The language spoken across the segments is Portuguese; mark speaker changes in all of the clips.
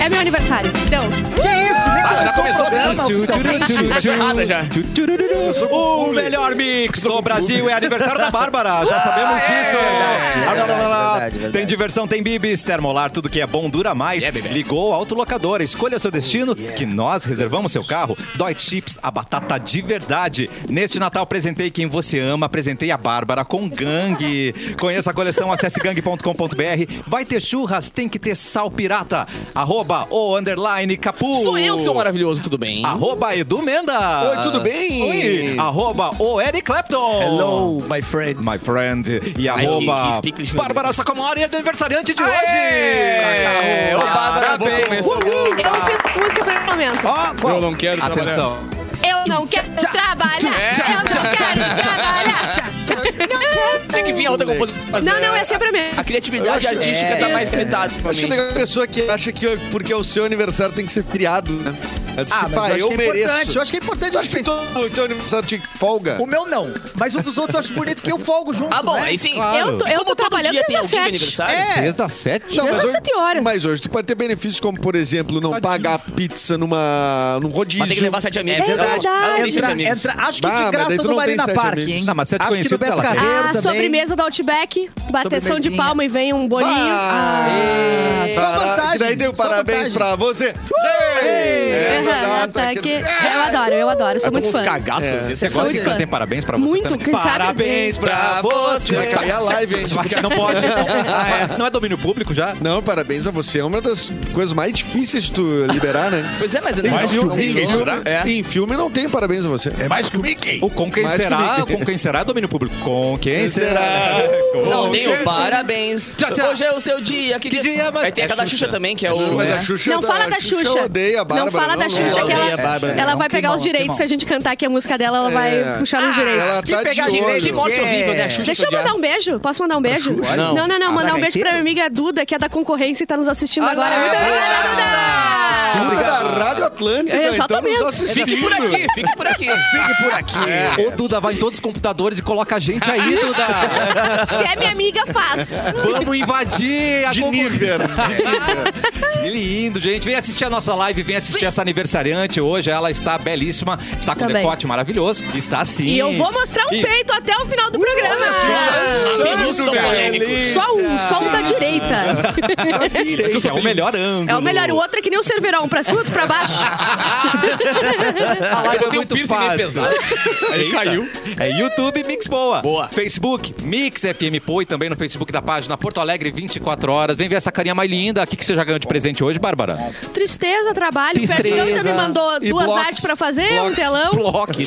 Speaker 1: É meu aniversário. Então,
Speaker 2: Que isso? Nem
Speaker 3: já
Speaker 4: um
Speaker 3: começou
Speaker 2: programa,
Speaker 3: assim.
Speaker 2: oficialmente.
Speaker 3: Começou errada já.
Speaker 2: O melhor mix do Brasil é aniversário da Bárbara, já sabemos disso.
Speaker 5: verdade,
Speaker 2: Ah, lá, lá, lá, lá.
Speaker 5: verdade, verdade.
Speaker 2: Tem diversão, tem bibis, termolar, tudo que é bom dura mais.
Speaker 3: É, bebê.
Speaker 2: Ligou a autolocadora, escolha seu destino, que nós reservamos seu carro. Dói Chips, a batata de verdade. Neste Natal, presentei quem você ama, apresentei a Bárbara com gangue. Conheça a coleção, acesse gangue.com.br. Vai ter churras, tem que ter sal pirata. Arroba o underline capu.
Speaker 3: Sou eu, seu maravilhoso, tudo bem?
Speaker 2: Arroba Edu Menda.
Speaker 5: Oi, tudo bem?
Speaker 2: Oi. Arroba o Eric Clapton.
Speaker 5: Hello, my friend.
Speaker 2: My friend. E
Speaker 3: Ai, que- que
Speaker 2: arroba
Speaker 3: speak English,
Speaker 2: Bárbara
Speaker 3: meu
Speaker 2: Sacomori, aniversariante de hoje.
Speaker 3: Aê! Ô, Bárbara, vamos
Speaker 2: Parabéns.
Speaker 3: começar.
Speaker 2: Uhul.
Speaker 1: eu fiz música pra esse momento.
Speaker 3: Eu não quero trabalhar.
Speaker 2: Atenção.
Speaker 1: Eu não quero trabalhar. Eu não quero trabalhar.
Speaker 3: Tem que vir a outra composição.
Speaker 1: Não, não, é sempre a
Speaker 3: A
Speaker 1: mesma.
Speaker 3: criatividade
Speaker 6: Eu acho-
Speaker 3: artística
Speaker 5: é,
Speaker 3: tá mais
Speaker 5: é.
Speaker 3: limitada pra
Speaker 6: Eu
Speaker 3: mim.
Speaker 6: acho legal a pessoa que acha que porque é o seu aniversário tem que ser feriado, né? Ela disse,
Speaker 5: Ah, mas
Speaker 6: "Pá,
Speaker 5: eu,
Speaker 6: eu,
Speaker 5: acho que é importante.
Speaker 6: mereço.
Speaker 5: Eu acho que é importante a gente pensar.
Speaker 6: Todo teu aniversário tinha que folga.
Speaker 5: O meu não, mas um dos outros eu acho bonito que eu folgo junto.
Speaker 3: Ah, bom,
Speaker 5: né?
Speaker 3: aí sim.
Speaker 2: Claro.
Speaker 1: Eu tô, eu tô
Speaker 3: Como todo
Speaker 1: trabalhando
Speaker 3: dia
Speaker 1: desde
Speaker 3: tem
Speaker 1: as
Speaker 3: alguém de
Speaker 1: sete.
Speaker 3: aniversário.
Speaker 5: É.
Speaker 7: Desde as sete?
Speaker 1: Desde as sete horas.
Speaker 6: mas hoje tu pode ter benefícios como, por exemplo, não pagar pizza numa, num rodízio.
Speaker 3: Mas tem que levar sete amigos.
Speaker 1: verdade.
Speaker 3: Ela- ela tem sete
Speaker 5: Entra,
Speaker 3: amigos.
Speaker 5: entra, acho
Speaker 6: Bah,
Speaker 5: que de
Speaker 6: mas daí
Speaker 5: graça
Speaker 6: tu
Speaker 5: do
Speaker 6: não tem
Speaker 5: Marina
Speaker 6: sete
Speaker 5: Parque,
Speaker 6: amigos.
Speaker 5: hein?
Speaker 2: Não, mas sete
Speaker 5: acho que do
Speaker 2: conhecidos
Speaker 5: Beto
Speaker 2: ela tem.
Speaker 3: Ah,
Speaker 5: Carreiro
Speaker 1: A
Speaker 5: também.
Speaker 1: Ah, sobremesa do Outback, bateção de
Speaker 5: Sobremesinha.
Speaker 1: palma e vem um bolinho.
Speaker 5: Ah, só
Speaker 6: Para-
Speaker 5: vantagem.
Speaker 6: E daí deu
Speaker 5: só
Speaker 6: parabéns
Speaker 5: vantagem. Uh!
Speaker 6: pra você.
Speaker 1: Aham,
Speaker 6: Essa
Speaker 1: tá
Speaker 6: data Ah,
Speaker 1: aqui.
Speaker 6: que-
Speaker 1: Eu adoro, eu adoro, sou
Speaker 3: Ela
Speaker 1: muito
Speaker 3: toma
Speaker 1: fã.
Speaker 3: uns cagaços.
Speaker 6: É.
Speaker 3: às vezes.
Speaker 2: Você gosta
Speaker 1: muito
Speaker 2: que
Speaker 1: fã.
Speaker 2: cantem parabéns pra você
Speaker 1: Muito,
Speaker 2: também?
Speaker 1: quem sabe
Speaker 2: Parabéns pra você.
Speaker 6: Vai cair a live, hein?
Speaker 2: Vai cair- Não pode. Não é domínio público já?
Speaker 6: Não, parabéns a você. É uma das coisas mais difíceis de tu liberar, né?
Speaker 3: Pois é, mas...
Speaker 6: Em,
Speaker 3: não-
Speaker 6: filme,
Speaker 3: não-
Speaker 6: em
Speaker 3: não-
Speaker 6: filme-
Speaker 3: É.
Speaker 6: em filme não tem parabéns a você.
Speaker 7: É mais que o Mickey.
Speaker 2: O com quem
Speaker 6: Mais que
Speaker 2: será?
Speaker 6: ninguém.
Speaker 2: Com quem será é domínio público? Com quem será? Com
Speaker 3: Não, tem
Speaker 2: quem
Speaker 3: o parabéns.
Speaker 2: Tchau, tchau.
Speaker 3: Hoje é o seu dia. Que,
Speaker 2: Que dia, mas-
Speaker 3: Aí tem
Speaker 2: É
Speaker 3: aquela Xuxa.
Speaker 2: Xuxa.
Speaker 3: também, que é o.
Speaker 6: Mas
Speaker 3: né?
Speaker 6: a Xuxa
Speaker 1: Não fala da Xuxa.
Speaker 6: eu odeio a Bárbara.
Speaker 1: não fala da Xuxa,
Speaker 3: não
Speaker 1: que ela,
Speaker 3: odeia a Bárbara,
Speaker 1: ela
Speaker 5: não.
Speaker 1: vai
Speaker 5: Que
Speaker 1: pegar
Speaker 5: mal,
Speaker 1: os
Speaker 5: que
Speaker 1: direitos.
Speaker 5: mal.
Speaker 1: Se a gente cantar aqui a música dela, ela vai
Speaker 6: É.
Speaker 1: puxar os direitos.
Speaker 6: Ela
Speaker 5: Que
Speaker 6: tá de
Speaker 5: pegar
Speaker 6: olho.
Speaker 5: direito,
Speaker 3: Que morte horrível, né? A Xuxa
Speaker 1: Deixa eu
Speaker 3: te odiar.
Speaker 1: mandar um beijo. Posso mandar um beijo?
Speaker 3: Xuxa?
Speaker 1: Não, não, não.
Speaker 5: Ah,
Speaker 1: mandar
Speaker 5: tá
Speaker 1: um beijo pra
Speaker 5: gaiteiro?
Speaker 1: minha amiga Duda, que é da concorrência e tá nos assistindo
Speaker 2: Ah,
Speaker 1: agora.
Speaker 2: lá,
Speaker 1: Muito
Speaker 2: é.
Speaker 1: obrigada, Duda!
Speaker 6: Duda da Rádio Atlântida,
Speaker 1: É,
Speaker 6: então
Speaker 1: exatamente.
Speaker 6: nos assistindo.
Speaker 3: Fique por aqui, fique por aqui. Fique por aqui.
Speaker 6: É.
Speaker 2: Ô, Duda, vai em todos os computadores e coloca a gente aí, Duda.
Speaker 1: Se é minha amiga, faz.
Speaker 2: Vamos invadir
Speaker 1: Tá
Speaker 2: a
Speaker 6: De
Speaker 2: concorrência.
Speaker 6: nível.
Speaker 2: Que lindo, gente. Vem assistir a nossa live, vem assistir essa aniversariante hoje. Ela está belíssima, está com um
Speaker 1: Também.
Speaker 2: decote maravilhoso. Está sim.
Speaker 1: E eu vou mostrar um
Speaker 2: E-
Speaker 1: peito até o final do programa.
Speaker 3: Amigos são polêmicos.
Speaker 1: Só um, só um da direita.
Speaker 2: É o melhor ângulo.
Speaker 1: É o melhor. O outro é que nem o cerveirão, pra cima e pra baixo.
Speaker 2: A live
Speaker 3: Eu
Speaker 2: é
Speaker 3: tenho um
Speaker 2: muito
Speaker 3: piercing meio
Speaker 2: fácil.
Speaker 3: pesado. Ele caiu.
Speaker 2: É YouTube Mix Boa.
Speaker 3: Boa.
Speaker 2: Facebook Mix FM Poa e também no Facebook da página Porto Alegre 24 horas. Vem ver essa carinha mais linda. O que, que você já ganhou de presente hoje, Bárbara?
Speaker 1: Tristeza, trabalho. O Pernambuco já
Speaker 2: Tristeza.
Speaker 1: me mandou
Speaker 6: E
Speaker 1: duas
Speaker 6: bloco.
Speaker 1: artes pra fazer, um
Speaker 6: Bloco.
Speaker 1: telão.
Speaker 2: Bloque.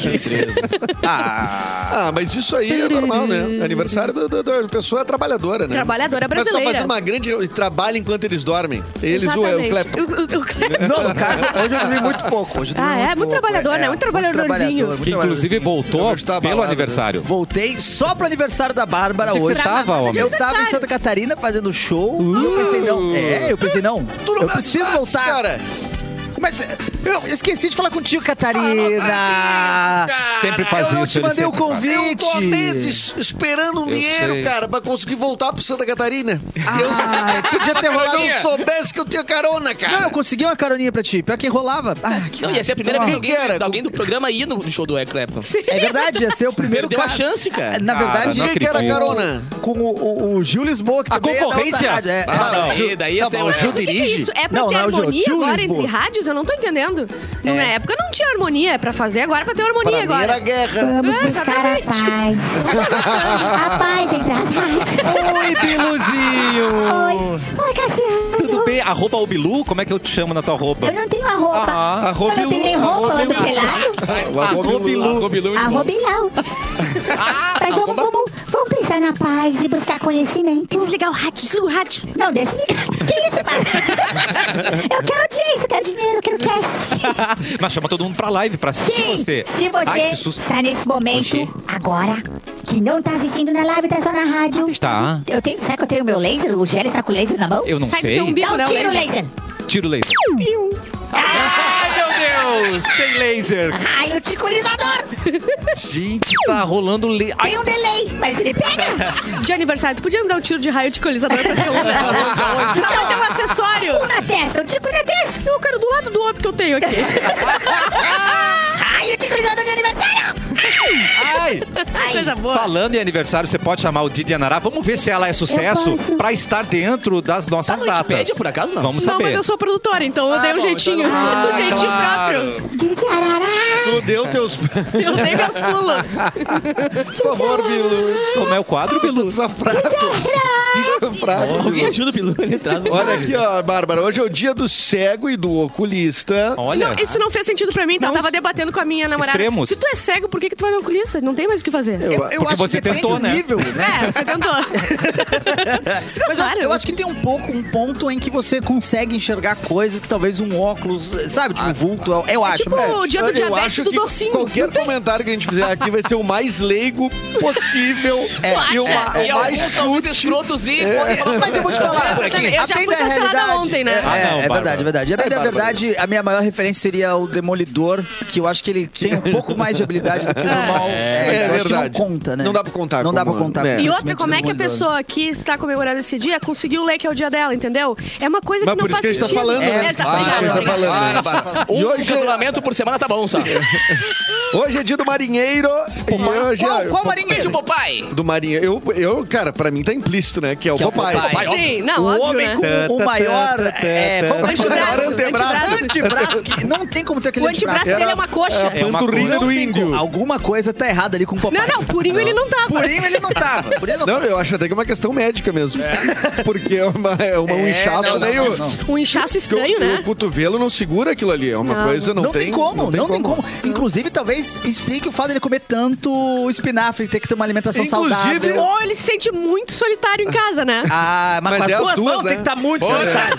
Speaker 6: Ah, mas isso aí é normal, né? Aniversário do- do- da pessoa trabalhadora, né?
Speaker 1: Trabalhadora
Speaker 6: Mas
Speaker 1: brasileira.
Speaker 6: tá fazendo uma grande... Trabalha enquanto eles dormem. Eles, o, é o
Speaker 1: Exatamente.
Speaker 6: Clepton.
Speaker 1: O- o- o Clepton.
Speaker 5: Não, no caso, hoje eu dormi muito pouco. Hoje eu dormi
Speaker 1: Ah, é? Muito
Speaker 5: pouco,
Speaker 1: trabalhador, né? Muito trabalhadorzinho.
Speaker 5: muito
Speaker 2: Que inclusive
Speaker 5: trabalhadorzinho.
Speaker 2: voltou
Speaker 6: Eu estava
Speaker 2: pelo
Speaker 6: lá,
Speaker 2: aniversário.
Speaker 5: Voltei só pro aniversário da Bárbara
Speaker 2: Onde que
Speaker 5: hoje.
Speaker 2: você tava, homem? Uh!
Speaker 5: Eu tava em Santa Catarina fazendo show. e Eu pensei, não. É, eu pensei, não.
Speaker 6: Tu não
Speaker 5: Eu preciso
Speaker 6: gastasse,
Speaker 5: voltar.
Speaker 6: Cara.
Speaker 5: Mas eu esqueci de falar contigo,
Speaker 6: Ah,
Speaker 5: Catarina.
Speaker 2: Sempre faz
Speaker 5: Eu
Speaker 2: isso.
Speaker 5: não te
Speaker 2: ele sempre
Speaker 5: mandei o
Speaker 2: faz.
Speaker 6: Eu
Speaker 5: convite.
Speaker 6: tô há meses esperando um dinheiro,
Speaker 2: sei.
Speaker 6: cara, pra conseguir voltar pro Santa Catarina.
Speaker 5: Ai, podia ter
Speaker 6: Eu, se eu
Speaker 5: rolado. um
Speaker 6: soubesse que eu tinha carona,
Speaker 5: Não, eu
Speaker 6: cara.
Speaker 5: consegui uma caroninha pra ti. Pior que rolava. Ah, que
Speaker 3: Não, ia ser a primeira vez
Speaker 5: droga.
Speaker 3: que
Speaker 6: Quem que era?
Speaker 3: alguém, alguém do programa ia no show do Eric Clapton.
Speaker 5: É verdade, ia ser o primeiro
Speaker 3: Perdeu a
Speaker 5: cara-
Speaker 3: chance, cara.
Speaker 5: Na
Speaker 2: É, Cara,
Speaker 5: verdade,
Speaker 2: não
Speaker 6: Quem que era a
Speaker 2: acredito.
Speaker 6: carona?
Speaker 5: com o, o, o Gil Lisboa, que
Speaker 2: A
Speaker 5: também é da outra
Speaker 2: concorrência?
Speaker 5: rádio, é,
Speaker 3: Ah,
Speaker 5: é.
Speaker 3: não. Daí, daí ia
Speaker 6: Não,
Speaker 3: ser
Speaker 6: mas Tá o Gil
Speaker 1: O que, que é
Speaker 6: dirige.
Speaker 1: isso? É pra
Speaker 5: Não,
Speaker 1: ter
Speaker 5: não, Gil,
Speaker 1: harmonia
Speaker 5: tio
Speaker 1: agora
Speaker 5: Lisboa.
Speaker 1: entre rádios? Eu não tô entendendo. Na época não tinha harmonia, é pra fazer agora, pra ter harmonia
Speaker 6: Pra mim
Speaker 1: agora.
Speaker 6: era guerra.
Speaker 4: Vamos
Speaker 1: É,
Speaker 4: buscar a
Speaker 1: exatamente.
Speaker 4: paz. a paz entre as rádios.
Speaker 2: Oi, Biluzinho!
Speaker 4: Oi. Oi, Cassiano.
Speaker 2: Tudo bem? Arroba o Bilu? Como é que eu te chamo na tua arroba?
Speaker 4: Eu não tenho arroba.
Speaker 2: Ah,
Speaker 4: eu não tenho nem
Speaker 6: arrobilu,
Speaker 4: roupa,
Speaker 2: é um
Speaker 4: eu ando
Speaker 6: arrobilu.
Speaker 4: pelado.
Speaker 6: O arrobilu.
Speaker 3: Gobilu
Speaker 4: Arroba Ilau.
Speaker 2: Ah,
Speaker 4: Mas vamos, vamos, vamos pensar na paz e buscar conhecimento.
Speaker 1: Desligar o rádio, desliga o rádio.
Speaker 4: Não, deixa eu ligar. Que isso, mano? Eu quero audiência, eu quero dinheiro, eu quero cash.
Speaker 2: Mas chama todo mundo pra live, pra assistir
Speaker 4: Sim,
Speaker 2: você.
Speaker 4: se
Speaker 2: Ai,
Speaker 4: você
Speaker 2: que susto.
Speaker 4: está nesse momento, agora, que não tá assistindo na live, tá só na rádio.
Speaker 2: Tá.
Speaker 4: Eu tenho, será que eu tenho meu laser? O Gélis tá com o laser na mão?
Speaker 2: Eu não
Speaker 1: Sai do
Speaker 2: sei.
Speaker 1: teu umbigo, né?
Speaker 4: Não, tira o
Speaker 1: Lê?
Speaker 4: laser.
Speaker 2: Tiro laser. Ai, meu Deus! Tem laser!
Speaker 4: Raio ticulizador.
Speaker 2: Gente, tá rolando... Le... Ai,
Speaker 4: Tem um delay, mas ele pega.
Speaker 1: De aniversário, tu podia me dar um tiro de raio de colizador pra ser um, né? Só pra ter um acessório.
Speaker 4: Um na testa, um tico na testa.
Speaker 1: Eu quero do lado do outro que eu tenho aqui.
Speaker 4: Ai, o ticulizador de aniversário.
Speaker 2: ai.
Speaker 1: Coisa boa.
Speaker 2: Falando em aniversário, você pode chamar o Didi Anará. Vamos ver se ela é sucesso
Speaker 4: Eu posso.
Speaker 2: pra estar dentro das
Speaker 3: Tá
Speaker 2: nossas
Speaker 3: no
Speaker 2: datas.
Speaker 3: Wikipedia, por acaso, não?
Speaker 2: Vamos
Speaker 1: Não,
Speaker 2: saber.
Speaker 1: mas eu sou produtora, então eu dei um
Speaker 3: bom,
Speaker 1: jeitinho.
Speaker 3: então
Speaker 1: um jeitinho
Speaker 2: claro.
Speaker 1: próprio.
Speaker 4: Didi Arará.
Speaker 6: Tu deu teus...
Speaker 1: Eu dei meus pulos.
Speaker 6: Por favor, Bilu.
Speaker 2: Como é o quadro, Bilu?
Speaker 6: Fraco,
Speaker 3: Alguém
Speaker 6: Bilu.
Speaker 3: ajuda o Bilu ali atrás.
Speaker 6: Olha aqui, ó, Bárbara. Hoje é o dia do cego e do oculista.
Speaker 2: Olha.
Speaker 1: Não, isso não fez sentido pra mim, tá?
Speaker 2: Não,
Speaker 1: Tava
Speaker 2: isso-
Speaker 1: debatendo com a minha namorada.
Speaker 2: Extremos.
Speaker 1: Se tu é cego, por que, que tu vai na oculista? Não tem mais o que fazer.
Speaker 5: Eu, eu
Speaker 2: Porque
Speaker 5: acho
Speaker 2: você
Speaker 5: que depende
Speaker 2: tentou,
Speaker 5: do
Speaker 2: né?
Speaker 5: Nível, né?
Speaker 1: É, você tentou.
Speaker 5: Mas eu,
Speaker 1: Claro.
Speaker 5: eu acho que tem um pouco, um ponto em que você consegue enxergar coisas que talvez um óculos, sabe, tipo vulto, eu, eu acho.
Speaker 1: tipo
Speaker 5: mas-
Speaker 1: o dia do
Speaker 6: Olha, eu
Speaker 1: diabetes
Speaker 6: acho
Speaker 1: do
Speaker 6: que
Speaker 1: docinho.
Speaker 6: qualquer comentário que a gente fizer aqui vai ser o mais leigo possível e o ma-
Speaker 3: E
Speaker 6: o
Speaker 3: alguns
Speaker 6: mais
Speaker 3: talvez
Speaker 6: útil.
Speaker 3: escrotos e...
Speaker 5: Mas eu vou te falar,
Speaker 3: Por aqui.
Speaker 1: Eu já
Speaker 5: bem
Speaker 1: fui
Speaker 5: da
Speaker 1: cancelada
Speaker 5: realidade-
Speaker 1: ontem, né?
Speaker 2: Ah,
Speaker 5: é,
Speaker 2: não,
Speaker 5: é
Speaker 2: Bárbara.
Speaker 5: verdade, é verdade. É bem da
Speaker 6: Bárbara.
Speaker 5: verdade, a minha maior referência seria o Demolidor, que eu acho que ele tem um pouco mais de habilidade do que o normal.
Speaker 6: É
Speaker 5: eu acho que
Speaker 6: verdade.
Speaker 5: não conta, né?
Speaker 6: Não dá pra contar
Speaker 5: Não dá pra
Speaker 6: como-
Speaker 5: contar.
Speaker 6: né.
Speaker 1: E
Speaker 5: com
Speaker 1: outra,
Speaker 5: conhecimento
Speaker 1: como é que a
Speaker 5: do Demolidor.
Speaker 1: pessoa que está comemorando esse dia conseguiu ler que é o dia dela, entendeu? É uma coisa
Speaker 6: Mas
Speaker 1: que não
Speaker 6: por
Speaker 1: faz
Speaker 6: isso que a gente tá
Speaker 1: sentido.
Speaker 6: falando,
Speaker 5: né?
Speaker 1: É,
Speaker 5: Por
Speaker 1: exato,
Speaker 5: isso que a gente tá
Speaker 1: obrigado,
Speaker 6: falando,
Speaker 1: obrigado.
Speaker 6: né?
Speaker 3: Bárbara, um
Speaker 6: E hoje-
Speaker 3: cancelamento por semana tá bom, sabe?
Speaker 6: Hoje é dia do marinheiro e hoje
Speaker 5: Qual,
Speaker 6: é...
Speaker 5: qual
Speaker 3: Beijo,
Speaker 5: marinheiro?
Speaker 3: papai!
Speaker 6: Do marinheiro. Eu, eu, cara, pra mim tá implícito, né? Que é o
Speaker 5: Que é o
Speaker 6: papai.
Speaker 5: Popeye.
Speaker 1: Sim, não,
Speaker 5: o
Speaker 1: óbvio,
Speaker 5: homem
Speaker 1: né?
Speaker 5: com o maior é, vamos
Speaker 1: Antebraço,
Speaker 5: chamar
Speaker 1: antebraço.
Speaker 5: antebraço que não tem como ter aquele
Speaker 1: O antebraço
Speaker 5: antebraço.
Speaker 1: dele é uma coxa.
Speaker 6: É a panturrilha
Speaker 5: Não
Speaker 6: do
Speaker 5: tem como.
Speaker 6: índio.
Speaker 5: Alguma coisa tá errada ali com o papai.
Speaker 1: Não, não, purinho ele não tá. tava.
Speaker 5: Purinho ele não tava. Purinho não,
Speaker 6: Não, eu acho até que é uma questão médica mesmo. Porque é, uma, é uma- um
Speaker 5: É,
Speaker 6: inchaço
Speaker 5: não, não,
Speaker 6: meio...
Speaker 5: não, não.
Speaker 1: Um inchaço
Speaker 6: que o-
Speaker 1: estranho,
Speaker 6: O
Speaker 1: né?
Speaker 6: cotovelo não segura aquilo ali. É uma
Speaker 1: Não.
Speaker 6: coisa, não,
Speaker 5: Não, tem, como, não, tem como. Inclusive, talvez explique o fato dele comer tanto espinafre, ter que ter uma alimentação
Speaker 6: Inclusive-
Speaker 5: saudável.
Speaker 1: Ou ele se sente muito solitário em casa, né?
Speaker 5: Ah, mas,
Speaker 6: Mas
Speaker 5: com
Speaker 6: é
Speaker 5: as
Speaker 6: as
Speaker 5: duas,
Speaker 6: duas,
Speaker 5: mãos
Speaker 6: né?
Speaker 5: tem que estar muito
Speaker 6: Olha.
Speaker 5: solitário.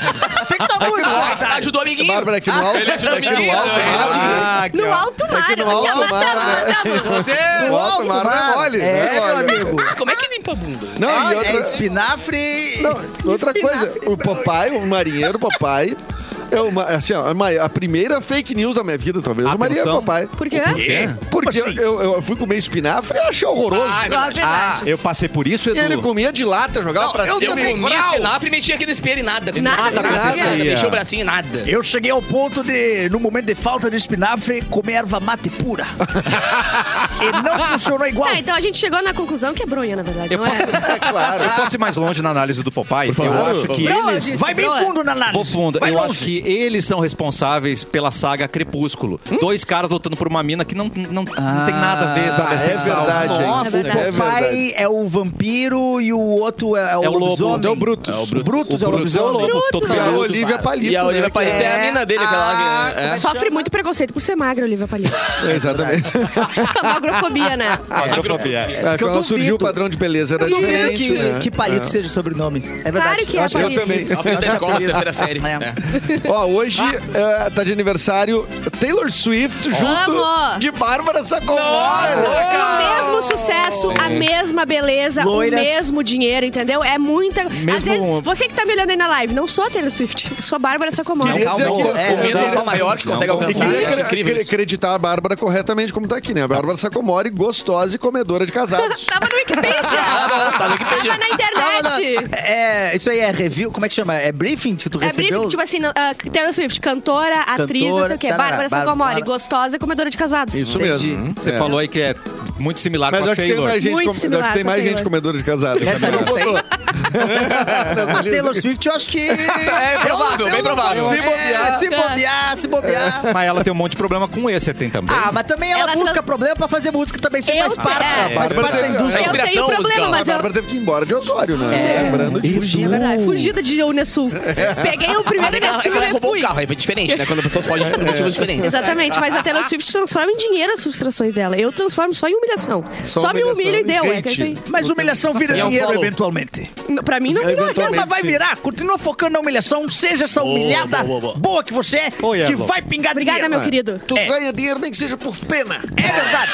Speaker 5: Tem que estar muito solitário.
Speaker 3: Ajudou Ah, o amiguinho! Ah,
Speaker 6: Bárbara, aqui no alto,
Speaker 3: Ele ajuda
Speaker 6: aqui no
Speaker 3: menino,
Speaker 6: alto,
Speaker 3: né?
Speaker 6: mar, né?
Speaker 2: Ah, aqui,
Speaker 1: No
Speaker 2: ó.
Speaker 1: alto mar,
Speaker 6: É que no
Speaker 1: olha,
Speaker 6: alto
Speaker 1: mata,
Speaker 6: mar, né?
Speaker 1: mata, mano.
Speaker 6: No alto mar não é mole,
Speaker 5: É,
Speaker 6: não é mole.
Speaker 5: meu amigo.
Speaker 3: Ah, como é que limpa a bunda?
Speaker 6: Não,
Speaker 5: Ah,
Speaker 6: e
Speaker 5: É
Speaker 6: outra,
Speaker 5: espinafre.
Speaker 6: não, outra coisa,
Speaker 1: espinafre.
Speaker 6: o papai, o marinheiro papai, é uma, assim, ó, a ma- a primeira fake news da minha vida, talvez, o marinheiro
Speaker 2: Atenção.
Speaker 6: papai. É.
Speaker 1: Por quê?
Speaker 6: Porque eu, eu fui comer espinafre e achei horroroso.
Speaker 3: Ah, é
Speaker 1: Não, é
Speaker 3: verdade.
Speaker 1: verdade.
Speaker 2: Eu passei por isso,
Speaker 6: E ele
Speaker 2: Edu.
Speaker 6: comia de lata, jogava pra
Speaker 3: eu
Speaker 6: cima.
Speaker 3: também comia espinafre e metia aqui no espelho e nada.
Speaker 1: Nada,
Speaker 3: nada.
Speaker 1: graças a
Speaker 2: Deus.
Speaker 3: Mexia o bracinho e nada.
Speaker 5: Eu cheguei ao ponto de, no momento de falta de espinafre, comer erva mate pura. e não funcionou igual.
Speaker 1: Ah, então a gente chegou na conclusão que é bronha, na verdade.
Speaker 2: Eu
Speaker 1: não é?
Speaker 2: posso,
Speaker 6: É claro.
Speaker 2: eu posso ir mais longe na análise do Popeye?
Speaker 3: favor.
Speaker 2: eu acho que
Speaker 1: Broa,
Speaker 2: eles...
Speaker 1: disse,
Speaker 5: Vai bem
Speaker 1: broa.
Speaker 5: fundo na análise.
Speaker 2: Vou fundo.
Speaker 5: Vai
Speaker 2: eu
Speaker 5: longe.
Speaker 2: acho que eles são responsáveis pela saga Crepúsculo. Dois caras lutando por uma mina que não, não, não tem nada a ver, sabe?
Speaker 6: Ah, é
Speaker 2: sexual.
Speaker 6: verdade, hein?
Speaker 5: Nossa,
Speaker 1: É verdade.
Speaker 5: o papai
Speaker 6: verdade.
Speaker 5: é, o vampiro e o outro é, o
Speaker 2: É o lobo.
Speaker 5: lobisomem.
Speaker 2: É o
Speaker 6: Brutus.
Speaker 5: É o Brutus. é o
Speaker 2: Brutus é o
Speaker 5: lobisomem.
Speaker 2: lobo. Todo
Speaker 6: E a
Speaker 2: peludo.
Speaker 6: Olivia Palito.
Speaker 3: E a Olivia
Speaker 6: né,
Speaker 3: Palito é a
Speaker 5: É,
Speaker 3: mina dele, aquela
Speaker 5: ah,
Speaker 3: lá. que- é.
Speaker 1: Sofre muito preconceito por ser magra, Olivia Palito.
Speaker 6: que- É, Exatamente.
Speaker 1: Magrofobia, né?
Speaker 2: Agrofobia.
Speaker 6: É,
Speaker 5: eu
Speaker 6: quando
Speaker 5: duvido.
Speaker 6: surgiu o padrão de beleza era
Speaker 5: Eu duvido
Speaker 6: diferente,
Speaker 5: que,
Speaker 6: né?
Speaker 5: que palito seja sobrenome. É
Speaker 1: Claro
Speaker 5: verdade.
Speaker 1: que é
Speaker 5: Eu acho
Speaker 6: Eu
Speaker 1: palito.
Speaker 6: também.
Speaker 3: Sofre da escola,
Speaker 5: Apelido.
Speaker 3: terceira série.
Speaker 5: É.
Speaker 3: É.
Speaker 6: né? Ó, hoje eh, tá de aniversário Taylor Swift junto
Speaker 1: Amo.
Speaker 6: de Bárbara Sacomora.
Speaker 1: O mesmo sucesso, a mesma beleza,
Speaker 5: Loiras.
Speaker 1: o mesmo dinheiro, entendeu? É muita. Às vezes, você que tá me olhando aí na live, não sou a Taylor Swift, eu sou a Bárbara Sacomora.
Speaker 6: Queria dizer que-
Speaker 5: É,
Speaker 6: eu
Speaker 3: O medo
Speaker 6: queria-
Speaker 3: é só maior que consegue
Speaker 6: E
Speaker 3: alcançar.
Speaker 6: queria
Speaker 3: Eu acho
Speaker 6: acre-
Speaker 3: incrível
Speaker 6: acre-
Speaker 3: isso.
Speaker 6: acreditar a Bárbara corretamente como tá aqui, né? A Bárbara Sacomori, gostosa e comedora de casados.
Speaker 1: Tava no Wikipedia!
Speaker 3: tá no
Speaker 1: Tava
Speaker 3: Wikipedia.
Speaker 1: na
Speaker 5: Não, não,
Speaker 1: internet!
Speaker 5: é, isso aí é review? Como é que chama? É briefing que tu
Speaker 1: É
Speaker 5: recebeu?
Speaker 1: briefing, tipo assim, não, ah, Taylor Swift, cantora, atriz, não sei o quê.
Speaker 5: Cantora,
Speaker 1: Bárbara
Speaker 5: tarará,
Speaker 1: Sacomori,
Speaker 5: Bárbara.
Speaker 1: gostosa e comedora de casados.
Speaker 6: Isso
Speaker 5: Entendi.
Speaker 6: mesmo.
Speaker 2: Você
Speaker 6: É.
Speaker 2: falou aí que é muito similar
Speaker 6: Mas
Speaker 2: com a
Speaker 6: acho que, tem
Speaker 2: Taylor.
Speaker 6: mais gente
Speaker 1: Muito
Speaker 6: com- acho que
Speaker 1: similar
Speaker 6: tem
Speaker 1: com a
Speaker 6: mais gente
Speaker 1: Taylor.
Speaker 6: comedora de casado.
Speaker 5: Nessa
Speaker 6: Não
Speaker 5: lista aí.
Speaker 6: botou. Nessa
Speaker 5: A
Speaker 6: lista.
Speaker 5: Taylor Swift, eu acho que.
Speaker 3: É provável, bem provável.
Speaker 6: Se bobear.
Speaker 5: É, se bobear, se bobear.
Speaker 2: Mas ela tem um monte de problema com esse, você tem também.
Speaker 5: Ah, mas também ela,
Speaker 1: Ela
Speaker 5: busca
Speaker 1: tran-
Speaker 5: problema pra fazer música também. Isso
Speaker 1: Eu-
Speaker 5: faz parte,
Speaker 1: é,
Speaker 5: faz
Speaker 6: Bárbara
Speaker 5: parte da
Speaker 6: tem-
Speaker 5: indústria.
Speaker 1: Eu tenho
Speaker 3: Inspiração
Speaker 1: problema,
Speaker 3: musical.
Speaker 6: A
Speaker 1: mas eu,
Speaker 6: Bárbara teve que ir embora de Osório, né? Lembrando
Speaker 1: É
Speaker 6: disso.
Speaker 1: verdade, fugida de Unesul. Peguei o primeiro
Speaker 3: Ela,
Speaker 1: Unesul
Speaker 3: ela
Speaker 1: e
Speaker 3: roubou
Speaker 1: fui.
Speaker 3: o carro, é diferente, né? Quando pessoas fogem por motivos diferentes.
Speaker 1: Exatamente, mas a Taylor Swift transforma em dinheiro as frustrações dela. Eu transformo só em humilhação. Só, me humilha e deu.
Speaker 6: humilhação
Speaker 1: É, que é isso aí.
Speaker 6: e
Speaker 5: Mas humilhação vira
Speaker 3: E é um
Speaker 5: dinheiro
Speaker 3: follow.
Speaker 5: eventualmente.
Speaker 1: Não, pra mim não virou.
Speaker 6: Eventualmente.
Speaker 5: Ela vai
Speaker 6: sim.
Speaker 5: virar, continua focando na humilhação, seja essa
Speaker 3: Boa,
Speaker 5: humilhada
Speaker 3: boa,
Speaker 5: boa,
Speaker 3: boa, boa.
Speaker 5: que você é,
Speaker 2: Ô,
Speaker 5: que
Speaker 2: Erlon.
Speaker 5: vai pingar
Speaker 1: Obrigada,
Speaker 5: dinheiro.
Speaker 1: meu querido.
Speaker 6: Tu
Speaker 5: É.
Speaker 6: ganha dinheiro nem que seja por pena.
Speaker 5: É verdade.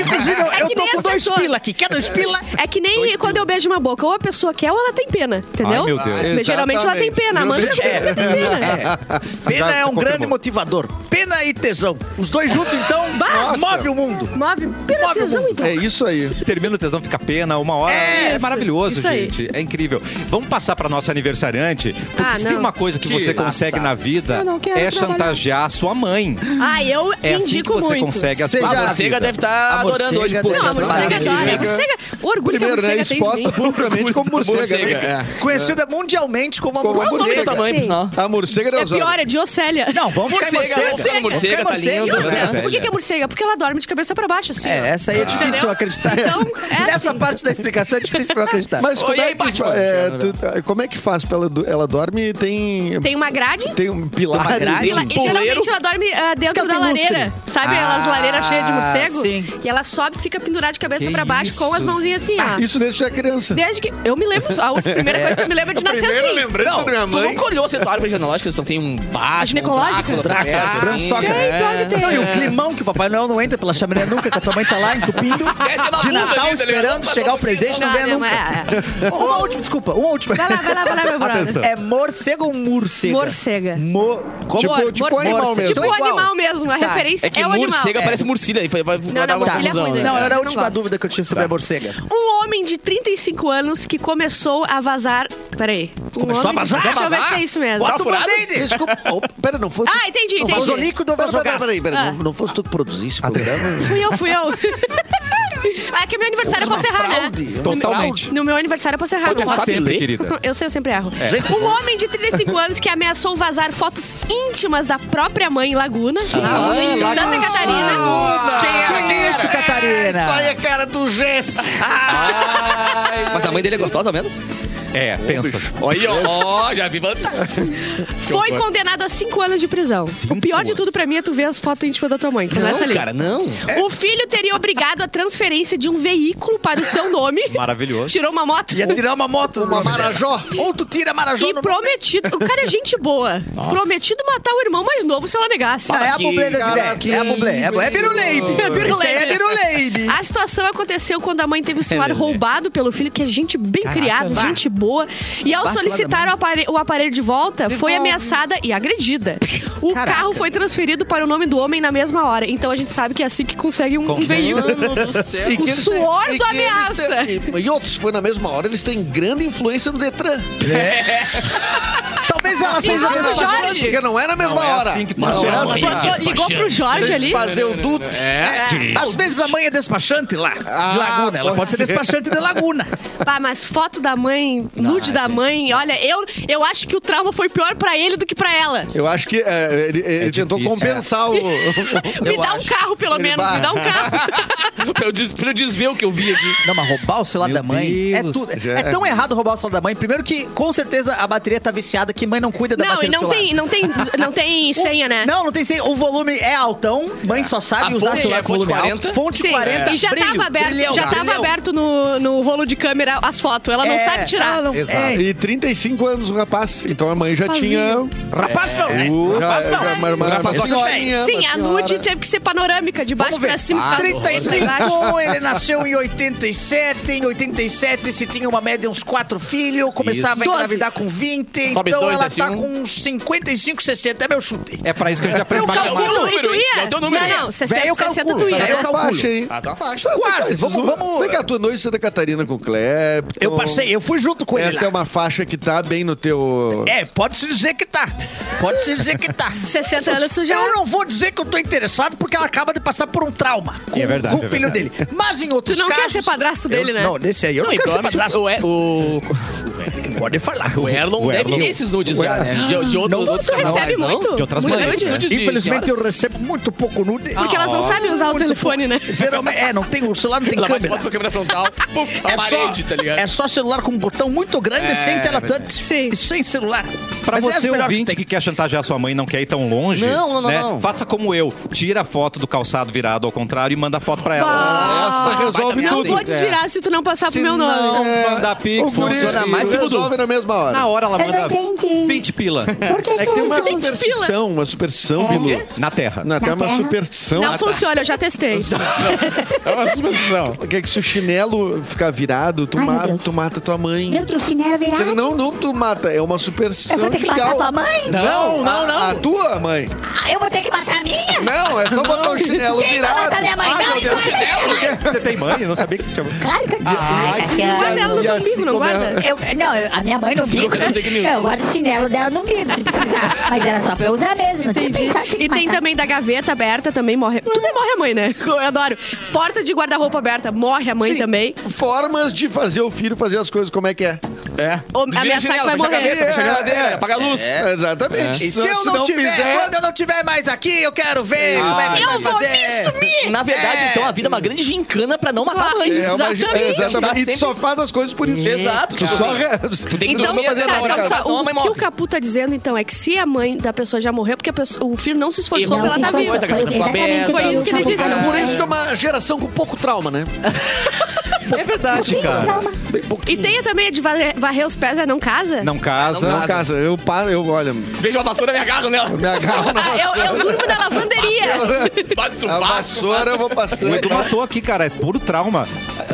Speaker 5: Inclusive, eu,
Speaker 1: É
Speaker 5: eu
Speaker 1: que
Speaker 5: tô
Speaker 1: nem
Speaker 5: com
Speaker 1: as
Speaker 5: dois
Speaker 1: pessoas.
Speaker 5: pila aqui. Quer dois pila?
Speaker 1: É que nem quando eu beijo uma boca, ou a pessoa quer ou ela tem pena, entendeu?
Speaker 2: Ai, meu Deus.
Speaker 1: Mas geralmente ela tem
Speaker 6: Exatamente.
Speaker 1: pena, a Amanda tem
Speaker 6: Geralmente
Speaker 1: pena.
Speaker 5: Pena
Speaker 2: já
Speaker 5: é um
Speaker 2: confirmou.
Speaker 5: grande motivador. Pena e tesão. Os dois juntos, então,
Speaker 1: Bah!
Speaker 5: move o mundo.
Speaker 1: Move, pena
Speaker 5: É. Move o
Speaker 1: tesão,
Speaker 5: mundo.
Speaker 1: então.
Speaker 6: É isso aí.
Speaker 2: Termina o tesão, fica pena, uma hora.
Speaker 5: É,
Speaker 2: É,
Speaker 1: isso,
Speaker 2: maravilhoso,
Speaker 1: isso aí.
Speaker 2: gente. É incrível. Vamos passar pra nossa aniversariante, porque
Speaker 1: Ah,
Speaker 2: se
Speaker 1: não.
Speaker 2: tem uma coisa que,
Speaker 6: Que
Speaker 2: você consegue na vida
Speaker 1: Eu não quero
Speaker 2: é
Speaker 1: trabalhar.
Speaker 2: chantagear a sua mãe.
Speaker 1: Ah, eu
Speaker 2: É assim que
Speaker 1: indico
Speaker 2: você
Speaker 1: muito.
Speaker 2: consegue as
Speaker 5: Seja-
Speaker 2: coisas.
Speaker 3: A
Speaker 2: na
Speaker 3: morcega
Speaker 2: vida.
Speaker 3: deve estar
Speaker 5: A
Speaker 3: adorando hoje.
Speaker 5: morcega
Speaker 3: pô.
Speaker 5: deve
Speaker 1: Não, a morcega
Speaker 3: Parabéns.
Speaker 1: adora. A morcega... O orgulho
Speaker 6: Primeiro,
Speaker 1: que a
Speaker 6: né?
Speaker 1: morcega tem de
Speaker 6: Exposta
Speaker 1: mim.
Speaker 6: publicamente como morcega.
Speaker 3: Morcega,
Speaker 6: né?
Speaker 3: é.
Speaker 5: Conhecida mundialmente como a
Speaker 6: Como a
Speaker 3: Qual o nome do
Speaker 5: morcega.
Speaker 6: morcega.
Speaker 3: tamanho, por sinal?
Speaker 6: A morcega
Speaker 1: É
Speaker 6: Deus
Speaker 1: pior, é de Océlia.
Speaker 5: Não, vamos ficar em
Speaker 3: Morcega, morcega,
Speaker 5: morcega.
Speaker 3: morcega,
Speaker 5: Vamos ficar em
Speaker 3: tá
Speaker 5: morcega.
Speaker 3: lindo, né?
Speaker 2: Morcega.
Speaker 1: Por que, que é morcega? Porque ela dorme de cabeça pra baixo, assim. ó.
Speaker 5: É, essa aí é difícil
Speaker 1: Entendeu?
Speaker 5: eu acreditar.
Speaker 1: Então, é
Speaker 5: Nessa
Speaker 1: assim.
Speaker 5: parte da explicação é difícil pra eu acreditar.
Speaker 6: Mas
Speaker 3: Ô,
Speaker 6: como
Speaker 3: e aí,
Speaker 6: é, que,
Speaker 3: Batman?
Speaker 6: fa- é, tu- como é que faz? pra Ela, do- ela dorme e tem,
Speaker 1: Tem uma grade.
Speaker 6: tem um pilar.
Speaker 5: Tem uma grade?
Speaker 1: E, ela- e
Speaker 3: Poleiro.
Speaker 1: geralmente ela dorme ah, dentro
Speaker 5: Isso que
Speaker 1: da
Speaker 5: ela tem
Speaker 1: lareira. Sabe aquelas
Speaker 5: Ah,
Speaker 1: lareiras cheias de morcego?
Speaker 5: sim. Ah,
Speaker 1: E ela sobe e fica pendurada de cabeça
Speaker 2: Que
Speaker 1: pra baixo com as
Speaker 2: isso?
Speaker 1: mãozinhas assim, ó.
Speaker 6: Isso desde que é criança.
Speaker 1: Desde que. Eu me lembro. A outra- primeira coisa que eu me lembro é de nascer assim.
Speaker 6: lembrança da minha
Speaker 3: Tu nunca olhou se a tua árvore genealógica, então tem um baixo, um
Speaker 1: Ginecológica?
Speaker 3: Drácula,
Speaker 5: Drácula,
Speaker 3: perto,
Speaker 5: Bram
Speaker 3: assim,
Speaker 5: Stoker.
Speaker 3: é.
Speaker 1: Então, Tem, tem.
Speaker 5: Não, e o climão que o Papai Noel não entra pela chaminé nunca, que a tua mãe tá lá entupindo,
Speaker 3: Desce na
Speaker 5: de
Speaker 3: bunda
Speaker 5: Natal
Speaker 3: ainda,
Speaker 5: esperando
Speaker 3: levanta
Speaker 5: chegar o
Speaker 3: todo mundo.
Speaker 5: presente, não
Speaker 1: Não,
Speaker 5: ganha
Speaker 1: não,
Speaker 5: nunca.
Speaker 1: Tá é,
Speaker 5: Uma última, desculpa, uma última.
Speaker 1: Vai lá, vai lá, vai lá, meu brother.
Speaker 2: Atenção.
Speaker 5: É morcego ou morcega?
Speaker 1: Morcega.
Speaker 5: Mo... Como?
Speaker 1: Mor-
Speaker 6: Tipo- tipo
Speaker 1: morcega.
Speaker 6: animal mesmo.
Speaker 1: Tipo
Speaker 5: Então é igual.
Speaker 1: animal mesmo. A
Speaker 5: Tá.
Speaker 1: referência
Speaker 3: É que
Speaker 1: é o animal.
Speaker 3: morcega parece murcilha. aí Vai, vai, vai dar uma
Speaker 1: morcilha é
Speaker 3: confusão,
Speaker 1: ruim,
Speaker 3: né?
Speaker 1: né?
Speaker 5: Não, era a
Speaker 1: Eu não
Speaker 5: última
Speaker 1: gosto.
Speaker 5: dúvida que eu tinha sobre a morcega.
Speaker 1: Um homem de 35 anos que começou a vazar. Peraí. Um
Speaker 5: Começou
Speaker 1: homem
Speaker 5: a vazar?
Speaker 1: De... Deixa eu ver
Speaker 3: Vazar?
Speaker 1: se é isso mesmo.
Speaker 5: Bota o
Speaker 3: furado?
Speaker 5: band-aid!
Speaker 6: Desculpa. Oh, pera, não foi.
Speaker 1: Ah, entendi,
Speaker 6: Não,
Speaker 1: entendi.
Speaker 5: Vazou
Speaker 6: vazou-
Speaker 5: líquido ou
Speaker 6: Pera,
Speaker 5: vazou
Speaker 6: pera,
Speaker 5: gás?
Speaker 6: peraí, peraí,
Speaker 1: Ah.
Speaker 6: não, não fosse tu que produzisse esse programa?
Speaker 1: Fui eu, fui eu. ah, que é meu aniversário eu posso errar,
Speaker 5: fraude.
Speaker 1: né?
Speaker 2: Totalmente.
Speaker 1: No meu aniversário eu posso errar,
Speaker 2: Pode
Speaker 1: não posso?
Speaker 2: errar sempre, querida.
Speaker 1: Eu sei, eu sempre erro. Um homem de 35 anos que ameaçou vazar fotos íntimas da própria mãe em Laguna, em Santa Catarina. é?
Speaker 5: Quem era? Quem era? Isso, Catarina.
Speaker 6: a cara do Jess.
Speaker 3: Mas a mãe dele é gostosa mesmo?
Speaker 2: É, pensa.
Speaker 3: Olha, ó, já vi vantagem.
Speaker 1: Foi
Speaker 3: horror.
Speaker 1: condenado a 5 anos de prisão. o pior de tudo pra mim é tu ver as fotos íntimas da tua mãe, que não, é essa
Speaker 3: Não,
Speaker 1: ali.
Speaker 3: cara, não.
Speaker 1: O filho teria obrigado a transferência de um veículo para o seu nome.
Speaker 2: Maravilhoso.
Speaker 1: Tirou uma moto.
Speaker 5: Ia tirar uma moto.
Speaker 6: Uma marajó.
Speaker 5: Ou tu tira a marajó
Speaker 1: E
Speaker 5: é no...
Speaker 1: prometido. O cara é gente boa. Prometido matar o irmão mais novo se ela negasse.
Speaker 5: Ah, é a bublé das
Speaker 6: cara,
Speaker 5: ideias. É a bublé. É, a bublé. é biruleibe.
Speaker 1: É biruleibe.
Speaker 5: Isso aí é biruleibe.
Speaker 1: A situação aconteceu quando a mãe teve o celular
Speaker 3: verdade.
Speaker 1: roubado pelo filho, que é gente bem criada, gente boa. E ao
Speaker 5: Vacilada
Speaker 1: solicitar o aparelho, o aparelho de volta, foi ameaçada e agredida. O carro foi transferido para o nome do homem na mesma hora. Então a gente sabe que é assim que consegue um, um veículo.
Speaker 3: Mano do céu.
Speaker 1: O suor
Speaker 6: e
Speaker 1: do
Speaker 6: que eles
Speaker 1: ameaça.
Speaker 6: têm- e, e outros, foi na mesma hora, eles têm grande influência no Detran.
Speaker 5: Talvez ela
Speaker 1: E
Speaker 5: seja...
Speaker 1: não,
Speaker 5: mesmo.
Speaker 1: Jorge.
Speaker 6: Porque não é na mesma hora.
Speaker 2: assim que
Speaker 6: Mas
Speaker 2: funciona.
Speaker 6: é
Speaker 2: Não,
Speaker 6: assim.
Speaker 1: Botou- ligou pro Jorge
Speaker 6: Tem
Speaker 1: ali.
Speaker 6: que fazer o duto.
Speaker 3: É.
Speaker 5: Às vezes a mãe é despachante lá,
Speaker 6: Ah,
Speaker 5: de Laguna. Ela
Speaker 6: pode
Speaker 5: pode ser
Speaker 6: ser.
Speaker 5: despachante de Laguna.
Speaker 1: Pá, mas foto da mãe, nude da mãe, olha, eu, eu acho que o trauma foi pior pra ele do que pra ela.
Speaker 6: Eu acho que é, ele, ele tentou
Speaker 2: difícil.
Speaker 6: compensar o...
Speaker 1: me dá um carro, pelo
Speaker 6: Ele
Speaker 1: menos,
Speaker 6: vai.
Speaker 1: me dá um carro.
Speaker 3: Pelo des- pelo desvio que eu vi aqui.
Speaker 5: Não, mas roubar o celular
Speaker 2: Meu
Speaker 5: da mãe é
Speaker 2: Deus,
Speaker 5: tudo.
Speaker 6: já
Speaker 5: É tão errado roubar o celular da mãe. Primeiro que, com certeza, a bateria tá viciada que mãe não cuida da
Speaker 1: Não, e
Speaker 5: bateria do
Speaker 1: não
Speaker 5: celular.
Speaker 1: tem, não tem, não tem senha, né?
Speaker 5: Não, não tem senha. O volume é altão. Mãe só sabe
Speaker 3: A
Speaker 5: usar
Speaker 3: fonte
Speaker 5: celular
Speaker 3: é
Speaker 5: com volume
Speaker 3: fonte
Speaker 5: alto.
Speaker 3: 40?
Speaker 5: Fonte 40.
Speaker 1: E já
Speaker 5: brilho,
Speaker 1: tava aberto,
Speaker 5: brilhão,
Speaker 1: já tava
Speaker 5: brilhão.
Speaker 1: aberto no, no rolo de câmera as fotos. Ela não
Speaker 5: É,
Speaker 1: sabe tirar.
Speaker 5: ela não-
Speaker 2: Exato.
Speaker 5: é.
Speaker 6: E 35 anos o rapaz. Então a mãe já tinha...
Speaker 5: Rapaz, não. né?
Speaker 6: Uh, já,
Speaker 5: Rapaz, não.
Speaker 6: já- uma- uma- uma
Speaker 3: Rapaz, ok.
Speaker 6: senhorinha,
Speaker 1: Sim,
Speaker 6: uma
Speaker 1: a
Speaker 6: senhora.
Speaker 1: nude teve que ser panorâmica, de baixo
Speaker 5: Vamos ver.
Speaker 1: pra cima.
Speaker 3: Ah,
Speaker 1: tá?
Speaker 5: 35,
Speaker 1: Pra baixo.
Speaker 5: ele nasceu em 87, em 87 se tinha uma média uns 4 filhos, começava
Speaker 1: Isso.
Speaker 5: a engravidar com 20,
Speaker 3: Sobe
Speaker 5: então
Speaker 3: dois,
Speaker 5: ela
Speaker 3: desce
Speaker 5: tá
Speaker 3: um.
Speaker 5: com uns 55, 60, é meu chute.
Speaker 2: É pra isso que a gente aprende
Speaker 5: Eu calculo.
Speaker 2: matemática.
Speaker 1: Calculo, e tu
Speaker 3: número, hein?
Speaker 1: ia?
Speaker 3: É o teu número, hein?
Speaker 1: Não, não, 60,
Speaker 5: eu
Speaker 1: 60 tu
Speaker 5: calculo.
Speaker 1: ia.
Speaker 6: Tá
Speaker 5: Eu
Speaker 6: na
Speaker 5: calculo.
Speaker 6: faixa, hein?
Speaker 3: Ah, tá fácil.
Speaker 5: Quase,
Speaker 6: Esses
Speaker 5: vamos,
Speaker 6: números-
Speaker 5: vamos.
Speaker 6: Vem cá, tu andou em Santa Catarina com o Clepton.
Speaker 5: Eu passei, eu fui junto com ele.
Speaker 6: Essa é
Speaker 5: lá.
Speaker 6: uma faixa que tá bem no teu...
Speaker 5: É, pode-se dizer que tá. Pode-se dizer que tá.
Speaker 1: 60 anos tu já-
Speaker 5: Eu não vou dizer que eu tô interessado porque ela acaba de passar por um trauma com,
Speaker 2: É verdade,
Speaker 5: com o
Speaker 2: é
Speaker 5: filho
Speaker 2: verdade.
Speaker 5: dele. Mas em outros
Speaker 1: Tu não
Speaker 5: casos...
Speaker 1: quer ser padrasto dele,
Speaker 5: eu-
Speaker 1: né?
Speaker 5: Não, desse aí eu não,
Speaker 3: e
Speaker 5: quero ser
Speaker 3: provavelmente
Speaker 5: padrasto.
Speaker 3: o, é- o,
Speaker 5: Pode falar.
Speaker 3: O Erlon
Speaker 2: O
Speaker 3: deve
Speaker 2: Erlon.
Speaker 3: ter esses nudes já, né? De, de outro,
Speaker 5: Não,
Speaker 1: Tu,
Speaker 3: outros
Speaker 1: tu recebe
Speaker 3: canais, não?
Speaker 1: muito.
Speaker 2: De outras
Speaker 1: muito
Speaker 2: maneiras,
Speaker 1: nude?
Speaker 2: né?
Speaker 3: Nude de-
Speaker 5: Infelizmente
Speaker 3: de
Speaker 5: eu
Speaker 3: horas?
Speaker 5: recebo muito pouco nude.
Speaker 1: Porque elas não sabem usar o
Speaker 5: Muito
Speaker 1: telefone, né?
Speaker 5: Geralmente, é, não tem, o celular não tem
Speaker 3: Ah. Ela vai de
Speaker 5: câmera.
Speaker 3: volta com a câmera frontal, puf, a
Speaker 5: É só,
Speaker 3: parede, tá ligado?
Speaker 5: é só celular com um botão muito grande,
Speaker 3: É,
Speaker 5: sem tela
Speaker 3: verdade.
Speaker 5: touch,
Speaker 1: Sim.
Speaker 5: e sem celular.
Speaker 2: Pra
Speaker 5: Mas é as
Speaker 2: você
Speaker 5: melhores que
Speaker 2: ouvinte
Speaker 5: tem.
Speaker 2: que quer chantagear sua mãe e não quer ir tão longe,
Speaker 3: Não, não, não,
Speaker 2: né?
Speaker 3: não.
Speaker 2: faça como eu. Tira a foto do calçado virado ao contrário e manda a foto pra ela.
Speaker 1: Ah,
Speaker 6: Essa resolve
Speaker 3: baita
Speaker 1: Não
Speaker 6: tudo.
Speaker 1: vou desvirar se tu não passar
Speaker 2: Se
Speaker 1: pro meu nome.
Speaker 2: não mandar pix,
Speaker 6: É, o guri
Speaker 2: funciona
Speaker 3: mais que tudo.
Speaker 6: Resolve na mesma hora.
Speaker 2: Na hora ela
Speaker 4: Eu não
Speaker 2: manda
Speaker 4: entendi.
Speaker 2: 20 pila
Speaker 4: Por que,
Speaker 6: É
Speaker 4: que
Speaker 6: que tem uma
Speaker 4: usa?
Speaker 6: superstição, uma superstição, Bilu.
Speaker 2: na terra.
Speaker 6: é? Na tem uma
Speaker 4: terra?
Speaker 6: superstição. Ah,
Speaker 1: Não funciona, eu já testei.
Speaker 3: É uma suspensão.
Speaker 6: Que é que se o chinelo ficar virado, tu,
Speaker 4: Ai, meu
Speaker 6: ma-
Speaker 4: Deus.
Speaker 6: tu mata tua mãe.
Speaker 4: Meu trochinelo virado.
Speaker 6: Não, não tu mata, é uma
Speaker 4: Eu
Speaker 6: superstição
Speaker 4: vou ter que matar
Speaker 6: legal.
Speaker 4: tua mãe?
Speaker 6: Não, não, não. A, a tua mãe.
Speaker 4: Ah, Eu vou ter que matar a minha?
Speaker 6: Não, é só botar o chinelo
Speaker 4: Quem vai
Speaker 6: virado. Ah,
Speaker 4: matar minha mãe? Não, então você
Speaker 2: Você tem mãe? Eu não sabia que você tinha mãe.
Speaker 4: Claro que eu
Speaker 6: Ah,
Speaker 4: Ai, é Cassiano.
Speaker 1: Guarda ela no
Speaker 6: E
Speaker 1: teu
Speaker 6: assim
Speaker 1: umbigo, não
Speaker 6: começa.
Speaker 1: guarda?
Speaker 4: Eu, não, eu- a minha mãe não fica.
Speaker 3: colocando
Speaker 6: é
Speaker 3: fake news.
Speaker 4: Eu guardo o chinelo dela no umbigo, se precisar. Mas era só pra eu usar mesmo, não tinha pensado que
Speaker 1: E tem
Speaker 4: matar.
Speaker 1: também da gaveta aberta, também morre. Tudo morre a mãe, né? Eu adoro. Porta de guarda-roupa aberta, morre a mãe
Speaker 6: Sim,
Speaker 1: também.
Speaker 6: Formas de fazer o filho fazer as coisas como é que é.
Speaker 3: É.
Speaker 1: Ou
Speaker 3: Desvira
Speaker 1: ameaçar
Speaker 3: a janela,
Speaker 1: que vai
Speaker 3: fecha a
Speaker 1: morrer.
Speaker 3: gaveta, fecha a geladeira,
Speaker 6: É.
Speaker 3: apaga a luz.
Speaker 6: Exatamente.
Speaker 3: É.
Speaker 5: E se eu não, tiver, quando eu não tiver mais aqui, eu quero ver como é que vai
Speaker 1: eu vou
Speaker 5: fazer.
Speaker 1: me sumir!
Speaker 3: Na verdade,
Speaker 5: É.
Speaker 3: então, a vida é uma grande gincana pra não matar a mãe.
Speaker 6: É, uma- é,
Speaker 3: Tá
Speaker 6: exatamente. E
Speaker 3: sempre-
Speaker 6: tu só faz as coisas por isso.
Speaker 3: Exato,
Speaker 6: Tu
Speaker 3: cara.
Speaker 6: só. Tu
Speaker 3: tem que um
Speaker 6: não
Speaker 1: Então,
Speaker 3: dormir
Speaker 6: tá
Speaker 3: até
Speaker 6: fazendo
Speaker 3: a
Speaker 6: nada,
Speaker 3: hora
Speaker 6: cara.
Speaker 3: almoçar. Senão a
Speaker 1: o
Speaker 3: mãe
Speaker 1: que
Speaker 3: morre.
Speaker 1: o Capu tá dizendo, então, é que se a mãe da pessoa já morreu, porque a pessoa- o filho não se esforçou
Speaker 3: Não
Speaker 1: pra ela
Speaker 3: se
Speaker 1: tá
Speaker 3: esforçou,
Speaker 1: viva.
Speaker 3: essa gaveta ficou aberta.
Speaker 1: Foi isso que ele disse.
Speaker 6: Por isso que é uma geração com pouco trauma, né?
Speaker 2: É verdade, cara.
Speaker 4: Trauma.
Speaker 6: Bem pouquinho.
Speaker 1: E tem também de varrer, varrer os pés, é não casa?
Speaker 2: Não casa.
Speaker 6: Não, casa, eu paro, eu olho, me
Speaker 3: Vejo uma vassoura, me agarro nela.
Speaker 6: agarro na
Speaker 1: Ah, eu, eu durmo na lavanderia.
Speaker 3: Passo
Speaker 6: a
Speaker 3: um passo.
Speaker 6: vassoura, eu vou
Speaker 2: O
Speaker 6: passando.
Speaker 2: Edu matou aqui, cara. É puro trauma.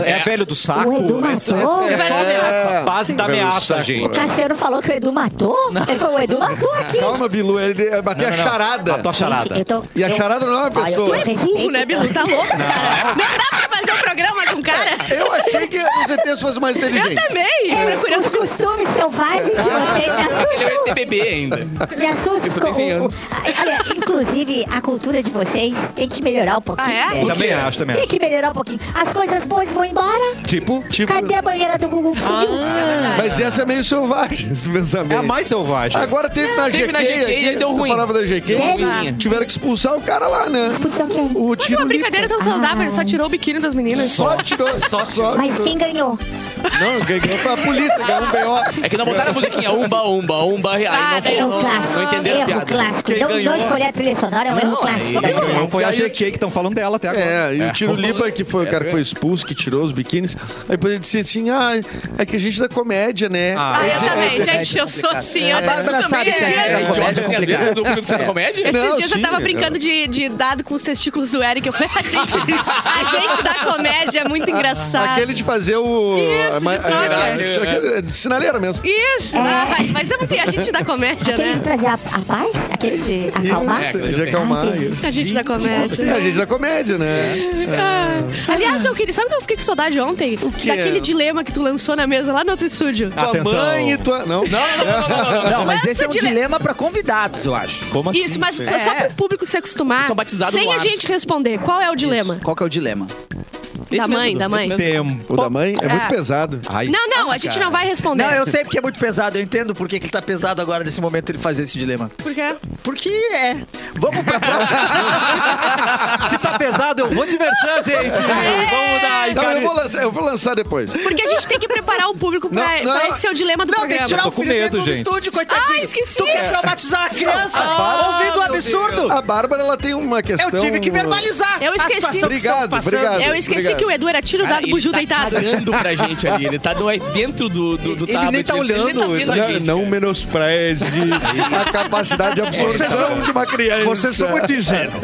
Speaker 2: É,
Speaker 3: É.
Speaker 2: velho do saco.
Speaker 4: O Edu matou?
Speaker 2: É só ameaça. Base da
Speaker 6: Velho do
Speaker 2: ameaça,
Speaker 6: saco.
Speaker 4: O
Speaker 2: gente.
Speaker 4: Cassiano falou que o Edu matou? Ele falou, o Edu matou aqui.
Speaker 6: Calma, Bilu, ele ele bateu a charada.
Speaker 2: Matou a charada.
Speaker 4: Gente, eu tô-
Speaker 6: E a
Speaker 4: eu-
Speaker 6: charada não é uma
Speaker 4: Olha, eu
Speaker 6: pessoa.
Speaker 4: tenho
Speaker 1: Burro,
Speaker 4: respeito,
Speaker 1: né, Bilu? Tá louco, cara? Não dá pra fazer um programa com o cara?
Speaker 6: Eu achei que os ETs fossem mais inteligentes.
Speaker 1: Também.
Speaker 4: Eu, É, os costumes selvagens de
Speaker 6: Ah.
Speaker 4: vocês me
Speaker 3: Ele vai
Speaker 4: assustam.
Speaker 3: ter bebê ainda.
Speaker 4: Me assustam.
Speaker 3: Isso tem cem
Speaker 4: O- o-
Speaker 3: anos.
Speaker 4: a- Olha, inclusive, a cultura de vocês tem que melhorar um pouquinho.
Speaker 1: Ah, é?
Speaker 4: né?
Speaker 2: Também acho, também
Speaker 4: Tem
Speaker 2: acho.
Speaker 4: que melhorar um pouquinho. As coisas boas vão embora.
Speaker 2: Tipo,
Speaker 6: Tipo,
Speaker 4: Cadê a banheira do Gugu? que sumiu?
Speaker 6: mas essa é meio selvagem, esse
Speaker 2: é
Speaker 6: pensamento.
Speaker 2: a mais selvagem.
Speaker 6: Agora teve na
Speaker 3: teve
Speaker 6: GQ,
Speaker 3: na GQ e
Speaker 6: aqui,
Speaker 3: deu ruim.
Speaker 6: falava da GQ,
Speaker 3: ruimzinha.
Speaker 6: tiveram que expulsar o cara lá, né?
Speaker 4: Expulsou quem?
Speaker 6: O tiro né?
Speaker 1: Uma brincadeira tão saudável, ele só tirou o biquíni das meninas.
Speaker 6: Só tirou, só, só.
Speaker 4: Mas quem ganhou?
Speaker 6: Não, quem ganhou foi a polícia, ganhou um B.O.
Speaker 3: É que não botaram a musiquinha umba, umba, umba. Aí
Speaker 1: Ah,
Speaker 3: não,
Speaker 1: daí
Speaker 4: É
Speaker 3: foi-
Speaker 4: um
Speaker 3: não,
Speaker 4: clássico.
Speaker 3: não entenderam a
Speaker 4: erro
Speaker 3: piada.
Speaker 4: clássico. Não, não escolher a trilha sonora é um erro clássico. da galera.
Speaker 2: Não foi a
Speaker 6: E aí o-
Speaker 2: GQ que estão falando dela até agora.
Speaker 6: É, e o Tiro Lipa, que
Speaker 2: É
Speaker 6: foi o cara que foi expulso, que tirou os biquínis. Aí depois ele disse assim: ah, é que a gente da comédia, né?
Speaker 2: Ah,
Speaker 1: Ah,
Speaker 6: É
Speaker 1: eu
Speaker 6: de-
Speaker 1: também, gente, eu sou assim. Eu adoro
Speaker 7: Bárbara
Speaker 1: também.
Speaker 7: sabe
Speaker 1: Esses
Speaker 7: que é
Speaker 1: dias,
Speaker 3: É idiota, assim, às vezes, no mundo da comédia.
Speaker 1: esses
Speaker 6: Não,
Speaker 1: dias eu
Speaker 6: sim,
Speaker 1: tava
Speaker 6: é.
Speaker 1: brincando de, de dado com os testículos do Eric. Eu falei, a gente, a gente da comédia é muito engraçado.
Speaker 6: Aquele de fazer o.
Speaker 1: Isso, de
Speaker 6: ma-
Speaker 1: troca.
Speaker 6: a- aquele- é de sinaleira mesmo.
Speaker 1: Isso, ah, vai, mas eu não tenho a gente da comédia,
Speaker 4: Aquele de
Speaker 1: né?
Speaker 4: trazer a, a paz? Aquele de acalmar?
Speaker 6: Isso,
Speaker 3: É,
Speaker 6: de acalmar.
Speaker 4: Ah, entendi.
Speaker 1: A gente da
Speaker 6: Sim, a
Speaker 1: comédia.
Speaker 6: gente da comédia, né?
Speaker 1: Ah. Aliás, eu queria. Sabe que eu fiquei com saudade ontem? O
Speaker 6: quê? Ah,
Speaker 1: Daquele dilema que tu lançou na mesa lá no outro estúdio.
Speaker 6: Tua
Speaker 2: Atenção.
Speaker 6: mãe e tua.
Speaker 3: Não,
Speaker 6: Não,
Speaker 3: não, não, não, não, não, não.
Speaker 7: Não, mas
Speaker 1: Lança
Speaker 7: esse é um
Speaker 1: dile-
Speaker 7: dilema pra convidados, eu acho.
Speaker 2: Como assim?
Speaker 1: Isso, mas
Speaker 7: É.
Speaker 1: só pro público se acostumar.
Speaker 3: São batizados
Speaker 1: sem
Speaker 3: no
Speaker 1: a
Speaker 3: ar.
Speaker 1: gente responder. Qual é o dilema?
Speaker 7: Qual que é o dilema?
Speaker 3: Esse
Speaker 1: Da
Speaker 3: mesmo,
Speaker 1: mãe, da
Speaker 3: esse
Speaker 1: mãe.
Speaker 3: mesmo.
Speaker 6: O
Speaker 2: Tempo.
Speaker 6: da mãe é muito
Speaker 1: É.
Speaker 6: pesado.
Speaker 2: Ai,
Speaker 1: Não, né? não, a gente não vai responder.
Speaker 7: Não, eu sei porque é muito pesado, eu entendo por que que ele tá pesado agora nesse momento ele fazer esse dilema.
Speaker 1: Por quê?
Speaker 7: Porque é. Vamos pra próxima. Se tá pesado, eu vou de merchan, gente. Vamos dar
Speaker 6: Não, eu
Speaker 7: encare-
Speaker 6: vou lançar, eu vou lançar depois.
Speaker 1: Porque a gente tem que preparar o público pra,
Speaker 6: Não, não.
Speaker 1: pra esse seu dilema do
Speaker 7: Não, tem que
Speaker 1: programa.
Speaker 7: tirar
Speaker 2: tô
Speaker 7: o
Speaker 2: com
Speaker 7: filho dele
Speaker 2: medo,
Speaker 7: do
Speaker 2: gente.
Speaker 7: estúdio, coitadinho.
Speaker 1: Ah, esqueci.
Speaker 7: Tu quer traumatizar a criança ouvindo um absurdo?
Speaker 6: A Bárbara, ela tem uma questão.
Speaker 7: Eu tive que verbalizar.
Speaker 1: Eu
Speaker 7: a
Speaker 1: esqueci.
Speaker 7: situação que estamos
Speaker 6: Obrigado,
Speaker 7: passando.
Speaker 6: obrigado.
Speaker 1: Eu esqueci
Speaker 6: Obrigado.
Speaker 1: que o Edu era tiro
Speaker 3: Cara,
Speaker 1: dado, buju
Speaker 3: ele tá
Speaker 1: deitado.
Speaker 3: cagando pra gente ali. Ele tá não é dentro do, do, do
Speaker 7: Ele
Speaker 3: tablet.
Speaker 7: nem tá olhando,
Speaker 3: Ele nem tá vendo a gente.
Speaker 6: Não, não menospreze a capacidade de absorção de uma criança.
Speaker 7: Vocês são muito ingênuos.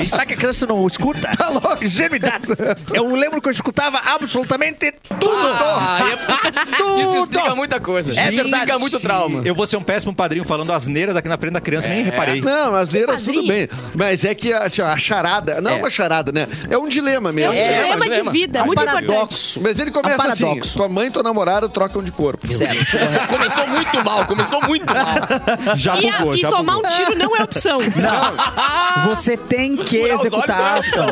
Speaker 7: Achar que a criança não escuta? Tá louco, ingenuidade. Eu lembro que eu escutava absolutamente tudo.
Speaker 3: Ah, é- Isso explica muita coisa.
Speaker 7: É
Speaker 3: Isso
Speaker 7: verdade.
Speaker 3: explica muito trauma.
Speaker 2: Eu vou ser um péssimo padrinho falando asneiras aqui na frente da criança, nem reparei.
Speaker 6: Não, as neiras tudo
Speaker 1: Padrinho.
Speaker 6: bem. Mas é que assim, ó, a charada. Não é uma charada, né? É um dilema mesmo.
Speaker 1: É um dilema. dilema de vida,
Speaker 5: É um
Speaker 1: muito importante.
Speaker 5: paradoxo.
Speaker 6: Mas ele começa
Speaker 5: É um
Speaker 6: assim:
Speaker 5: paradoxo.
Speaker 6: tua mãe e tua namorada trocam de corpo.
Speaker 5: Certo.
Speaker 3: Nossa, começou muito mal, começou muito mal.
Speaker 2: Tá
Speaker 6: Já
Speaker 1: E, a-
Speaker 6: bugou,
Speaker 1: e
Speaker 6: já
Speaker 1: tomar
Speaker 6: bugou.
Speaker 1: um tiro não é opção.
Speaker 7: Ah.
Speaker 5: Você tem que
Speaker 3: Furar os
Speaker 5: executar
Speaker 7: né?
Speaker 5: a
Speaker 3: olhos,
Speaker 5: ação.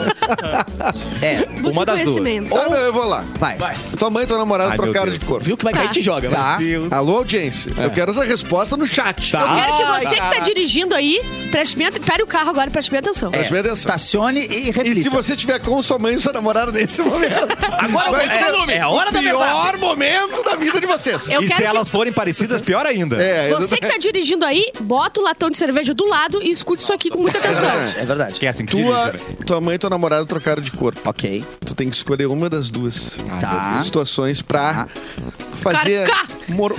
Speaker 5: É,
Speaker 1: Busca
Speaker 2: Uma das duas.
Speaker 1: conhecimento.
Speaker 6: Ah, não, eu vou lá.
Speaker 5: vai.
Speaker 6: Tua mãe e tua namorada
Speaker 2: Ai, meu
Speaker 6: trocaram
Speaker 2: Deus.
Speaker 6: de corpo.
Speaker 3: Viu é que vai cair
Speaker 1: Tá.
Speaker 3: te joga, vai.
Speaker 5: Tá.
Speaker 2: Deus. É.
Speaker 6: Alô, audiência. Eu quero essa resposta no chat.
Speaker 3: Tá.
Speaker 1: Eu quero que
Speaker 2: Ai,
Speaker 1: você que tá
Speaker 2: cara.
Speaker 1: dirigindo aí, preste bem, aten- pare o carro agora, e preste bem atenção.
Speaker 5: É.
Speaker 6: Preste bem atenção.
Speaker 5: Estacione e
Speaker 6: E se
Speaker 5: reflita.
Speaker 6: você tiver com sua mãe e sua namorada nesse momento?
Speaker 5: Agora
Speaker 3: Mas
Speaker 5: é,
Speaker 3: esse nome.
Speaker 5: é a hora da verdade.
Speaker 6: Pior momento da vida de vocês.
Speaker 1: Eu
Speaker 2: e
Speaker 1: quero
Speaker 2: se
Speaker 1: que-
Speaker 2: elas forem parecidas, pior ainda.
Speaker 6: É,
Speaker 1: Você que tá dirigindo aí, bota o latão de cerveja do lado e escute isso aqui com muita atenção.
Speaker 5: É verdade.
Speaker 2: Que é assim que
Speaker 6: Tua,
Speaker 2: dirige, né?
Speaker 6: tua mãe e tua namorada trocaram de corpo.
Speaker 5: Ok.
Speaker 6: Tu tem que escolher uma das duas
Speaker 5: Tá.
Speaker 6: situações
Speaker 2: Tá.
Speaker 6: pra fazer
Speaker 1: Carcar.
Speaker 6: moro-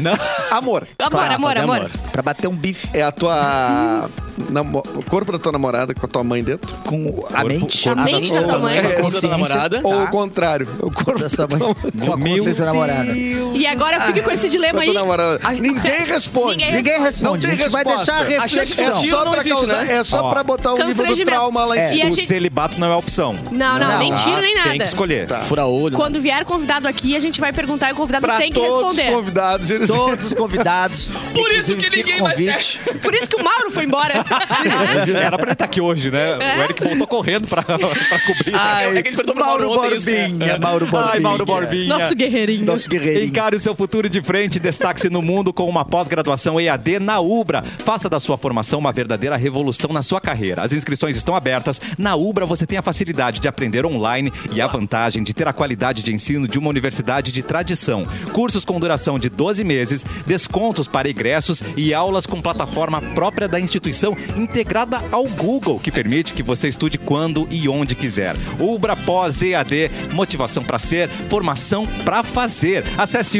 Speaker 1: Amor,
Speaker 6: amor.
Speaker 5: Claro,
Speaker 1: amor,
Speaker 3: fazer
Speaker 1: amor.
Speaker 3: amor.
Speaker 5: Pra bater um bife
Speaker 6: É a tua namo- o corpo da tua namorada com a tua mãe dentro.
Speaker 5: com a mente.
Speaker 1: corpo A da mente da tua mãe.
Speaker 3: mãe.
Speaker 5: a
Speaker 3: Corpo da tua
Speaker 5: consciência,
Speaker 3: namorada.
Speaker 6: Ou o
Speaker 5: Tá?
Speaker 6: contrário, o corpo
Speaker 5: Da sua mãe. Com
Speaker 2: Meu
Speaker 5: a consciência da
Speaker 2: Deus.
Speaker 5: namorada.
Speaker 1: E agora fique com esse dilema
Speaker 6: da tua
Speaker 1: aí.
Speaker 6: namorada. Ninguém responde.
Speaker 1: Ninguém
Speaker 5: Ninguém
Speaker 6: Não
Speaker 5: responde.
Speaker 6: tem
Speaker 5: A gente vai
Speaker 6: resposta.
Speaker 5: deixar a
Speaker 6: A
Speaker 3: chance de
Speaker 6: É
Speaker 5: reflexão.
Speaker 3: tiro
Speaker 6: só
Speaker 3: não
Speaker 6: pra
Speaker 3: existe,
Speaker 6: causar,
Speaker 3: né?
Speaker 6: é só
Speaker 2: Ó.
Speaker 6: pra botar o nível do
Speaker 1: Constrangimento.
Speaker 6: trauma lá em
Speaker 1: É.
Speaker 6: cima.
Speaker 1: E a
Speaker 2: O
Speaker 1: gente-
Speaker 2: celibato não é opção.
Speaker 1: Não, não,
Speaker 5: Não,
Speaker 1: nem tiro
Speaker 2: Tá?
Speaker 1: nem nada.
Speaker 2: Tem que escolher.
Speaker 6: Tá.
Speaker 3: Fura olho.
Speaker 1: Quando vier convidado aqui, a gente vai perguntar e o convidado
Speaker 6: Pra
Speaker 1: tem que
Speaker 6: todos os
Speaker 1: responder.
Speaker 6: convidados, eles
Speaker 5: Todos os convidados.
Speaker 3: Por isso
Speaker 5: inclusive,
Speaker 3: que
Speaker 5: fica o
Speaker 3: ninguém mais
Speaker 5: convite.
Speaker 1: Por isso que o Mauro foi embora.
Speaker 2: Era pra ele estar aqui hoje, né?
Speaker 1: É.
Speaker 2: O Eric voltou correndo pra, pra cobrir.
Speaker 5: Ai,
Speaker 3: É que a gente perguntou pra
Speaker 5: Mauro
Speaker 3: Mauro ontem isso, né?
Speaker 5: Borbinha. Mauro Borbinha.
Speaker 2: Ai, Mauro Borbinha.
Speaker 1: Nosso guerreirinho.
Speaker 5: Nosso guerreiro.
Speaker 2: Encare o seu futuro de frente, destaque-se no mundo com uma pós-graduação EAD na Ubra. Faça da sua formação uma verdadeira revolução na sua carreira. As inscrições estão abertas. Na Ubra você tem a facilidade de aprender online e a vantagem de ter a qualidade de ensino de uma universidade de tradição. Cursos com duração de 12 meses, descontos para ingressos e aulas com plataforma própria da instituição integrada ao Google, que permite que você estude quando e onde quiser. Ubra Pós EAD, motivação para ser, formação para fazer. Acesse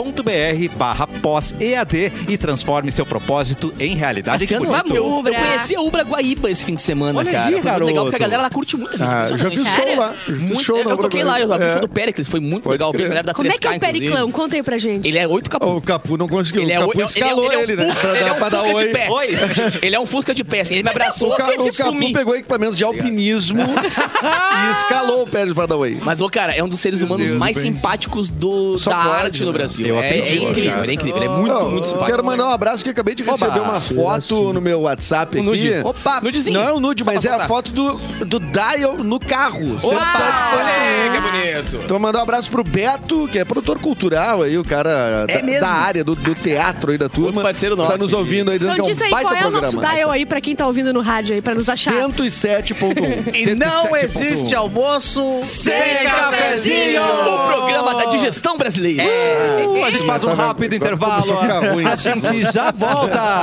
Speaker 2: ubra.br barra pós EAD e transforme seu propósito em realidade. Que
Speaker 6: é
Speaker 3: Cassiano,
Speaker 2: bonito.
Speaker 3: eu, eu
Speaker 1: Ubra.
Speaker 3: conheci a Ubra Guaíba esse fim de semana,
Speaker 2: Olha
Speaker 3: cara.
Speaker 2: aí,
Speaker 3: foi muito legal,
Speaker 2: garoto.
Speaker 3: porque a galera lá curte muito. gente. né?
Speaker 6: Ah, eu já fiz show
Speaker 1: Sério?
Speaker 6: lá. Já fiz
Speaker 3: Muito-
Speaker 6: show
Speaker 3: eu
Speaker 6: na
Speaker 3: toquei lá,
Speaker 6: Broadway.
Speaker 3: eu vi o
Speaker 6: É.
Speaker 3: show do Péricles, foi muito
Speaker 6: Pode
Speaker 3: legal. Eu vi a
Speaker 6: crer.
Speaker 3: galera da
Speaker 1: Como é que é
Speaker 3: 3K,
Speaker 1: o Periclão?
Speaker 3: inclusive.
Speaker 1: Conta aí pra gente.
Speaker 3: Ele é oito capuz.
Speaker 6: O Capu não conseguiu.
Speaker 3: Ele é
Speaker 6: o Capu
Speaker 3: ele é-
Speaker 6: escalou
Speaker 3: ele
Speaker 6: ele,
Speaker 3: é um
Speaker 6: né?
Speaker 3: Fusca-
Speaker 6: Pra
Speaker 3: ele é
Speaker 6: dar
Speaker 3: um
Speaker 6: pra dar
Speaker 3: Fusca de
Speaker 6: oi.
Speaker 3: pé. Ele é um Fusca de pé, assim. Ele me abraçou,
Speaker 6: O, ca... o
Speaker 3: eu
Speaker 6: Capu
Speaker 3: sumi.
Speaker 6: pegou equipamentos de alpinismo e escalou o Pérez pra dar oi.
Speaker 3: Mas, ô, cara, é um dos seres humanos
Speaker 6: Deus,
Speaker 3: mais
Speaker 6: bem.
Speaker 3: simpáticos do,
Speaker 6: Só
Speaker 3: da
Speaker 6: pode,
Speaker 3: arte no
Speaker 6: né?
Speaker 3: Brasil.
Speaker 2: Eu
Speaker 3: é, é
Speaker 2: acredito,
Speaker 3: incrível,
Speaker 2: cara.
Speaker 3: ele é incrível. Ele é muito,
Speaker 6: Ó,
Speaker 3: muito simpático.
Speaker 6: Quero mandar um abraço que eu acabei de receber uma foto no meu WhatsApp
Speaker 3: Um assim. nude.
Speaker 6: aqui.
Speaker 5: Opa,
Speaker 3: Nudezinho.
Speaker 6: Não é um nude,
Speaker 3: Só
Speaker 6: mas
Speaker 3: pra
Speaker 6: é a
Speaker 3: soltar.
Speaker 6: foto do, do Dial no carro.
Speaker 3: Olha aí,
Speaker 6: 107.1.
Speaker 3: que é bonito.
Speaker 6: Então, mandar um abraço pro Beto, que é produtor cultural aí, o cara
Speaker 5: É
Speaker 6: da,
Speaker 5: mesmo?
Speaker 6: da área, do, do teatro aí da turma.
Speaker 3: parceiro nosso,
Speaker 6: Tá nos ouvindo aí, dizendo
Speaker 1: Então
Speaker 6: que é um
Speaker 1: diz aí
Speaker 6: baita
Speaker 1: qual é o nosso
Speaker 6: programa.
Speaker 1: dial aí pra quem tá ouvindo no rádio aí, pra nos achar.
Speaker 6: 107.1.
Speaker 5: E não
Speaker 2: 107.1.
Speaker 5: existe almoço sem
Speaker 6: cafezinho!
Speaker 3: O programa da digestão brasileira.
Speaker 1: É.
Speaker 2: A gente faz um
Speaker 6: Tá vendo?
Speaker 2: rápido
Speaker 6: Agora
Speaker 2: intervalo.
Speaker 6: começou a ficar ruim.
Speaker 2: A gente já volta.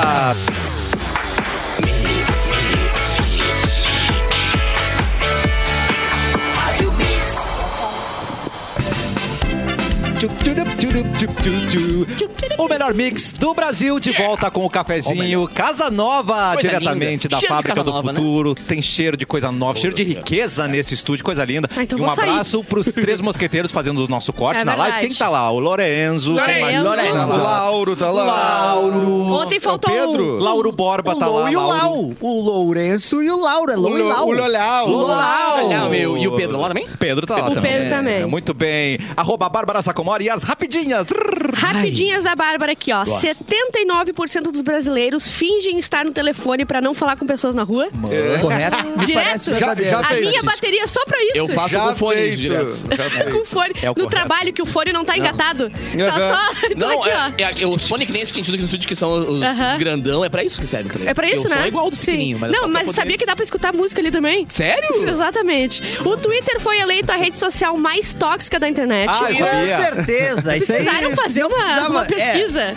Speaker 2: Tchup, tchurup, tchurup, tchup, tchu, tchu. O melhor mix do Brasil de volta com o cafezinho Casa Nova,
Speaker 3: Coisa
Speaker 2: diretamente
Speaker 3: linda.
Speaker 2: da
Speaker 3: Cheiro de
Speaker 2: Fábrica
Speaker 3: Casa
Speaker 2: do
Speaker 3: Nova, né?
Speaker 2: Futuro. Tem cheiro de coisa nova, cheiro de riqueza nesse estúdio, coisa linda.
Speaker 1: Ah, então
Speaker 2: e um
Speaker 1: vou sair.
Speaker 2: abraço pros três mosqueteiros fazendo o nosso corte
Speaker 1: É
Speaker 2: na live.
Speaker 1: verdade.
Speaker 2: Quem tá lá? O Lorenzo. quem mais?
Speaker 1: Lorenzo.
Speaker 6: O Lauro tá lá.
Speaker 2: Lauro.
Speaker 1: Ontem faltou
Speaker 6: É o Pedro?
Speaker 1: um.
Speaker 2: Lauro Borba
Speaker 5: O
Speaker 2: tá
Speaker 5: Lou
Speaker 2: lá.
Speaker 5: e o
Speaker 2: Lauro.
Speaker 5: Lau. O Lourenço e o Laura.
Speaker 6: O
Speaker 5: Lou e
Speaker 6: Lo-
Speaker 5: Lau.
Speaker 6: o Lolau.
Speaker 2: Lolau.
Speaker 3: Olha, meu, e o Pedro lá também?
Speaker 2: Pedro tá lá
Speaker 1: O
Speaker 2: também.
Speaker 1: Pedro também.
Speaker 2: Muito bem. Arroba Bárbara Sacomori e as rapidinhas.
Speaker 1: Rapidinhas da Bárbara aqui, ó. 79% dos brasileiros fingem estar no telefone pra não falar com pessoas na rua.
Speaker 5: Correto? Me
Speaker 1: Direto.
Speaker 5: parece
Speaker 1: Já-
Speaker 5: verdadeiro.
Speaker 6: já
Speaker 1: A
Speaker 6: sei,
Speaker 1: minha
Speaker 6: Letícia.
Speaker 1: bateria é só pra isso.
Speaker 3: Eu faço
Speaker 6: Já
Speaker 3: com fones
Speaker 6: feito.
Speaker 3: direto.
Speaker 6: Já feito.
Speaker 1: Com fone.
Speaker 2: É o
Speaker 1: no
Speaker 2: correto.
Speaker 1: trabalho que o fone não tá engatado. Tá
Speaker 6: Aham.
Speaker 1: só. Tô
Speaker 3: Não,
Speaker 1: aqui,
Speaker 3: é,
Speaker 1: ó.
Speaker 3: é, é, o Sonic que nem esse que a gente usa aqui no estúdio, que são os, os
Speaker 1: Aham.
Speaker 3: grandão, é pra isso que serve. tá ligado?
Speaker 1: É pra
Speaker 3: Porque
Speaker 1: isso,
Speaker 3: o som
Speaker 1: né?
Speaker 3: é igual ao do
Speaker 1: Sim.
Speaker 3: pequenininho, mas é só
Speaker 1: Não,
Speaker 3: pra
Speaker 1: mas
Speaker 3: poder-
Speaker 1: sabia que dá pra escutar música ali também?
Speaker 3: Sério?
Speaker 1: Exatamente. O Twitter foi eleito a rede social mais tóxica da internet.
Speaker 2: Ah, eu
Speaker 5: Com
Speaker 2: sabia.
Speaker 5: certeza. Isso aí.
Speaker 1: Precisaram fazer
Speaker 5: não
Speaker 1: uma,
Speaker 5: precisava-
Speaker 1: uma
Speaker 5: é.
Speaker 1: pesquisa.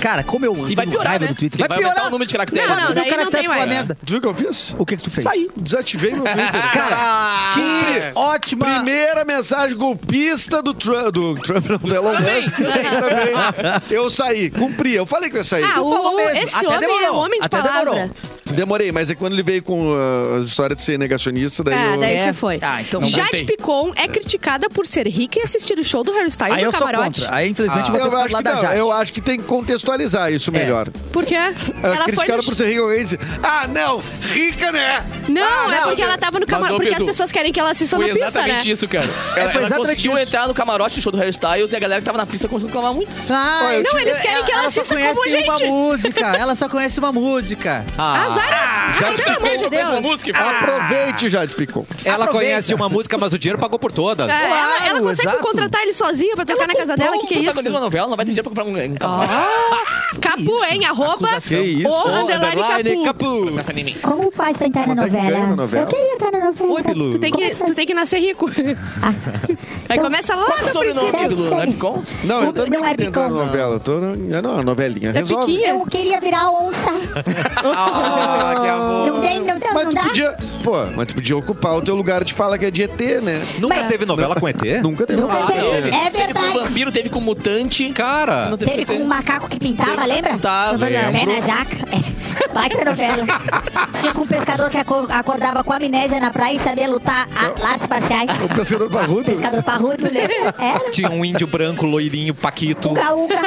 Speaker 5: Cara, como eu.
Speaker 3: E vai
Speaker 5: tenho
Speaker 3: piorar,
Speaker 5: raiva
Speaker 3: né?
Speaker 5: do Twitter.
Speaker 3: Vai
Speaker 5: Vai,
Speaker 3: aumentar
Speaker 5: piorar.
Speaker 3: o número de caracteres.
Speaker 1: Não, não,
Speaker 5: Quando
Speaker 1: daí
Speaker 5: o cara
Speaker 1: não
Speaker 5: tá
Speaker 1: tem
Speaker 5: com a
Speaker 1: mais.
Speaker 5: merda.
Speaker 6: Tu viu o que eu fiz?
Speaker 5: O que, que tu fez?
Speaker 6: Saí, desativei meu Twitter.
Speaker 5: Cara, que ótima.
Speaker 6: Primeira mensagem golpista do Trump, do Trump não, do Elon Musk. Também. Eu saí, cumpri, eu falei que eu ia sair.
Speaker 1: Ah,
Speaker 5: Tu
Speaker 1: o,
Speaker 5: falou mesmo.
Speaker 1: esse
Speaker 5: Até
Speaker 1: homem é
Speaker 5: demorou.
Speaker 1: um homem de
Speaker 5: Até
Speaker 1: palavra.
Speaker 5: demorou.
Speaker 6: Demorei, mas é quando ele veio com ah, a história de ser negacionista, daí
Speaker 1: Ah,
Speaker 6: eu...
Speaker 1: daí você
Speaker 7: É.
Speaker 1: foi.
Speaker 7: Ah, então não
Speaker 1: Jade
Speaker 3: contei.
Speaker 1: Picon é criticada por ser rica e assistir o show do Harry
Speaker 5: Ah,
Speaker 1: Styles
Speaker 7: Aí eu
Speaker 1: no
Speaker 7: sou
Speaker 1: camarote.
Speaker 7: contra. Aí, infelizmente,
Speaker 6: Eu
Speaker 7: vou ter que
Speaker 6: acho,
Speaker 7: falar
Speaker 6: que
Speaker 7: da
Speaker 6: Ah. não,
Speaker 7: Jade.
Speaker 6: eu acho que tem que contextualizar isso melhor.
Speaker 1: Por quê?
Speaker 6: Ela, criticaram
Speaker 1: É. no-
Speaker 6: por ser rica alguém disse, ah, não, rica, né?
Speaker 1: Não,
Speaker 6: Ah,
Speaker 1: é
Speaker 6: não,
Speaker 1: porque ela tava no
Speaker 3: ô,
Speaker 1: camarote. Porque as
Speaker 3: Pedro,
Speaker 1: pessoas querem que ela assista
Speaker 3: Foi
Speaker 1: na pista,
Speaker 3: exatamente
Speaker 1: né?
Speaker 3: isso, cara. Ela, ela
Speaker 7: exatamente
Speaker 3: conseguiu
Speaker 7: isso.
Speaker 3: entrar no camarote do show do Harry Styles e a galera que tava na pista começou a clamar muito.
Speaker 7: Ah,
Speaker 6: eu
Speaker 1: Não,
Speaker 6: tive-
Speaker 1: eles querem que ela,
Speaker 7: só
Speaker 1: assista
Speaker 7: conhece
Speaker 1: como
Speaker 7: uma
Speaker 1: gente.
Speaker 7: música. Ela só conhece uma música.
Speaker 1: Azar! Ah, pelo amor de
Speaker 3: Fez uma
Speaker 1: Deus! Ah,
Speaker 3: música,
Speaker 6: Aproveite, Jade Picon.
Speaker 2: Ela
Speaker 7: Aproveita.
Speaker 2: conhece uma música, mas o dinheiro pagou por todas.
Speaker 1: É, ela, ela
Speaker 7: Claro,
Speaker 1: consegue
Speaker 7: exato.
Speaker 1: contratar ele sozinha pra tocar na casa dela? O que, que é isso?
Speaker 3: protagonista da novela, não vai ter dinheiro pra comprar um- um camarote.
Speaker 1: Capu, hein? Arroba
Speaker 6: Que isso?
Speaker 1: o underline Capu.
Speaker 2: Capu.
Speaker 3: Processo em mim.
Speaker 4: Como faz pra entrar na
Speaker 6: Como é que
Speaker 4: novela?
Speaker 6: ganha na novela?
Speaker 4: Eu queria entrar na novela.
Speaker 2: Oi, Bilu.
Speaker 1: Tu tem,
Speaker 4: Como é
Speaker 1: que,
Speaker 4: que faz?
Speaker 1: tu tem que nascer rico. Aí começa lá
Speaker 4: Qual
Speaker 1: da
Speaker 4: sobrenome
Speaker 1: princípio.
Speaker 4: Sério,
Speaker 3: do
Speaker 4: sério.
Speaker 3: Napcom?
Speaker 6: Não, eu
Speaker 4: Não,
Speaker 6: também
Speaker 4: não é
Speaker 6: queria entrar
Speaker 4: Picon.
Speaker 6: na novela. Eu Tô na, não, a
Speaker 1: É
Speaker 6: novelinha. Resolve.
Speaker 1: Piquinha.
Speaker 4: Eu queria virar onça.
Speaker 1: né?
Speaker 6: Ah, que amor.
Speaker 4: Não tem, não tem,
Speaker 6: Mas
Speaker 4: não
Speaker 6: tu
Speaker 4: dá?
Speaker 6: podia. Pô, mas tu podia ocupar o teu lugar de fala que é de ET, né?
Speaker 2: Nunca
Speaker 4: Mas-
Speaker 2: teve novela com ET?
Speaker 6: Nunca teve
Speaker 4: Nunca
Speaker 6: um ET,
Speaker 4: teve.
Speaker 6: né?
Speaker 4: É
Speaker 3: Teve com
Speaker 4: verdade.
Speaker 3: vampiro, teve com mutante. é
Speaker 2: Cara,
Speaker 3: Não
Speaker 4: Teve com um macaco que pintava, lembra?
Speaker 3: Tá,
Speaker 4: Pé na jaca. É. Baita novela. Tinha com um pescador que aco- acordava com amnésia na praia e sabia lutar a lados espaciais.
Speaker 6: O pescador parrudo.
Speaker 4: Pescador parrudo, lembra? Era.
Speaker 2: tinha um índio branco, loirinho, paquito.
Speaker 4: Uga, uga.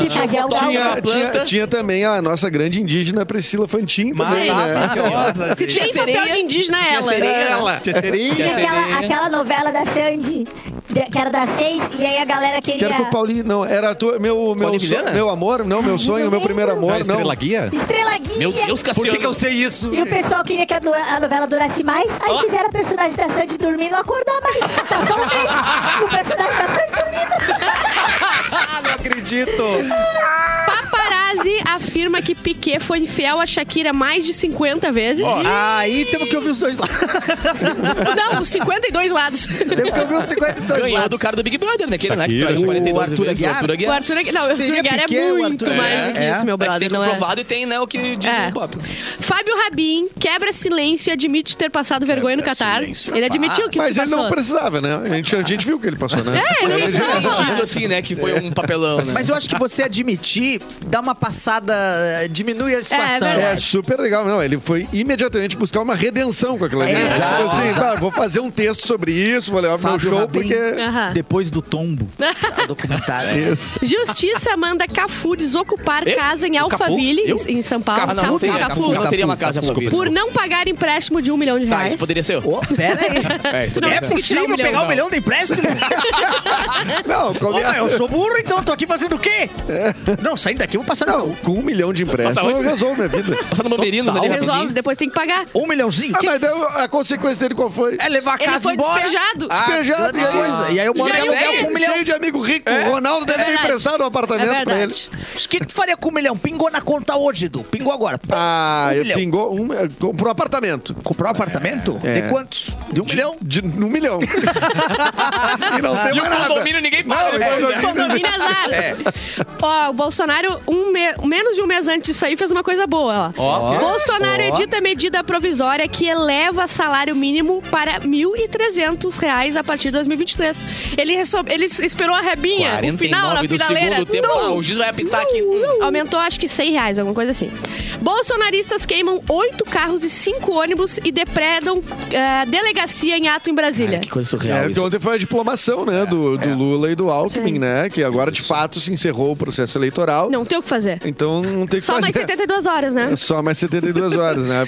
Speaker 4: Que fazia uga, uga.
Speaker 6: Tinha,
Speaker 3: planta.
Speaker 6: tinha, tinha também a nossa grande indígena Priscila Fantin. também, né?
Speaker 2: Maravilhosa.
Speaker 1: Se tem papel
Speaker 3: sereia,
Speaker 1: de indígena, é
Speaker 3: tinha
Speaker 1: ela.
Speaker 3: sereia.
Speaker 2: Ela. Tinha
Speaker 4: E
Speaker 3: é
Speaker 2: serinha.
Speaker 4: aquela,
Speaker 3: né?
Speaker 4: aquela novela da Sandy, de- que era das seis, e aí a galera queria...
Speaker 6: Quero que o Paulinho. Não, era a tua, meu, meu,
Speaker 3: Paulinho
Speaker 6: so-
Speaker 3: Vilhena?
Speaker 6: meu amor, não, meu sonho, meu primeiro amor.
Speaker 2: Da
Speaker 6: Não.
Speaker 2: Estrela Guia?
Speaker 4: Estrela Guia!
Speaker 3: Meu Deus,
Speaker 2: Por
Speaker 3: Cassiano.
Speaker 2: que, é que eu sei isso?
Speaker 4: E o pessoal queria que a, do- a novela durasse mais, aí fizeram o personagem da Sandy dormir e não acordar mais. Passou um mês, o personagem da Sandy dormindo.
Speaker 2: Ah, não acredito.
Speaker 1: Paparazzi afirma que Piquet foi infiel a Shakira mais de 50 vezes.
Speaker 7: Aí temos que ouvir os dois lados.
Speaker 1: Não, 52 lados.
Speaker 7: Temos que ouvir os 52
Speaker 3: Ganhou do
Speaker 7: lados.
Speaker 3: cara do Big Brother, né? Aquele, né? Que
Speaker 2: Shakira,
Speaker 3: traiu
Speaker 2: o
Speaker 3: 42
Speaker 7: Arthur
Speaker 3: vezes,
Speaker 7: Aguiar.
Speaker 3: Arthur
Speaker 1: O
Speaker 3: Aguiar.
Speaker 1: Arthur Aguiar- Não, o Arthur
Speaker 7: Seria
Speaker 1: Aguiar é
Speaker 7: Piquet, o
Speaker 1: muito
Speaker 7: Arthur
Speaker 1: mais do
Speaker 7: Aguiar.
Speaker 1: que isso,
Speaker 7: É.
Speaker 1: meu
Speaker 3: É que
Speaker 1: brother.
Speaker 3: tem
Speaker 1: Não é.
Speaker 3: comprovado e tem, né, o que diz
Speaker 1: É.
Speaker 3: o Bob.
Speaker 1: Fábio Rabin quebra silêncio e admite ter passado vergonha no Catar. Ele admitiu que
Speaker 6: Mas
Speaker 1: se
Speaker 6: ele
Speaker 1: passou.
Speaker 6: não precisava, né? A gente, a gente viu que ele passou, né?
Speaker 1: É, ele não
Speaker 3: Foi
Speaker 1: sabe.
Speaker 3: sentido, assim, né, que foi um papelão, né?
Speaker 7: Mas eu acho que você admitir, dá uma passada, eh, diminui a situação.
Speaker 1: verdade.
Speaker 6: É super legal, não. Ele foi imediatamente buscar uma redenção com aquela
Speaker 7: É,
Speaker 6: menina.
Speaker 7: exato.
Speaker 6: Ele falou assim, "Tá, vou fazer um texto sobre isso, vou levar pro meu
Speaker 7: Fábio
Speaker 6: show,
Speaker 7: Rabin.
Speaker 6: porque.
Speaker 1: Aham.
Speaker 7: É, Depois do tombo, tá, documentário.
Speaker 6: Isso.
Speaker 1: Justiça manda Cafu desocupar
Speaker 3: Eu?
Speaker 1: casa em Alphaville,
Speaker 3: Eu?
Speaker 1: em, em São Paulo.
Speaker 3: Ah, não, não teria,
Speaker 1: Cafu.
Speaker 3: não teria uma casa
Speaker 6: Desculpa,
Speaker 3: envolvida.
Speaker 1: Por não pagar empréstimo de um milhão de
Speaker 3: Tá,
Speaker 1: reais.
Speaker 3: isso poderia ser eu.
Speaker 7: Ô, pera aí.
Speaker 3: É, isso
Speaker 1: Não
Speaker 3: poderia
Speaker 1: é
Speaker 3: ser.
Speaker 1: possível.
Speaker 7: Possível
Speaker 1: milhão,
Speaker 7: pegar
Speaker 1: não.
Speaker 7: um milhão de empréstimo?
Speaker 6: Não,
Speaker 7: Ô,
Speaker 6: qualquer...
Speaker 7: mas eu sou burro, então tô aqui fazendo o quê? Não, saindo daqui eu vou passar no
Speaker 6: não,
Speaker 7: baú.
Speaker 6: com um milhão de
Speaker 3: Passa
Speaker 6: empréstimos
Speaker 3: onde?
Speaker 6: eu resolvo minha vida.
Speaker 3: Passar no né, Bomberinos ali
Speaker 1: Resolve,
Speaker 3: rapidinho.
Speaker 1: depois tem que pagar. É
Speaker 7: Um milhãozinho?
Speaker 6: Ah,
Speaker 7: Que-
Speaker 6: mas daí a consequência dele qual foi?
Speaker 7: É levar a
Speaker 1: Ele
Speaker 7: casa
Speaker 1: foi
Speaker 7: embora.
Speaker 1: despejado.
Speaker 6: Despejado, e
Speaker 7: grande coisa.
Speaker 6: aí?
Speaker 7: E aí eu moro
Speaker 1: E
Speaker 7: em
Speaker 1: aí
Speaker 7: aluguel
Speaker 1: vem.
Speaker 7: com um milhão.
Speaker 6: Cheio de amigo rico. O Ronaldo deve ter
Speaker 1: verdade.
Speaker 6: emprestado um
Speaker 1: É
Speaker 6: apartamento pra ele.
Speaker 1: verdade.
Speaker 7: O que tu faria com um milhão? Pingou na conta hoje, Edu. Pingou agora.
Speaker 5: É
Speaker 7: Pá,
Speaker 6: Ah,
Speaker 7: Um
Speaker 6: eu
Speaker 7: milhão.
Speaker 6: pingou um, comprou um apartamento.
Speaker 7: Comprou um apartamento?
Speaker 6: É.
Speaker 7: De quantos? De um milhão?
Speaker 6: De, um milhão. e não tem
Speaker 3: E o
Speaker 6: mais nada.
Speaker 3: um condomínio ninguém paga.
Speaker 6: Não,
Speaker 3: né?
Speaker 6: é,
Speaker 3: Pois é.
Speaker 1: Condomínio azar. Ó, o Bolsonaro, um me- menos de um mês antes disso aí, fez uma coisa boa, ó. Bolsonaro edita medida provisória que eleva salário mínimo para R$ 1.300 reais a partir de 2023. Ele, reso- ele s- esperou a rebinha, o final, na
Speaker 3: 49 do
Speaker 1: finaleira.
Speaker 3: segundo tempo.
Speaker 1: Não!
Speaker 3: Ah, o juiz vai apitar aqui. Hum.
Speaker 1: Aumentou, acho que 100 reais, alguma coisa assim. Bolsonaristas queimam oito carros e cinco ônibus e depredam eh, delegacia em ato em Brasília.
Speaker 3: coisa
Speaker 6: É,
Speaker 7: um-
Speaker 6: porque ontem foi a diplomação, né, do, do Lula e do Alckmin,
Speaker 1: Sim.
Speaker 6: né, que agora de fato se encerrou o processo eleitoral.
Speaker 1: Não tem o que fazer.
Speaker 6: Então não tem o que
Speaker 1: Só
Speaker 6: fazer.
Speaker 1: mais 72 horas, né?
Speaker 6: É Só mais 72 horas, né?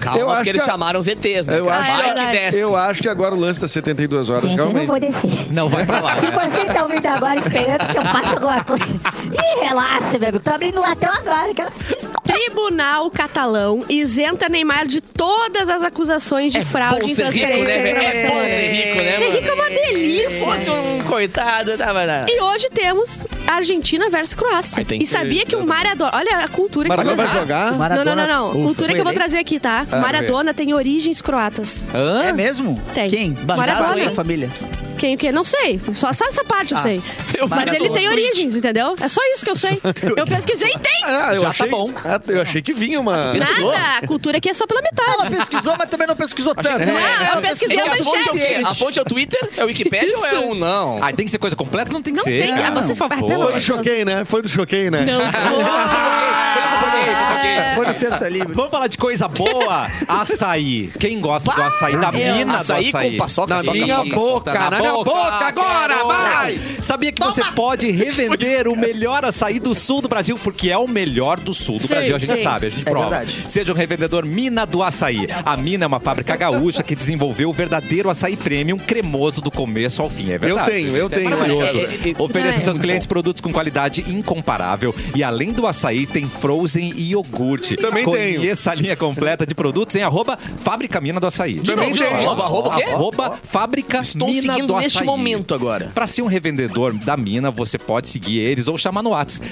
Speaker 3: Calma,
Speaker 6: eu acho
Speaker 3: porque eles
Speaker 6: que a-
Speaker 3: chamaram os ETs, né?
Speaker 6: Eu
Speaker 3: cara?
Speaker 6: acho
Speaker 1: que-
Speaker 3: Vai
Speaker 1: Ah, é
Speaker 3: desce.
Speaker 6: Eu acho que agora o lance das 72 horas,
Speaker 4: Gente, eu
Speaker 6: realmente.
Speaker 4: não vou descer.
Speaker 2: Não, vai pra lá.
Speaker 4: Se você tá ouvindo agora esperando que eu faça alguma coisa... Ih, relaxa, meu amigo. Tô abrindo o latão agora. que eu-
Speaker 1: Tribunal catalão isenta Neymar de todas as acusações de fraude em
Speaker 3: Bom ser rico, né?
Speaker 1: transferência.
Speaker 3: velho? É bom ser rico, né?
Speaker 1: Ser
Speaker 3: mano?
Speaker 1: rico é uma delícia.
Speaker 3: Se fosse um coitado, tava... na-
Speaker 1: E hoje temos Argentina versus Croácia.
Speaker 3: Aí tem
Speaker 1: E sabia que o Maradona... Olha a cultura que eu vou
Speaker 6: Maradona vai
Speaker 1: trazer.
Speaker 6: jogar?
Speaker 1: Não, não, não, não.
Speaker 7: Ufa,
Speaker 1: cultura que eu vou
Speaker 7: ele-
Speaker 1: trazer aqui, tá? Maradona tem origens croatas.
Speaker 7: É mesmo?
Speaker 1: Tem. né?
Speaker 7: Quem?
Speaker 1: Maradona.
Speaker 7: a família.
Speaker 1: Quem o quê? Não sei. Só só essa parte eu sei.
Speaker 3: Eu vi
Speaker 1: Mas
Speaker 3: na
Speaker 1: ele
Speaker 3: tua
Speaker 1: tem
Speaker 3: tweet.
Speaker 1: origens, entendeu? É só isso que eu sei. Eu pesquisei e tem!
Speaker 6: Ah, eu
Speaker 7: Já tá
Speaker 6: achei,
Speaker 7: bom.
Speaker 6: Ah, eu achei que vinha uma.
Speaker 3: Pesquisou?
Speaker 1: Nada! A cultura aqui é só pela
Speaker 7: Ela
Speaker 1: metade.
Speaker 7: pesquisou, mas também não pesquisou tanto.
Speaker 1: Não, eu pesquisei
Speaker 3: É
Speaker 1: a
Speaker 3: que a fonte é o quê?
Speaker 1: manchete.
Speaker 3: A fonte é o Twitter? É o Wikipedia ou é
Speaker 1: Isso.
Speaker 3: um não?
Speaker 2: Ah, tem que ser coisa completa? Não tem que
Speaker 1: Não
Speaker 2: ser.
Speaker 1: tem,
Speaker 2: cara.
Speaker 1: ah, vocês-
Speaker 2: Por
Speaker 1: pelo amor
Speaker 6: Foi do
Speaker 2: favor.
Speaker 1: de Deus.
Speaker 6: choquei, né? Foi do choquei, né?
Speaker 1: Não.
Speaker 3: Foi na toquei.
Speaker 5: Foi no terça livre.
Speaker 2: Vamos falar de coisa boa? Açaí. Quem gosta do açaí? Da
Speaker 3: Eu.
Speaker 2: mina
Speaker 3: Açaí
Speaker 2: do açaí.
Speaker 3: com paçoca,
Speaker 6: Na
Speaker 3: soca,
Speaker 6: minha
Speaker 3: soca,
Speaker 6: boca,
Speaker 2: Tá
Speaker 6: na, minha boca, agora,
Speaker 2: garoto.
Speaker 6: vai!
Speaker 2: Sabia que você pode revender o melhor açaí do sul do Brasil, porque é o melhor do sul do
Speaker 1: Sim,
Speaker 2: Brasil, a gente
Speaker 1: sim.
Speaker 2: sabe, a gente
Speaker 5: É
Speaker 2: prova.
Speaker 5: verdade.
Speaker 2: Seja um revendedor Mina do Açaí. A Mina é uma fábrica gaúcha que desenvolveu o verdadeiro açaí premium cremoso do começo ao fim, é
Speaker 6: Eu
Speaker 2: verdade.
Speaker 6: tenho, eu tenho.
Speaker 2: Maravilhoso.
Speaker 3: É, é, é,
Speaker 2: Ofereça
Speaker 1: é.
Speaker 2: aos seus clientes produtos com qualidade incomparável. E além do açaí, tem frozen e iogurte.
Speaker 6: Também
Speaker 2: Conheça
Speaker 6: tenho.
Speaker 2: Conheça a linha completa de produtos em arroba Fábrica Mina do Açaí.
Speaker 6: Também
Speaker 3: De novo, de
Speaker 6: tenho.
Speaker 3: novo, arroba o quê?
Speaker 2: Arroba Fábrica
Speaker 3: Estou
Speaker 2: Mina
Speaker 3: seguindo
Speaker 2: do Açaí.
Speaker 3: neste momento agora.
Speaker 2: Para ser um revendedor da mina, você pode seguir eles ou chamar no WhatsApp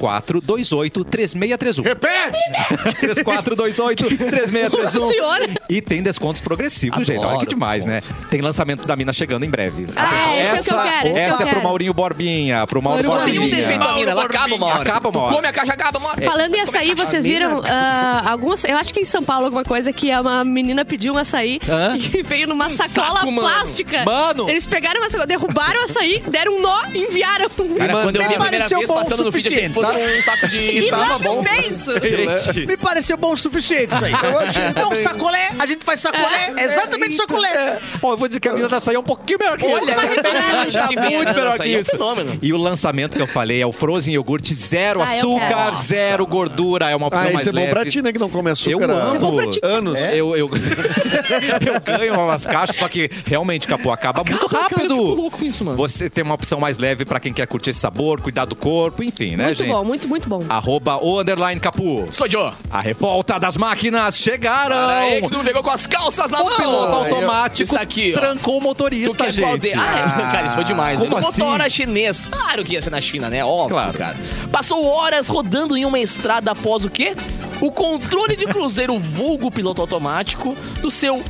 Speaker 2: 3428 3631.
Speaker 6: Repete!
Speaker 2: 3428 3631.
Speaker 1: Nossa Senhora!
Speaker 2: E tem descontos progressivos, gente. Olha que demais, né? Tem lançamento da mina chegando em breve.
Speaker 1: Ah, é, esse é o que eu quero, esse é o que eu
Speaker 2: essa é pro
Speaker 1: quero.
Speaker 2: Maurinho Borbinha, pro Mauro
Speaker 1: Maurinho
Speaker 3: Só tem um
Speaker 1: Borbinha.
Speaker 2: Borbinha.
Speaker 3: defeito da mina, ela acaba uma hora.
Speaker 2: Acaba uma hora. É,
Speaker 3: Tu come a caixa, acaba uma hora.
Speaker 1: Falando em açaí, vocês viram ah, algumas. Eu acho que em São Paulo alguma coisa que uma menina pediu um açaí
Speaker 2: Hã?
Speaker 1: e veio numa sacola
Speaker 3: saco, mano.
Speaker 1: plástica.
Speaker 2: Mano!
Speaker 1: Eles pegaram uma sacola, derrubaram o açaí, deram um nó e enviaram.
Speaker 3: Cara,
Speaker 6: Me
Speaker 3: quando eu vi a
Speaker 6: mandou-
Speaker 3: primeira
Speaker 5: pareceu
Speaker 3: vez
Speaker 5: bom o
Speaker 3: passando no vídeo, achei que fosse um saco de...
Speaker 1: e
Speaker 2: tá
Speaker 6: tava
Speaker 1: nada
Speaker 6: bom.
Speaker 1: fez.
Speaker 2: Gente,
Speaker 5: Me pareceu bom o suficiente isso aí.
Speaker 6: Eu achei
Speaker 5: Não,
Speaker 6: também.
Speaker 5: sacolé, a gente faz sacolé, é exatamente
Speaker 3: É.
Speaker 5: sacolé.
Speaker 2: ó, eu vou dizer que a mina do açaí é um pouquinho melhor que eu.
Speaker 3: Olha,
Speaker 2: tá muito melhor que isso.
Speaker 3: É um fenômeno.
Speaker 2: E o lançamento que eu falei é o Frozen iogurte zero
Speaker 1: Ah, eu
Speaker 2: açúcar,
Speaker 1: quero.
Speaker 2: zero gordura. É uma opção
Speaker 6: Ah,
Speaker 2: mais
Speaker 6: isso é bom
Speaker 2: leve.
Speaker 6: pra ti, né? Que não come açúcar.
Speaker 2: Eu
Speaker 6: há
Speaker 2: amo. Isso é bom pra ti.
Speaker 6: Anos.
Speaker 2: Eu, eu, eu ganho umas caixas, só que realmente, capô, acaba muito
Speaker 3: cara, eu
Speaker 2: rápido.
Speaker 3: fico louco com isso, mano.
Speaker 2: Você tem uma opção mais leve pra quem quer curtir esse sabor, cuidar do corpo, enfim, né,
Speaker 1: muito
Speaker 2: gente?
Speaker 1: bom, muito, muito bom.
Speaker 2: Arroba o underline capu.
Speaker 3: Sou Joe.
Speaker 2: A revolta das máquinas chegaram!
Speaker 3: Aí que tu me pegou com as calças na
Speaker 2: o
Speaker 3: mão.
Speaker 2: piloto automático
Speaker 3: Está aqui, ó.
Speaker 2: trancou o
Speaker 3: Tu
Speaker 2: motorista,
Speaker 3: quer
Speaker 2: gente.
Speaker 3: qual de- Ah, cara, isso foi demais.
Speaker 2: Como
Speaker 3: Ele botou
Speaker 2: assim?
Speaker 3: hora chinês. Claro que ia ser na China, né? Óbvio,
Speaker 2: Claro.
Speaker 3: cara. Passou horas rodando em uma estrada após o quê? O controle de cruzeiro vulgo piloto automático do seu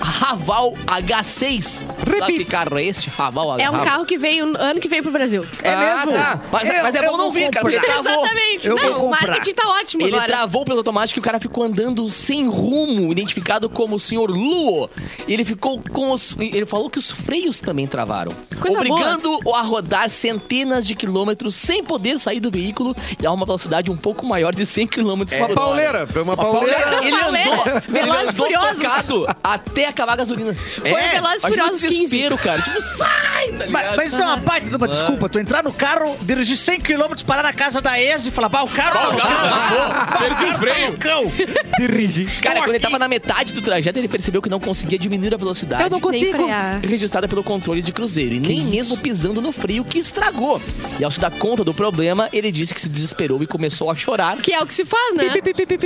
Speaker 3: Raval H6. Sabe que carro é esse? Raval H6.
Speaker 1: É um carro que veio ano que veio pro Brasil.
Speaker 3: É mesmo? Mas,
Speaker 5: Eu-
Speaker 3: mas é
Speaker 5: eu
Speaker 3: bom não
Speaker 5: vou
Speaker 3: vir, cara, porque ele
Speaker 5: comprar.
Speaker 3: travou.
Speaker 1: Exatamente.
Speaker 5: Eu
Speaker 1: Não,
Speaker 5: vou
Speaker 1: o marketing tá ótimo
Speaker 3: Ele
Speaker 1: agora.
Speaker 3: travou o piloto automático e o cara ficou andando sem rumo, identificado como o senhor Luo. Ele ficou com os. Ele falou que os freios também travaram.
Speaker 1: Coisa
Speaker 3: obrigando o a rodar centenas de quilômetros sem poder sair do veículo e a uma velocidade um pouco maior de 100 km
Speaker 2: É
Speaker 3: por
Speaker 6: Uma
Speaker 3: hora.
Speaker 6: pauleira. é Uma pauleira.
Speaker 3: Ele andou,
Speaker 1: Pauleira.
Speaker 3: ele
Speaker 1: Velozes
Speaker 3: andou
Speaker 1: Furiosos.
Speaker 3: tocado até acabar a gasolina. Foi
Speaker 1: o Velozes Furiosos 15.
Speaker 3: desespero, cara. Tipo, sai, tá
Speaker 5: Mas,
Speaker 3: ligado? Ah.
Speaker 5: mas isso é uma baita de uma desculpa. Tu entrar no carro, dirigir 100 km, parar na casa da ex e falar, bah, o carro tá loucão.
Speaker 3: Perdi o freio.
Speaker 2: Dirige.
Speaker 3: Cara, quando ele tava na metade do trajeto, ele percebeu que não conseguia diminuir a velocidade.
Speaker 1: Nem frear.
Speaker 3: registrada pelo controle de cruzeiro e nem mesmo pisando no freio que estragou. E ao se dar conta do problema, ele disse que se desesperou e começou a chorar.
Speaker 1: Que é o que se faz, né?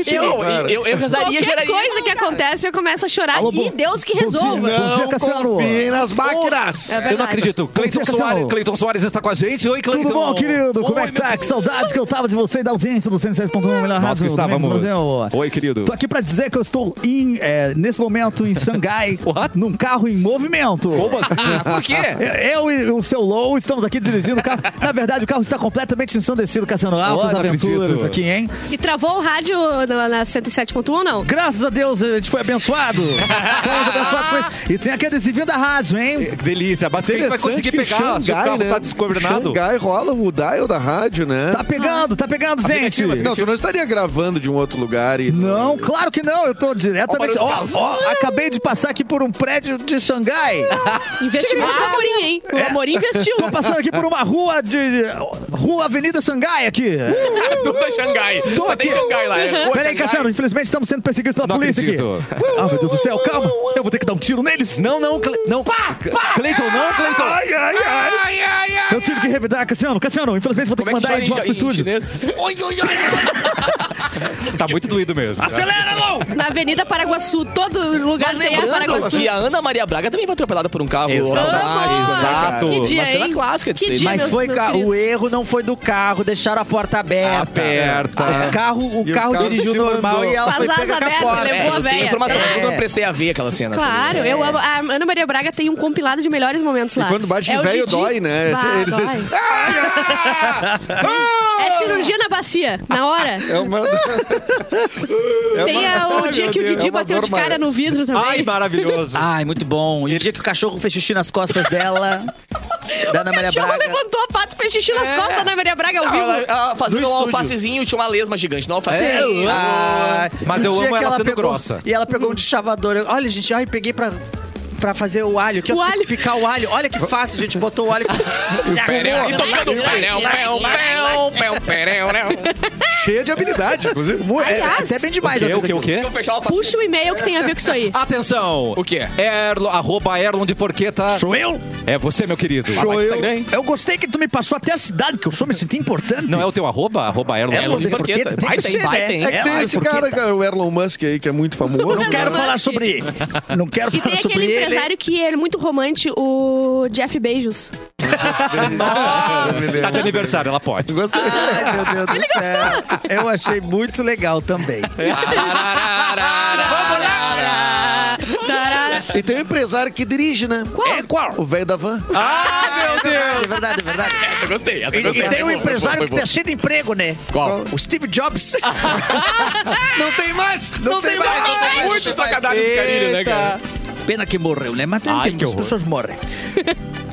Speaker 3: Eu, eu, eu, eu rezaria,
Speaker 1: Qualquer
Speaker 3: geraria.
Speaker 1: coisa que acontece, eu começo a chorar
Speaker 7: Alô, bom-
Speaker 1: e Deus que
Speaker 7: bom dia,
Speaker 1: resolva.
Speaker 7: né? Bom
Speaker 6: Não
Speaker 7: dia, Cassiano.
Speaker 6: confiem nas máquinas.
Speaker 1: É
Speaker 2: Eu não
Speaker 1: verdade.
Speaker 2: acredito. Cleiton
Speaker 7: Cassiano.
Speaker 2: Soares, Cleiton Soares está com a gente. Oi, Cleiton.
Speaker 7: Tudo bom, querido? Como é
Speaker 2: Oi,
Speaker 7: que tá?
Speaker 2: meu
Speaker 7: Que saudades que eu tava de você e da audiência do 107.1, melhor
Speaker 2: Nós
Speaker 7: rádio
Speaker 2: que
Speaker 7: do
Speaker 2: estávamos.
Speaker 7: Mendes Brasil.
Speaker 2: Oi, querido.
Speaker 7: Tô aqui pra dizer que eu estou em, é, nesse momento em Xangai,
Speaker 2: What?
Speaker 7: num carro em movimento.
Speaker 2: Como assim?
Speaker 3: Por quê?
Speaker 7: Eu e o seu Low estamos aqui dirigindo o carro. Na verdade, o carro está completamente ensandecido, Cassiano. Altas
Speaker 2: Olha,
Speaker 7: aventuras
Speaker 2: acredito.
Speaker 7: aqui, hein?
Speaker 1: E travou o rádio na, na 107.1 ou não?
Speaker 7: Graças a Deus, a gente foi abençoado. Fomos abençoados com isso. E tem aquele adesivinho da rádio, hein?
Speaker 2: Que delícia. Mas quem vai
Speaker 6: Interessante
Speaker 2: conseguir
Speaker 6: que em
Speaker 2: pegar se o carro
Speaker 6: né?
Speaker 2: tá desgovernado?
Speaker 6: Xangai rola o dial da rádio, né?
Speaker 7: Tá pegando, tá pegando, gente.
Speaker 6: Não, tu não estaria gravando de um outro lugar e...
Speaker 7: Não, claro que não. Eu tô diretamente.
Speaker 3: Ó o
Speaker 7: Ó,
Speaker 3: barulho do
Speaker 7: ó, acabei de passar aqui por um prédio de Xangai.
Speaker 1: Investimento do Amorim, hein? O
Speaker 6: É.
Speaker 1: Amorim investiu.
Speaker 7: Tô passando aqui por uma rua de. Rua Avenida Xangai aqui.
Speaker 3: Tudo é Xangai.
Speaker 7: Tô
Speaker 3: Só tem
Speaker 7: aqui.
Speaker 3: Xangai lá. é. Pô,
Speaker 7: Peraí,
Speaker 3: Xangai.
Speaker 7: Cassiano, infelizmente estamos sendo perseguidos pela
Speaker 2: Não
Speaker 7: polícia aqui.
Speaker 2: acredito.
Speaker 7: Ah, meu Deus do céu, calma. Eu vou ter que dar um tiro neles.
Speaker 2: Não, não, Cle... não. Cleiton, não, Cleiton.
Speaker 7: Eu tive que revidar, Cassiano. Cassiano, infelizmente vou ter
Speaker 3: Como
Speaker 7: que
Speaker 3: é que
Speaker 7: mandar ele de volta
Speaker 3: chora
Speaker 7: pro
Speaker 3: em, em
Speaker 7: estúdio.
Speaker 3: chinês?
Speaker 2: Tá muito doído mesmo.
Speaker 7: Acelera, Lou!
Speaker 1: Na Avenida Paraguaçu, todo lugar tem a
Speaker 3: Lembrando
Speaker 1: Paraguaçu.
Speaker 3: que a Ana Maria Braga também foi atropelada por um carro.
Speaker 2: Exato. Exato.
Speaker 1: Que dia,
Speaker 3: Uma cena
Speaker 1: hein?
Speaker 3: clássica disso
Speaker 1: Que
Speaker 3: aí.
Speaker 1: dia,
Speaker 7: Mas
Speaker 1: meus-
Speaker 7: foi
Speaker 1: meus
Speaker 7: ca- o
Speaker 1: queridos.
Speaker 7: erro não foi do carro, deixaram a porta aberta.
Speaker 2: Aberta.
Speaker 7: O carro, o
Speaker 6: E o
Speaker 7: carro
Speaker 6: carro
Speaker 7: dirigiu
Speaker 6: se
Speaker 7: normal
Speaker 6: mandou.
Speaker 7: e ela
Speaker 1: Com
Speaker 7: foi
Speaker 1: as asas
Speaker 7: pega a
Speaker 1: abertas,
Speaker 7: porta.
Speaker 1: levou a
Speaker 3: Eu tenho
Speaker 1: véia.
Speaker 3: informação,
Speaker 7: É.
Speaker 3: mas eu não prestei a ver aquela cena.
Speaker 1: Claro, eu amo. A Ana Maria Braga tem um compilado de melhores momentos lá. É
Speaker 6: E quando bate em
Speaker 1: o
Speaker 6: velho,
Speaker 1: Didi-
Speaker 6: dói, né?
Speaker 1: Bah,
Speaker 6: Eles- "Ah,
Speaker 1: dói. É cirurgia na bacia, na hora.
Speaker 6: É uma... é
Speaker 1: Tem a- o dia que o Didi bateu de cara no vidro também.
Speaker 2: Ai, maravilhoso.
Speaker 7: Ai, muito bom. E o dia que o cachorro fez xixi nas costas dela.
Speaker 5: Da Ana Maria
Speaker 1: Cachorro
Speaker 5: Braga.
Speaker 1: levantou a pata e fez xixi
Speaker 6: É.
Speaker 1: nas costas da Ana Maria Braga ao
Speaker 3: Ela,
Speaker 1: vivo.
Speaker 3: ela fazendo
Speaker 5: No
Speaker 3: um
Speaker 5: estúdio.
Speaker 3: alfacezinho tinha uma lesma gigante. Não, alface.
Speaker 5: É, eu
Speaker 2: Ah,
Speaker 5: amo.
Speaker 2: mas
Speaker 5: No
Speaker 2: eu
Speaker 5: dia
Speaker 2: amo
Speaker 5: que
Speaker 2: ela sendo
Speaker 5: pegou-
Speaker 2: grossa.
Speaker 5: E ela pegou um deschavador. Eu- Olha, gente, ai, peguei pra, pra fazer o alho. Aqui,
Speaker 1: O
Speaker 5: ó,
Speaker 1: alho.
Speaker 5: Picar o alho. Olha que fácil, gente. Botou o alho.
Speaker 3: E tocando perel, perel, perel, perel, perel, perel.
Speaker 6: Cheia é de habilidade, inclusive.
Speaker 5: Mu- é,
Speaker 1: Aliás,
Speaker 5: até bem demais.
Speaker 2: o
Speaker 5: eu
Speaker 2: quê, o quê, o
Speaker 3: Deixa
Speaker 2: quê?
Speaker 3: eu fechar o alface.
Speaker 1: Puxa o e-mail que tem a ver com isso aí.
Speaker 2: Atenção!
Speaker 3: O quê?
Speaker 2: Erlo, arroba Erlon de Porqueta.
Speaker 5: Sou eu?
Speaker 2: É você, meu querido.
Speaker 6: Show eu.
Speaker 3: Instagram, hein?
Speaker 5: Eu gostei que tu me passou até a cidade, que eu sou, me senti importante.
Speaker 2: Não é o teu arroba? Arroba Erlon.
Speaker 5: Erlon de Forqueta. É Tem
Speaker 3: Vai,
Speaker 5: que
Speaker 3: tem,
Speaker 5: ser,
Speaker 3: vai,
Speaker 5: né?
Speaker 3: tem.
Speaker 6: É que tem
Speaker 5: Erlon de
Speaker 6: esse cara,
Speaker 5: Forqueta.
Speaker 6: cara, o Elon Musk aí, que é muito famoso.
Speaker 5: Não é quero
Speaker 1: Elon
Speaker 5: falar
Speaker 1: Musk.
Speaker 5: sobre ele. Não quero
Speaker 1: E tem
Speaker 5: falar
Speaker 1: aquele
Speaker 5: sobre ele.
Speaker 1: empresário que é muito romântico, o Jeff Beijos.
Speaker 6: Né? Ah, é
Speaker 2: Tá de aniversário, Ah. ela pode.
Speaker 6: Gostei.
Speaker 5: Ai, meu Deus do céu. Eu achei muito legal também.
Speaker 6: E tem um empresário que dirige, né?
Speaker 5: É qual?
Speaker 6: O velho da van.
Speaker 2: Ah, meu Deus!
Speaker 5: É verdade, é verdade.
Speaker 3: Essa eu gostei, essa
Speaker 5: E,
Speaker 3: eu gostei.
Speaker 5: e tem um
Speaker 3: Foi boa,
Speaker 5: empresário
Speaker 3: foi
Speaker 5: que
Speaker 3: boa.
Speaker 5: tem sido emprego, né?
Speaker 3: Qual?
Speaker 5: O Steve Jobs.
Speaker 6: Não tem mais! Não, tem, mais!
Speaker 3: Não tem mais. Muito sacanagem do carinho, né, cara?
Speaker 5: Pena que morreu, né? Mas tem
Speaker 2: Ai,
Speaker 5: tempo,
Speaker 2: que
Speaker 5: as
Speaker 2: horror.
Speaker 5: pessoas morrem.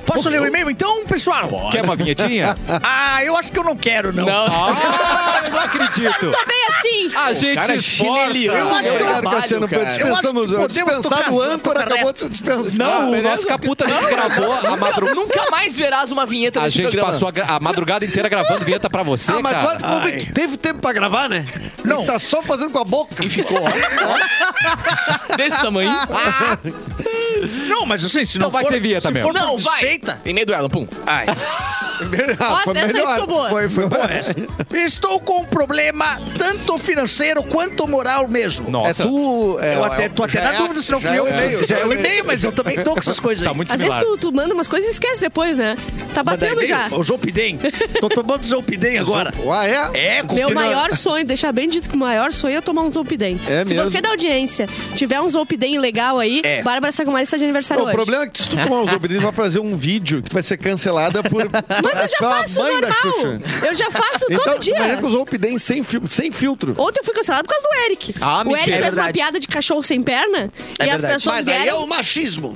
Speaker 5: Posso ler o e-mail então, pessoal?
Speaker 2: Quer uma vinhetinha?
Speaker 5: Ah, eu acho que eu não quero, não.
Speaker 2: Ah, eu não acredito.
Speaker 1: Tá bem assim.
Speaker 2: A gente
Speaker 3: cara
Speaker 2: se
Speaker 3: é
Speaker 2: esforça.
Speaker 3: chineliano.
Speaker 5: Eu acho que eu-
Speaker 6: Claro, Cassiano,
Speaker 3: cara.
Speaker 6: dispensamos.
Speaker 5: Eu acho que podemos
Speaker 6: Dispensado
Speaker 5: tocar
Speaker 6: o
Speaker 5: assunto,
Speaker 6: âncora,
Speaker 5: Carleta.
Speaker 6: acabou de ser dispensado.
Speaker 2: Não, o nosso caputa não gravou a
Speaker 3: Nunca,
Speaker 2: madrugada.
Speaker 3: nunca mais verás uma vinheta
Speaker 2: A
Speaker 3: desse
Speaker 2: gente
Speaker 3: programa.
Speaker 2: passou a, gra- a madrugada inteira gravando vinheta pra você,
Speaker 6: Ah, mas
Speaker 2: cara.
Speaker 6: quanto convic- teve tempo pra gravar, né?
Speaker 5: Não.
Speaker 6: Ele tá só fazendo com a boca.
Speaker 3: E ficou, ó. Desse tamanho.
Speaker 5: Não, mas assim, se
Speaker 2: Então
Speaker 5: não
Speaker 2: vai
Speaker 5: for,
Speaker 2: ser vinheta
Speaker 5: se
Speaker 2: mesmo.
Speaker 5: for
Speaker 3: não, vai.
Speaker 5: satisfeita-
Speaker 3: Tem medo dela, pum.
Speaker 5: Ai,
Speaker 6: Ah,
Speaker 1: Nossa, essa aí ficou boa.
Speaker 5: foi, foi boa essa. Estou com um problema tanto financeiro quanto moral mesmo.
Speaker 6: É
Speaker 2: Nossa,
Speaker 6: tu... É,
Speaker 5: eu até,
Speaker 6: é-
Speaker 5: tô
Speaker 6: já
Speaker 5: até na
Speaker 6: é-
Speaker 5: dúvida se não
Speaker 6: já
Speaker 5: fui
Speaker 6: é
Speaker 5: eu.
Speaker 6: o e-mail,
Speaker 5: já é
Speaker 6: o
Speaker 5: o e-mail, mas eu também tô com essas coisas
Speaker 2: tá
Speaker 5: aí.
Speaker 2: muito
Speaker 1: Às vezes
Speaker 2: similar.
Speaker 1: tu, tu manda umas coisas e esquece depois, né? Tá
Speaker 5: Manda
Speaker 1: batendo
Speaker 5: e-mail?
Speaker 1: já.
Speaker 5: O Zolpidem. Tô tomando Zolpidem agora.
Speaker 6: Ah, é?
Speaker 5: É, com
Speaker 1: Meu maior sonho, deixar bem dito que o maior sonho é tomar um Zolpidem.
Speaker 6: É
Speaker 1: Se
Speaker 6: mesmo.
Speaker 1: você da audiência tiver um Zolpidem legal aí,
Speaker 5: É.
Speaker 1: Bárbara Sacomari está de
Speaker 5: Tá
Speaker 1: aniversário
Speaker 6: O
Speaker 1: hoje.
Speaker 6: problema é que se tu tomar uns obedientes, vai fazer um vídeo que tu vai ser cancelada por
Speaker 1: Mas eu já
Speaker 6: pela
Speaker 1: faço
Speaker 6: mãe da Xuxa.
Speaker 1: normal. Eu já faço
Speaker 6: Então,
Speaker 1: todo
Speaker 6: tu imagina
Speaker 1: dia.
Speaker 6: que os Opidem sem, fil- sem filtro.
Speaker 1: Ontem eu fui cancelado por causa do Eric.
Speaker 2: Ah,
Speaker 1: o Eric
Speaker 2: mentira.
Speaker 1: fez
Speaker 2: É
Speaker 1: uma
Speaker 5: verdade.
Speaker 1: piada de cachorro sem perna e as
Speaker 5: verdade.
Speaker 1: pessoas
Speaker 6: Mas daí é
Speaker 1: vieram.
Speaker 6: o machismo.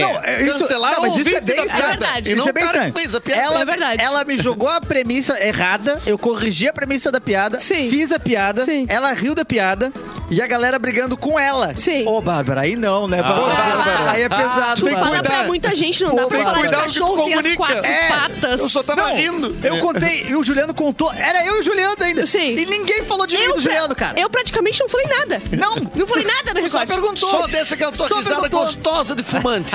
Speaker 5: Não, é isso,
Speaker 6: Cancelar
Speaker 5: não, mas
Speaker 6: o
Speaker 5: isso é
Speaker 6: ouvinte
Speaker 5: bem
Speaker 6: da
Speaker 5: estranho.
Speaker 6: piada.
Speaker 1: É verdade.
Speaker 6: E
Speaker 5: Isso
Speaker 6: não
Speaker 5: é bem
Speaker 6: o cara que
Speaker 5: estranho.
Speaker 6: fez a piada.
Speaker 5: Ela,
Speaker 1: É verdade.
Speaker 5: ela me jogou a premissa errada, eu corrigi a premissa da piada,
Speaker 1: Sim.
Speaker 5: fiz a piada,
Speaker 1: Sim.
Speaker 5: ela riu da piada e a galera brigando com ela.
Speaker 1: Sim.
Speaker 5: Ô, Bárbara, aí não, né, Bárbara?
Speaker 6: Bárbara.
Speaker 5: Aí é pesado,
Speaker 1: Tu fala
Speaker 6: tem que
Speaker 5: Bárbara.
Speaker 6: cuidar.
Speaker 1: pra muita gente, não dá
Speaker 5: Pô,
Speaker 1: pra
Speaker 5: tem que
Speaker 1: falar de
Speaker 6: cuidar do que tu
Speaker 1: cachorro sem as
Speaker 6: comunica.
Speaker 1: quatro
Speaker 5: É,
Speaker 1: patas.
Speaker 6: Eu só tava
Speaker 5: Não,
Speaker 6: rindo.
Speaker 5: Eu contei, e o Juliano contou. Era eu e o Juliano ainda.
Speaker 1: Sim.
Speaker 5: E ninguém falou de mim
Speaker 1: Eu
Speaker 5: do
Speaker 1: pra-
Speaker 5: Juliano, cara.
Speaker 1: Eu praticamente não falei nada.
Speaker 5: Não.
Speaker 1: Não falei nada no
Speaker 5: Só
Speaker 1: recorde.
Speaker 5: perguntou.
Speaker 6: Só dessa aquela tua
Speaker 5: Só
Speaker 6: risada
Speaker 5: perguntou.
Speaker 6: gostosa de fumante.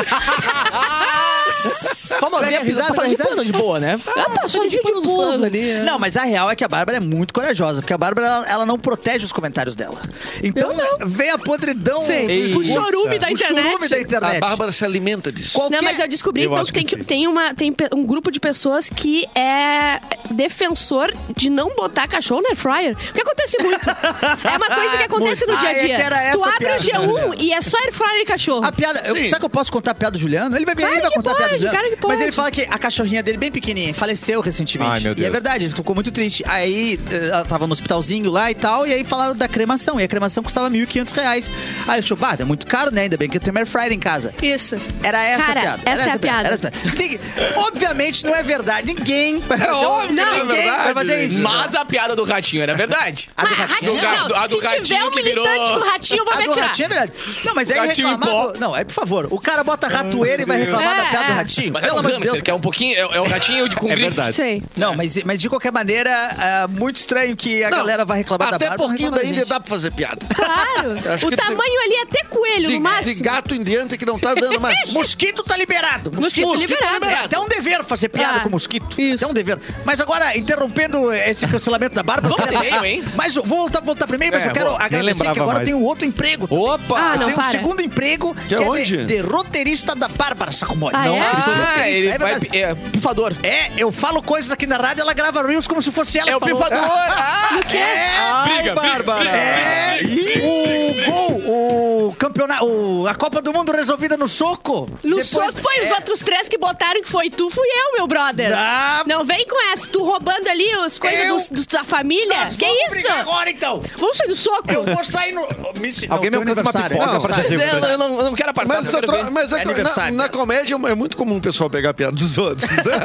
Speaker 3: Vamos abrir a risada.
Speaker 5: risada,
Speaker 3: Tá falando de
Speaker 5: risada.
Speaker 3: pano de boa, né? Ah, passou de pano dos panos ali. é.
Speaker 5: Não, mas a real é que a Bárbara é muito corajosa, porque a Bárbara ela, ela não protege os comentários dela. Então vem a podridão,
Speaker 1: Sim. O chorume da
Speaker 5: o
Speaker 1: internet.
Speaker 5: churume da
Speaker 6: A
Speaker 5: internet.
Speaker 6: Bárbara se alimenta disso.
Speaker 5: Qualquer...
Speaker 1: Não, mas eu descobri
Speaker 6: Eu
Speaker 1: então,
Speaker 6: acho
Speaker 1: que, tem,
Speaker 6: que
Speaker 1: que
Speaker 6: sim.
Speaker 1: tem, uma, tem pe- um grupo de pessoas que é defensor de não botar cachorro no air fryer. Porque acontece muito. é uma coisa que acontece
Speaker 5: Muito.
Speaker 1: no dia a
Speaker 5: Ah, é
Speaker 1: dia.
Speaker 5: que era essa
Speaker 1: tu
Speaker 5: a
Speaker 1: abre o
Speaker 5: piada,
Speaker 1: G1
Speaker 5: né?
Speaker 1: e é só air fryer e cachorro.
Speaker 5: A piada, eu,
Speaker 6: Sim.
Speaker 5: será que eu posso contar a piada do Juliano? Ele vai vir
Speaker 1: Claro
Speaker 5: aí e vai
Speaker 1: que
Speaker 5: contar a piada do
Speaker 1: pode,
Speaker 5: Juliano.
Speaker 1: claro que
Speaker 5: Mas ele
Speaker 1: pode.
Speaker 5: fala que a cachorrinha dele, bem pequenininha, faleceu recentemente.
Speaker 2: Ai, meu
Speaker 5: E é
Speaker 2: Deus.
Speaker 5: verdade, ele ficou muito triste. Aí eh, ela tava no hospitalzinho lá e tal, e aí falaram da cremação. E a cremação custava R$ 1.500. reais. Aí ele achou, bah, é muito caro, né? Ainda bem que eu tenho air fryer em casa.
Speaker 1: Isso.
Speaker 5: Era essa
Speaker 1: Cara,
Speaker 5: a piada.
Speaker 1: essa
Speaker 5: era
Speaker 1: é a piada.
Speaker 5: Era essa a piada. Ninguém- Obviamente não é verdade. Ninguém vai fazer, um
Speaker 6: óbvio que não é
Speaker 5: ninguém vai
Speaker 6: verdade,
Speaker 5: fazer
Speaker 6: gente.
Speaker 5: isso.
Speaker 3: Mas a piada do ratinho era verdade.
Speaker 5: A do
Speaker 1: Mas Ah,
Speaker 5: ratinho.
Speaker 1: ratinho,
Speaker 3: Do ga-
Speaker 1: não.
Speaker 3: do- a do
Speaker 1: Se tiver
Speaker 3: ratinho
Speaker 1: um
Speaker 3: que
Speaker 1: militante
Speaker 3: virou-
Speaker 1: do ratinho, eu vou
Speaker 5: A
Speaker 1: me
Speaker 5: do
Speaker 1: atirar.
Speaker 5: ratinho é verdade. Não, mas aí
Speaker 3: Ratinho e
Speaker 5: reclamar.
Speaker 3: pó.
Speaker 5: do- Não, é por favor. O cara bota ratoeira e vai reclamar
Speaker 1: Deus.
Speaker 5: da piada
Speaker 1: É,
Speaker 5: do
Speaker 1: é.
Speaker 5: ratinho.
Speaker 3: Mas é
Speaker 5: Pelo
Speaker 3: um
Speaker 5: amor de
Speaker 3: hamster,
Speaker 5: Deus.
Speaker 3: que é um pouquinho... É, é um ratinho de, com
Speaker 2: É
Speaker 3: grife.
Speaker 2: verdade.
Speaker 1: Sei.
Speaker 5: Não, mas, mas de qualquer maneira, é muito estranho que a
Speaker 6: Não,
Speaker 5: galera vai reclamar da
Speaker 6: Até
Speaker 5: Bárbara.
Speaker 6: porque
Speaker 5: reclamar da
Speaker 6: ainda
Speaker 5: gente.
Speaker 6: dá pra fazer piada.
Speaker 1: Claro.
Speaker 6: Acho
Speaker 1: o
Speaker 6: que tem-
Speaker 1: tamanho ali é até coelho,
Speaker 6: De,
Speaker 1: no
Speaker 6: de
Speaker 1: máximo.
Speaker 6: gato em diante que não tá dando mais.
Speaker 5: Mosquito tá liberado.
Speaker 1: Mosquito liberado.
Speaker 5: É até um dever fazer piada
Speaker 1: Ah,
Speaker 5: com mosquito.
Speaker 1: isso.
Speaker 5: É um dever. Mas agora, interrompendo esse cancelamento da Bárbara...
Speaker 3: Vamos
Speaker 5: eu quero-
Speaker 3: pro e-mail, hein?
Speaker 5: Mas eu vou voltar, voltar primeiro, mas
Speaker 3: É,
Speaker 5: eu quero
Speaker 3: boa. Nem
Speaker 5: agradecer que
Speaker 2: lembrava
Speaker 5: agora
Speaker 2: mais.
Speaker 5: tem um outro emprego.
Speaker 2: Opa!
Speaker 1: Ah, não,
Speaker 5: tem um
Speaker 1: para.
Speaker 5: segundo emprego que, é,
Speaker 6: onde?
Speaker 5: de, de roteirista da Bárbara Sacomori.
Speaker 1: Ah,
Speaker 5: não,
Speaker 1: é?
Speaker 5: é de
Speaker 3: Ah,
Speaker 5: roteirista,
Speaker 3: ele
Speaker 5: é
Speaker 3: vai...
Speaker 5: verdade.
Speaker 3: É, pifador.
Speaker 5: É, eu falo coisas aqui na rádio, ela grava reels como se fosse ela É,
Speaker 3: É o
Speaker 5: que falou.
Speaker 3: pifador. Ah,
Speaker 1: Do quê?
Speaker 2: Ai,
Speaker 3: briga, briga,
Speaker 2: Bárbara!
Speaker 5: É, o É, gol, o
Speaker 7: campeonato, o- a Copa do Mundo resolvida no soco.
Speaker 1: No
Speaker 7: Depois-
Speaker 1: soco foi
Speaker 5: é,
Speaker 1: os outros três que botaram que foi tu, fui eu, meu brother.
Speaker 7: Ah.
Speaker 1: Não vem com essa. Tu roubando ali as coisas
Speaker 7: Eu?
Speaker 1: dos- dos- da
Speaker 5: é
Speaker 1: família.
Speaker 7: Nós
Speaker 1: que
Speaker 7: vamos
Speaker 1: isso?
Speaker 7: brigar agora então.
Speaker 1: Vamos sair do soco.
Speaker 7: Eu vou sair no. Me se-
Speaker 2: Alguém me
Speaker 7: não, teu
Speaker 2: alcança uma
Speaker 7: aniversário.
Speaker 2: pipoca
Speaker 7: Não,
Speaker 2: pra
Speaker 7: sabe?
Speaker 3: Mas
Speaker 2: gente.
Speaker 3: é, eu, não, eu não quero apartar.
Speaker 6: Mas,
Speaker 3: eu
Speaker 6: essa
Speaker 3: quero
Speaker 6: tro-
Speaker 3: ver.
Speaker 6: mas a-
Speaker 3: É
Speaker 6: na,
Speaker 3: aniversário.
Speaker 6: na comédia é muito comum o pessoal pegar a piada dos outros.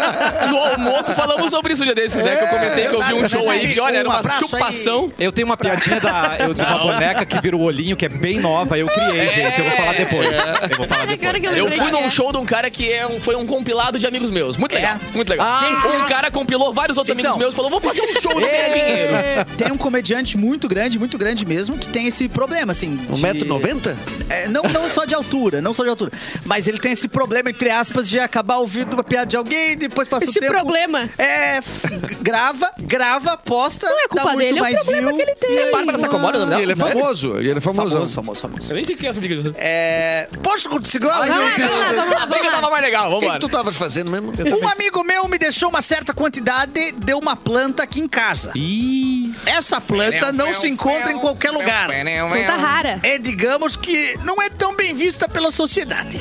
Speaker 3: No almoço falamos sobre isso um dia desse, né? Que eu comentei que eu vi um
Speaker 7: verdade,
Speaker 3: show aí
Speaker 7: verdade.
Speaker 3: que, olha, era
Speaker 7: Um
Speaker 3: uma
Speaker 7: abraço aí.
Speaker 3: chupação.
Speaker 2: Eu tenho uma piadinha da, eu, de uma boneca que vira o olhinho, que é bem nova, eu criei, gente. Eu vou falar depois. Eu vou falar
Speaker 1: Ai,
Speaker 2: depois.
Speaker 1: cara, que
Speaker 3: Eu
Speaker 1: lembrei É.
Speaker 3: fui
Speaker 1: que é.
Speaker 3: num show de um cara que é um- foi um compilado de amigos meus. Muito legal, muito legal. um cara compilou vários outros
Speaker 5: Então. É.
Speaker 3: amigos meus e falou, vou fazer um show de ganhar dinheiro.
Speaker 5: Tem um comediante muito grande, muito grande mesmo, que tem esse problema, assim.
Speaker 2: Um
Speaker 5: de-
Speaker 6: 1,90m?
Speaker 5: É, não, não só de altura, não só de altura. Mas ele tem esse problema, entre aspas, de acabar ouvindo uma piada de alguém, depois passa
Speaker 1: Esse
Speaker 5: o tempo.
Speaker 1: problema.
Speaker 5: É, f- grava, grava, posta. Não
Speaker 1: é culpa
Speaker 5: dá muito
Speaker 1: dele, é o
Speaker 5: mais
Speaker 1: problema
Speaker 5: view.
Speaker 1: que ele tem.
Speaker 3: É Bárbara Sacomori o nome
Speaker 6: E
Speaker 3: dela?
Speaker 6: ele é famoso. E ele é famosão.
Speaker 5: Famoso, famoso, famoso.
Speaker 3: Eu nem sei o que é essa briga.
Speaker 5: É. Poxa, segura
Speaker 1: Vai lá,
Speaker 5: lá.
Speaker 1: vai lá, vamos lá,
Speaker 3: A briga
Speaker 1: vamos lá.
Speaker 3: tava mais legal,
Speaker 6: O que, É que
Speaker 3: vambora.
Speaker 6: tu tava fazendo mesmo? É.
Speaker 5: Um amigo meu me deixou uma certa quantidade de uma planta aqui em casa.
Speaker 2: Ih,
Speaker 5: Essa planta tá, não se encontra em qualquer lugar.
Speaker 3: né?
Speaker 1: Puta rara.
Speaker 5: É, digamos que não é tão bem vista pela sociedade.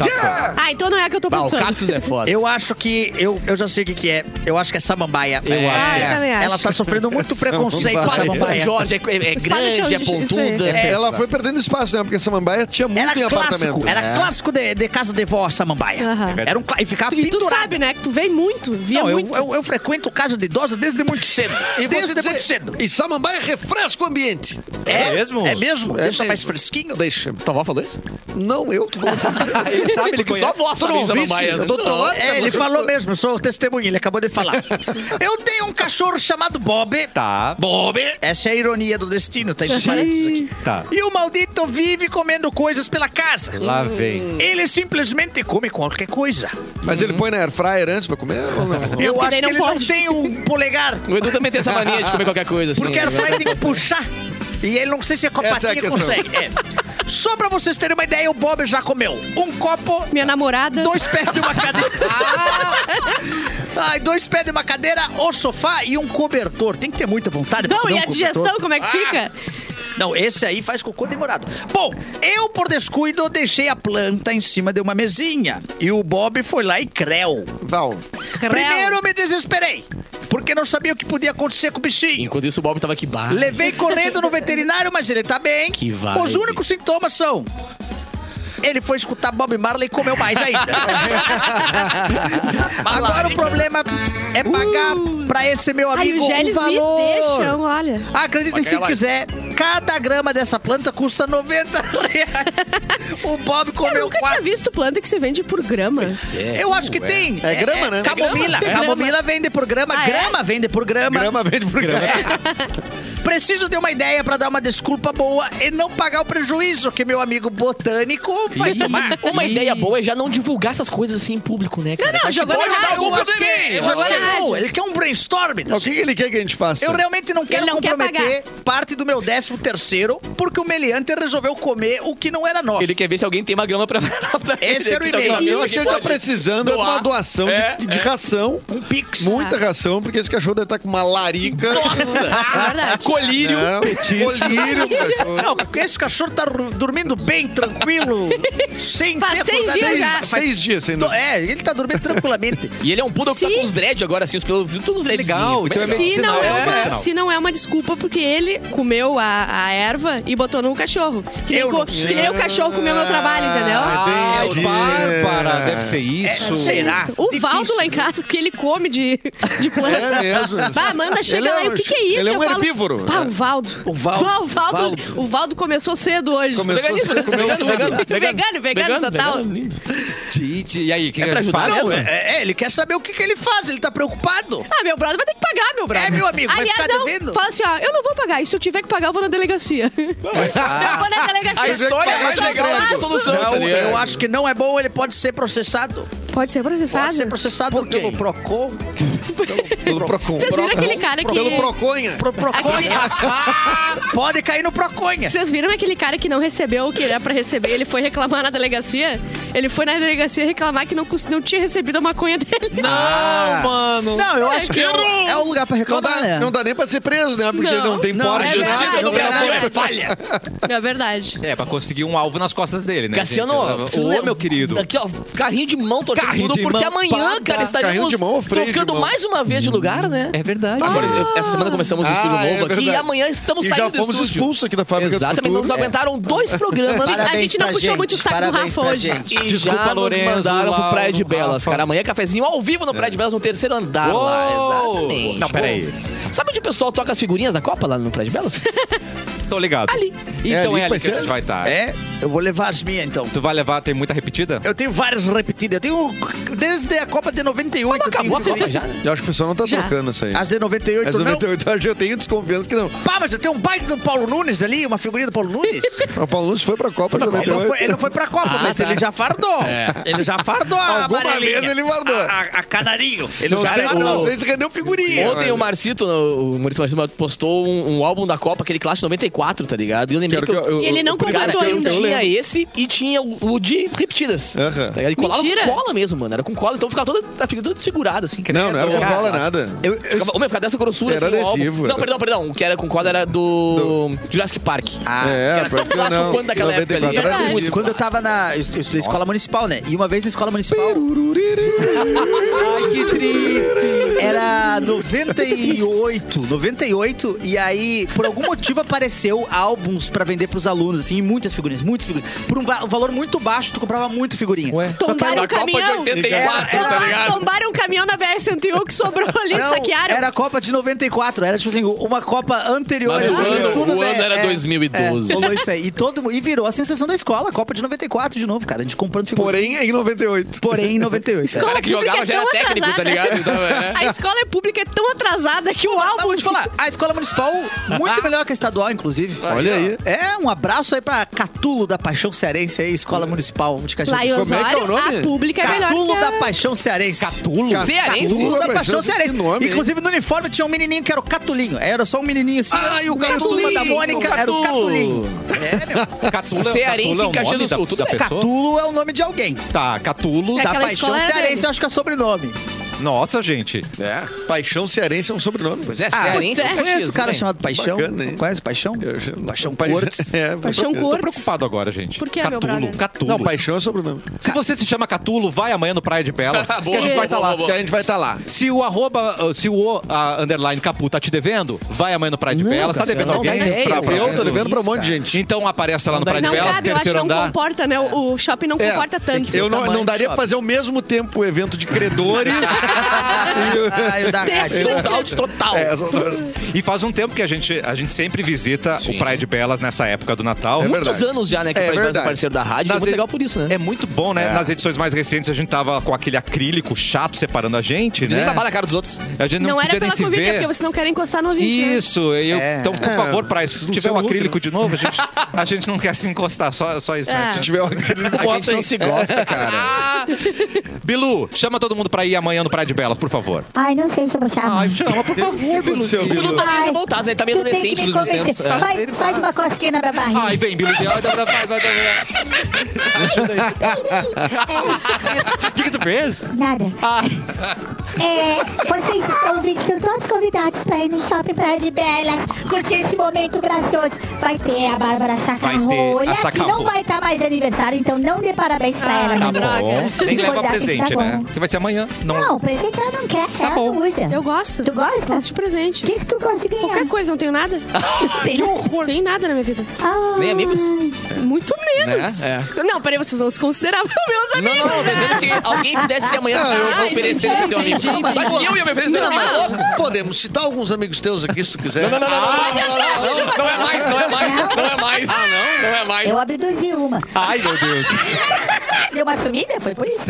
Speaker 1: Ah, então não é a que eu tô
Speaker 3: Bah, o
Speaker 1: pensando.
Speaker 3: cactus é foda.
Speaker 5: Eu acho que. Eu, eu já sei o que, que é. Eu acho que é samambaia. Eu
Speaker 1: acho que é. também acho.
Speaker 5: Ela tá sofrendo muito preconceito com
Speaker 6: Samambaia.
Speaker 3: Espada de São
Speaker 5: samambaia.
Speaker 3: Jorge é, é-
Speaker 1: Espada tá
Speaker 3: é
Speaker 1: de São
Speaker 3: grande, é
Speaker 1: Jorge, isso aí.
Speaker 3: pontuda.
Speaker 6: Ela foi perdendo espaço, né? Porque essa mambaia tinha muito
Speaker 5: Era
Speaker 6: em
Speaker 5: clássico,
Speaker 6: apartamento.
Speaker 5: era
Speaker 6: É.
Speaker 5: clássico de, de casa de vó a samambaia.
Speaker 1: Aham. É
Speaker 5: Era um clá- e ficava
Speaker 1: E tu
Speaker 5: pendurado.
Speaker 1: sabe, né? Que tu vem muito, via
Speaker 5: Não, eu,
Speaker 1: muito.
Speaker 5: eu, eu frequento casa de idosa desde muito cedo.
Speaker 6: E vou te
Speaker 5: desde muito
Speaker 6: dizer,
Speaker 5: cedo.
Speaker 6: e samambaia refresca o ambiente.
Speaker 2: É mesmo?
Speaker 5: É mesmo?
Speaker 6: É
Speaker 5: Deixa
Speaker 6: mesmo.
Speaker 5: mais fresquinho.
Speaker 6: Deixa. então,
Speaker 3: Tua avó falou isso?
Speaker 6: Não, eu tô falando.
Speaker 2: ele sabe, ele
Speaker 3: Só
Speaker 2: conhece.
Speaker 3: vó
Speaker 6: Tu não
Speaker 3: sabe
Speaker 6: ouviste?
Speaker 3: Samambaia.
Speaker 6: Eu tô do teu
Speaker 3: Não.
Speaker 6: lado,
Speaker 5: É,
Speaker 6: cara,
Speaker 5: ele
Speaker 6: mas-
Speaker 5: falou mesmo, eu sou testemunha, ele acabou de falar. Eu tenho um cachorro chamado Bob.
Speaker 2: Tá.
Speaker 5: Bob. Essa é a ironia do destino, tá entre parênteses aqui.
Speaker 2: Ih, Tá.
Speaker 5: E o maldito vive comendo coisas pela casa.
Speaker 2: Lá vem.
Speaker 5: Ele simplesmente come qualquer coisa.
Speaker 6: Mas
Speaker 5: Uhum.
Speaker 6: ele põe na air fryer antes pra comer? ou não?
Speaker 5: Eu
Speaker 1: porque
Speaker 5: acho
Speaker 1: daí
Speaker 5: que
Speaker 1: não
Speaker 5: ele
Speaker 1: pode.
Speaker 5: não tem um polegar,
Speaker 3: O Edu também tem essa mania de comer qualquer coisa, assim.
Speaker 5: porque a Fry tem que puxar. E ele não sei
Speaker 6: Essa
Speaker 5: se a
Speaker 6: é a
Speaker 5: copatinha
Speaker 6: questão.
Speaker 5: consegue. É. Só pra vocês terem uma ideia, o Bob já comeu um copo,
Speaker 1: Minha namorada.
Speaker 5: dois pés de uma cadeira.
Speaker 6: Ah!
Speaker 5: Ai, dois pés de uma cadeira, o sofá e um cobertor. Tem que ter muita vontade pra
Speaker 1: Não,
Speaker 5: comer
Speaker 1: e
Speaker 5: um
Speaker 1: a
Speaker 5: cobertor.
Speaker 1: digestão, como é que fica?
Speaker 5: Ah, Não, esse aí faz cocô demorado. Bom, eu por descuido deixei a planta em cima de uma mesinha. E o Bob foi lá e creu.
Speaker 6: Val.
Speaker 1: Creu.
Speaker 5: Primeiro eu me desesperei, porque não sabia o que podia acontecer com o bichinho.
Speaker 3: Enquanto isso, o Bob tava aqui baixo.
Speaker 5: Levei correndo no veterinário, mas ele tá bem.
Speaker 3: Que vibe.
Speaker 5: Os únicos sintomas são. Ele foi escutar Bob Marley e comeu mais ainda. Agora o problema é pagar pra esse meu
Speaker 1: Uh. Ai,
Speaker 5: amigo
Speaker 1: os
Speaker 5: um
Speaker 1: geles me
Speaker 5: valor.
Speaker 1: deixam, olha.
Speaker 5: Acreditem se
Speaker 3: Aquela-
Speaker 5: quiser, cada grama dessa planta custa 90 reais. o Bob
Speaker 1: Eu
Speaker 5: comeu
Speaker 1: nunca tinha
Speaker 5: quatro. é.
Speaker 1: visto planta que se vende por grama.
Speaker 5: Eu acho que tem.
Speaker 6: É grama, né?
Speaker 5: Camomila.
Speaker 1: grama.
Speaker 5: Camomila vende por grama.
Speaker 1: Ah, é?
Speaker 5: grama vende por grama.
Speaker 6: Grama vende pro grama.
Speaker 5: Preciso de uma ideia pra dar uma desculpa boa e não pagar o prejuízo que meu amigo botânico vai tomar.
Speaker 3: Uma ideia boa é já não divulgar essas coisas assim em público, né, cara?
Speaker 1: Não, não,
Speaker 3: Acho que
Speaker 1: jogou
Speaker 3: pode
Speaker 1: na
Speaker 3: dar
Speaker 1: rádio.
Speaker 3: algum
Speaker 5: Eu acho que,
Speaker 3: problema.
Speaker 5: eu acho que é boa. Ele quer um brainstorm.
Speaker 6: Mas o que que ele quer que a gente faça?
Speaker 5: Eu realmente não quero
Speaker 1: Ele não quer
Speaker 5: comprometer parte do meu décimo terceiro porque o Meliante resolveu comer o que não era nosso.
Speaker 3: Ele quer ver se alguém tem uma grama pra, pra
Speaker 5: Esse era o
Speaker 3: Se alguém-
Speaker 5: e-mail.
Speaker 6: Eu acho que ele tá precisando de uma
Speaker 3: Doar.
Speaker 6: doação de-
Speaker 3: É,
Speaker 6: de,
Speaker 3: é.
Speaker 6: ração.
Speaker 5: Um pix.
Speaker 6: Muita ração, porque esse cachorro deve estar com uma larica.
Speaker 1: É
Speaker 3: Nossa! Ah, Colírio.
Speaker 6: né? Colírio, cachorro.
Speaker 5: Ah, Não, porque esse cachorro tá ru- dormindo bem, tranquilo. sem
Speaker 1: Faz
Speaker 5: ser
Speaker 1: seis
Speaker 5: acusado.
Speaker 1: dias já.
Speaker 5: Faz-
Speaker 6: Seis dias sem
Speaker 5: to- É, ele tá dormindo tranquilamente.
Speaker 3: E ele é um poodle que
Speaker 1: Sim.
Speaker 3: tá com os dread agora, assim, os pelos, todos os dreadzinhos.
Speaker 2: Legal, então é
Speaker 3: Mas- assim,
Speaker 1: Se não
Speaker 2: Medicinal,
Speaker 1: é,
Speaker 2: é
Speaker 1: uma,
Speaker 2: medicinal.
Speaker 1: se não é uma desculpa, porque ele comeu a, a erva e botou num cachorro. Que nem,
Speaker 5: Eu
Speaker 1: co-
Speaker 5: não
Speaker 1: que nem o cachorro comeu meu trabalho, entendeu?
Speaker 2: Ai,
Speaker 6: Entendi.
Speaker 2: Bárbara, deve ser
Speaker 5: É,
Speaker 2: isso.
Speaker 5: será?
Speaker 1: Isso. O Valdo lá em casa, porque ele come de, de planta.
Speaker 6: É mesmo.
Speaker 1: Bah, Amanda chega
Speaker 6: Ele é
Speaker 1: lá e o
Speaker 6: um-
Speaker 1: que, que é isso?
Speaker 6: ele é um
Speaker 1: Eu falo,
Speaker 6: herbívoro.
Speaker 1: Pá, o Valdo.
Speaker 5: O Valdo,
Speaker 1: Bah, O Valdo,
Speaker 5: o Valdo.
Speaker 1: o Valdo começou cedo hoje. Tá
Speaker 6: Começou a comer o tudo.
Speaker 1: Vegano, vegano total.
Speaker 2: Tite, e aí, o que
Speaker 3: pra
Speaker 2: a gente
Speaker 3: ajudar,
Speaker 2: faz?
Speaker 3: né?
Speaker 5: Não, é, é, ele quer saber o que, que ele faz, ele tá preocupado.
Speaker 1: Ah, meu brother vai ter que pagar, meu brother.
Speaker 5: É, meu amigo, vai
Speaker 1: Aliás,
Speaker 5: ficar
Speaker 1: não,
Speaker 5: devendo?
Speaker 1: fala assim, ó, eu não vou pagar. E se eu tiver que pagar, eu vou na delegacia. Eu vou na delegacia.
Speaker 3: A história é mais
Speaker 1: Eu
Speaker 3: legal do que a
Speaker 1: faço.
Speaker 3: solução, tá
Speaker 5: Não,
Speaker 3: ligado?
Speaker 5: eu acho que não é bom, ele pode ser processado.
Speaker 1: Pode ser processado?
Speaker 5: Pode ser processado
Speaker 6: Por quem?
Speaker 5: pelo Procon.
Speaker 6: Pelo Procon.
Speaker 1: Vocês viram aquele cara que...
Speaker 6: Pelo Proconha.
Speaker 5: Pro Proconha. Pode cair no Proconha.
Speaker 1: Vocês viram aquele cara que não recebeu o que era pra receber? Ele foi reclamar na delegacia? Ele foi na delegacia reclamar que não, cons- não tinha recebido a maconha dele.
Speaker 5: Ah.
Speaker 2: mano.
Speaker 5: Não, eu acho que é o- é o lugar pra
Speaker 6: Não
Speaker 5: reclamar,
Speaker 6: dá,
Speaker 5: né?
Speaker 6: não dá nem pra ser preso, né? Porque
Speaker 1: Não.
Speaker 6: ele não tem
Speaker 5: Não,
Speaker 6: porte.
Speaker 1: é
Speaker 6: né?
Speaker 1: verdade,
Speaker 3: Justiça do
Speaker 1: é verdade.
Speaker 3: Brasil é falha.
Speaker 1: Não, é verdade.
Speaker 2: É, pra conseguir um alvo nas costas dele, né?
Speaker 3: Cassiano,
Speaker 2: gente?
Speaker 3: preciso
Speaker 2: Ô,
Speaker 3: lem-
Speaker 2: meu querido.
Speaker 3: Aqui, ó, carrinho de mão torcendo
Speaker 2: Carrinho
Speaker 3: tudo,
Speaker 2: de
Speaker 3: porque
Speaker 2: mão,
Speaker 3: amanhã,
Speaker 2: pá,
Speaker 3: cara,
Speaker 6: Carrinho
Speaker 3: estaremos
Speaker 6: de mão ou freio de
Speaker 3: trocando
Speaker 6: mão?
Speaker 3: mais uma vez de lugar, né?
Speaker 2: É verdade.
Speaker 3: Agora, eu- essa semana começamos um
Speaker 6: Ah,
Speaker 3: estúdio
Speaker 6: é
Speaker 3: novo aqui
Speaker 6: verdade.
Speaker 3: e amanhã estamos
Speaker 6: E
Speaker 3: saindo
Speaker 6: já
Speaker 3: do
Speaker 6: fomos
Speaker 3: estúdio.
Speaker 6: expulsos aqui da fábrica
Speaker 3: Exatamente,
Speaker 6: do
Speaker 3: não nos
Speaker 6: futuro. É.
Speaker 3: aguentaram dois programas
Speaker 1: a gente não
Speaker 5: pra
Speaker 1: puxou muito o saco do
Speaker 5: parabéns
Speaker 1: Rafa
Speaker 5: pra
Speaker 1: hoje.
Speaker 5: gente.
Speaker 3: e
Speaker 2: Desculpa,
Speaker 3: já nos
Speaker 2: Lorenzo,
Speaker 3: mandaram pro Praia de
Speaker 2: Lauro,
Speaker 3: Belas.
Speaker 2: Rafa.
Speaker 3: Cara, amanhã é cafezinho ao
Speaker 6: É.
Speaker 3: vivo no Praia de Belas, no terceiro andar lá.
Speaker 2: Uou!
Speaker 3: Exatamente.
Speaker 2: Não, peraí.
Speaker 3: Sabe onde o pessoal toca as figurinhas da Copa lá no Praia de Belas?
Speaker 2: Tô ligado.
Speaker 3: Ali.
Speaker 2: Então
Speaker 6: ali
Speaker 2: é,
Speaker 6: que
Speaker 2: ali
Speaker 6: vai
Speaker 2: que a
Speaker 6: ser?
Speaker 2: gente vai estar.
Speaker 5: É, eu vou levar as minhas então.
Speaker 2: Tu vai levar, tem muita repetida?
Speaker 5: Eu tenho várias repetidas. Eu tenho desde a Copa de 98. eu tenho
Speaker 3: Acabou a Copa
Speaker 5: figurinha.
Speaker 3: já. né?
Speaker 6: Eu acho que o pessoal não tá
Speaker 1: Já.
Speaker 6: trocando isso aí.
Speaker 5: As de 98
Speaker 6: As
Speaker 5: não.
Speaker 6: 98 horas eu tenho desconfiança que não.
Speaker 5: Pá, mas eu tenho um baita do Paulo Nunes ali, uma figurinha do Paulo Nunes.
Speaker 6: O Paulo Nunes foi pra Copa de
Speaker 5: Ele não,
Speaker 6: 98.
Speaker 5: foi, ele não foi pra Copa, mas ele já fardou. Ele já fardou a
Speaker 6: Ah, tá. É. Alguma
Speaker 5: amarelinha.
Speaker 6: vez ele fardou.
Speaker 5: A, a, a canarinho. Ele
Speaker 6: Não
Speaker 5: já
Speaker 6: sei, não
Speaker 5: fardou.
Speaker 6: sei se rendeu figurinha.
Speaker 3: Ontem o
Speaker 6: mas-
Speaker 3: Marcito, o Maurício Marcito postou um, um álbum da Copa, aquele clássico 94, tá ligado? E eu lembrei
Speaker 6: Quero
Speaker 3: que, eu,
Speaker 6: que eu-
Speaker 1: E ele não
Speaker 6: eu- eu-
Speaker 3: Cara,
Speaker 1: completou
Speaker 6: eu-
Speaker 1: ainda.
Speaker 6: eu
Speaker 3: tinha
Speaker 6: lembro.
Speaker 3: esse e tinha o o de repetidas.
Speaker 6: Aham.
Speaker 3: Tá ligado? E colava
Speaker 1: Mentira.
Speaker 3: com cola mesmo, mano. Era com cola, então ficava toda, a figura toda desfigurada, assim.
Speaker 6: Não, não era
Speaker 5: Cara,
Speaker 6: bola
Speaker 5: eu acho-
Speaker 6: nada.
Speaker 5: Eu, eu-
Speaker 3: Ficava, ô, meu, ficava dessa grossura,
Speaker 6: Era
Speaker 3: assim, o álbum.
Speaker 6: adesivo,
Speaker 3: Não,
Speaker 6: era.
Speaker 3: perdão, perdão. O que era com cola era do, Jurassic Park.
Speaker 5: Ah,
Speaker 6: é,
Speaker 3: era tão
Speaker 6: porque
Speaker 3: clássico
Speaker 6: não.
Speaker 3: quanto daquela época ali.
Speaker 6: 94 era
Speaker 1: Verdade.
Speaker 6: adesivo.
Speaker 5: quando eu tava na. Eu eu estudei escola municipal, né? E uma vez na escola municipal.
Speaker 2: Ai, que triste.
Speaker 5: Era 98, 98, e aí, por algum motivo, apareceu álbuns pra vender pros alunos, assim, e muitas figurinhas, muitas figurinhas. Por um, ba- um valor muito baixo, tu comprava muita figurinha. Só que
Speaker 1: Tombaram um caminhão.
Speaker 6: É,
Speaker 1: Ela- Tombaram um caminhão na BR-101 que sobrou ali,
Speaker 5: Não,
Speaker 1: saquearam.
Speaker 5: Era a Copa de 94, era tipo assim, uma Copa anterior.
Speaker 3: Mas o
Speaker 5: Tudo
Speaker 3: ano, o
Speaker 5: bem,
Speaker 3: ano era
Speaker 5: é, é,
Speaker 3: 2012.
Speaker 5: Rolou isso aí. E, todo, mu- e virou a sensação da escola, a Copa de 94 de novo, cara. A gente comprando figurinha.
Speaker 6: Porém, é em 98.
Speaker 5: Porém, em 98.
Speaker 1: Escola
Speaker 5: é.
Speaker 3: cara que
Speaker 1: pública
Speaker 3: jogava
Speaker 1: é
Speaker 3: já era
Speaker 1: tão
Speaker 3: técnico, tá
Speaker 1: atrasada.
Speaker 3: ligado? Então, é.
Speaker 1: A escola pública é tão atrasada que o
Speaker 5: Mas
Speaker 1: álbum...
Speaker 5: vou te falar, a escola municipal, muito melhor que a estadual, inclusive.
Speaker 6: Olha aí.
Speaker 5: É, um abraço aí pra Catulo da Paixão Cearense aí, Escola Municipal de Caxias.
Speaker 1: Lá em
Speaker 6: Como é que é o
Speaker 1: Osório, a
Speaker 6: nome?
Speaker 1: pública é melhor
Speaker 5: Catulo
Speaker 1: que
Speaker 5: da
Speaker 1: a...
Speaker 5: Paixão Cearense. Catulo?
Speaker 3: Cearense?
Speaker 6: Catulo
Speaker 5: Catulo da Paixão
Speaker 6: da Paixão,
Speaker 5: Cearense.
Speaker 6: que nome, hein?
Speaker 5: Inclusive no uniforme tinha um menininho que era o Catulinho. Era só um menininho assim.
Speaker 6: Ah, e o
Speaker 5: meio
Speaker 6: Catulinho!
Speaker 5: turma da Mônica era o Catulinho.
Speaker 2: Catula,
Speaker 3: É, Cearense
Speaker 2: Catula é o
Speaker 3: em Caxias
Speaker 2: nome
Speaker 3: do
Speaker 2: da-
Speaker 3: Sul, tudo
Speaker 2: da
Speaker 3: bem.
Speaker 2: pessoa?
Speaker 5: Catulo é o nome de alguém.
Speaker 2: Tá, Catulo.
Speaker 1: É
Speaker 5: Da
Speaker 1: aquela
Speaker 5: Paixão
Speaker 1: escola era
Speaker 5: Cearense,
Speaker 1: dele.
Speaker 5: eu acho que é sobrenome.
Speaker 2: Nossa, gente.
Speaker 3: É.
Speaker 6: Paixão Cearense é um sobrenome.
Speaker 3: Pois é,
Speaker 5: Ah,
Speaker 3: cearense.
Speaker 1: putz, é.
Speaker 3: Caxias,
Speaker 5: Conhece o cara
Speaker 3: tudo bem.
Speaker 5: chamado Paixão?
Speaker 6: Bacana, hein?
Speaker 5: Conhece Paixão?
Speaker 6: Eu-
Speaker 5: Paixão
Speaker 6: Paixão-
Speaker 5: Cortes.
Speaker 6: É,
Speaker 1: Paixão
Speaker 2: Tô
Speaker 1: Cortes.
Speaker 2: preocupado agora, gente.
Speaker 1: Por que, é meu
Speaker 2: Catulo,
Speaker 1: brother?
Speaker 2: Catulo.
Speaker 6: Não, paixão é sobrenome.
Speaker 2: Se você se chama Catulo, vai amanhã no Praia de Belas,
Speaker 3: Ah,
Speaker 2: que
Speaker 3: boa,
Speaker 2: a gente
Speaker 3: boa,
Speaker 2: vai estar
Speaker 3: boa,
Speaker 2: lá.
Speaker 3: boa.
Speaker 6: Que a gente vai estar lá.
Speaker 2: Se o arroba, uh, se o o, a, underline Capu tá te devendo, vai amanhã no Praia de Belas. Tá
Speaker 3: Cassiano,
Speaker 2: devendo
Speaker 3: não dá
Speaker 2: alguém?
Speaker 3: ideia,
Speaker 2: Pra-
Speaker 3: cara.
Speaker 2: pra-
Speaker 6: Eu tô devendo pra um
Speaker 5: Isso,
Speaker 6: monte de
Speaker 5: cara.
Speaker 6: gente.
Speaker 2: Então aparece lá no
Speaker 3: Não dá
Speaker 2: Praia de
Speaker 3: ideia.
Speaker 1: Não
Speaker 2: Belas,
Speaker 1: cabe, eu acho que
Speaker 2: terceiro
Speaker 1: não
Speaker 2: andar.
Speaker 1: comporta, né? O, o shopping não
Speaker 6: É,
Speaker 1: comporta tanto.
Speaker 6: Eu não,
Speaker 5: tamanho
Speaker 6: não daria
Speaker 5: do
Speaker 6: pra fazer ao mesmo tempo o evento de credores.
Speaker 5: Ah, eu da
Speaker 1: Terceiro
Speaker 5: Caixa.
Speaker 3: Sold out total.
Speaker 6: É, só-
Speaker 2: E faz um tempo que a gente, a gente sempre visita
Speaker 3: Sim.
Speaker 2: o Praia de Belas nessa época do Natal.
Speaker 6: É
Speaker 3: Muitos
Speaker 6: verdade.
Speaker 3: anos já, né, que
Speaker 6: É
Speaker 3: o Brasil é
Speaker 6: verdade.
Speaker 3: parceiro da rádio. É
Speaker 2: Nas
Speaker 3: muito
Speaker 2: e-
Speaker 3: legal por isso, né?
Speaker 2: É muito bom, né?
Speaker 3: É.
Speaker 2: Nas edições mais recentes a gente tava com aquele acrílico chato separando a gente,
Speaker 3: Nem
Speaker 2: né?
Speaker 3: babar na cara dos outros.
Speaker 2: A gente não,
Speaker 1: Não era
Speaker 2: podia nem
Speaker 1: pela
Speaker 2: se
Speaker 1: Covid, é porque
Speaker 2: ver.
Speaker 1: vocês não querem encostar no ouvinte, né?
Speaker 2: Isso, eu-
Speaker 5: É.
Speaker 2: então, por
Speaker 6: É,
Speaker 2: favor, Praia, se
Speaker 6: Luciano
Speaker 2: tiver um
Speaker 6: Huck,
Speaker 2: acrílico
Speaker 6: né?
Speaker 2: de novo, a gente, a gente não quer se encostar, só, só isso, né?
Speaker 1: É.
Speaker 6: Se tiver alguém,
Speaker 3: A gente
Speaker 6: bota
Speaker 3: não
Speaker 6: aí. É.
Speaker 3: se gosta, cara.
Speaker 2: Ah! Bilu, chama todo mundo pra ir amanhã no Praia de Belas, por favor.
Speaker 4: Ai, não sei se eu vou chamar.
Speaker 2: Ai, chama, por favor, Bilu.
Speaker 6: Seu
Speaker 3: O Bilu
Speaker 6: Bilu.
Speaker 3: tá meio
Speaker 4: Ai,
Speaker 3: revoltado, né? Ele tá meio
Speaker 4: tu tem que
Speaker 3: adolescente
Speaker 4: me
Speaker 3: nos últimos
Speaker 4: convencer.
Speaker 3: tempos. É.
Speaker 4: Vai, faz uma cosquinha na minha barriga.
Speaker 2: Ai, vem, Bilu. Vai, vai, vai, vai, vai.
Speaker 6: O que, que tu fez?
Speaker 4: Nada.
Speaker 2: Ah,
Speaker 4: É, vocês ouvintes são todos convidados para ir no Shopping Praia de Belas, curtir esse momento gracioso. Vai ter a Bárbara
Speaker 2: Vai ter a
Speaker 4: Sacarrolha, que
Speaker 2: Sacarrola.
Speaker 4: não vai estar mais de aniversário, então não dê parabéns para
Speaker 1: Ah,
Speaker 4: ela, meu
Speaker 1: tá bom.
Speaker 4: amor.
Speaker 1: Droga.
Speaker 2: Nem leva
Speaker 4: Acordar,
Speaker 2: presente,
Speaker 4: tá
Speaker 2: né?
Speaker 4: bom.
Speaker 2: Que vai ser amanhã. Não.
Speaker 4: Não, presente ela não quer, ela
Speaker 2: bom.
Speaker 4: não usa.
Speaker 1: Eu gosto.
Speaker 4: Tu gosta?
Speaker 1: Gosto de
Speaker 4: O
Speaker 1: presente.
Speaker 4: que, que tu gosta de ganhar?
Speaker 1: Qualquer coisa, não tenho nada.
Speaker 4: Tem-
Speaker 1: Não tenho nada na minha vida.
Speaker 4: Ah,
Speaker 3: Nem amigos?
Speaker 1: Muito menos.
Speaker 3: Né?
Speaker 2: É.
Speaker 1: Não, peraí, vocês não se consideravam meus amigos.
Speaker 3: Não, não, não. Tô dizendo que alguém pudesse ir amanhã pra
Speaker 1: eu-
Speaker 3: cá oferecer pro teu amigo.
Speaker 1: Entendi,
Speaker 3: Mas
Speaker 6: entendi.
Speaker 3: eu ia me oferecer. Não, não, não.
Speaker 6: Podemos citar alguns amigos teus aqui, se tu quiser.
Speaker 3: Não, não, não, não, não, não, não, não. Não é mais, não é mais, não é mais. Não é mais.
Speaker 4: Eu abduzi uma.
Speaker 2: Ai, meu Deus.
Speaker 4: Deu uma sumida? Foi por isso?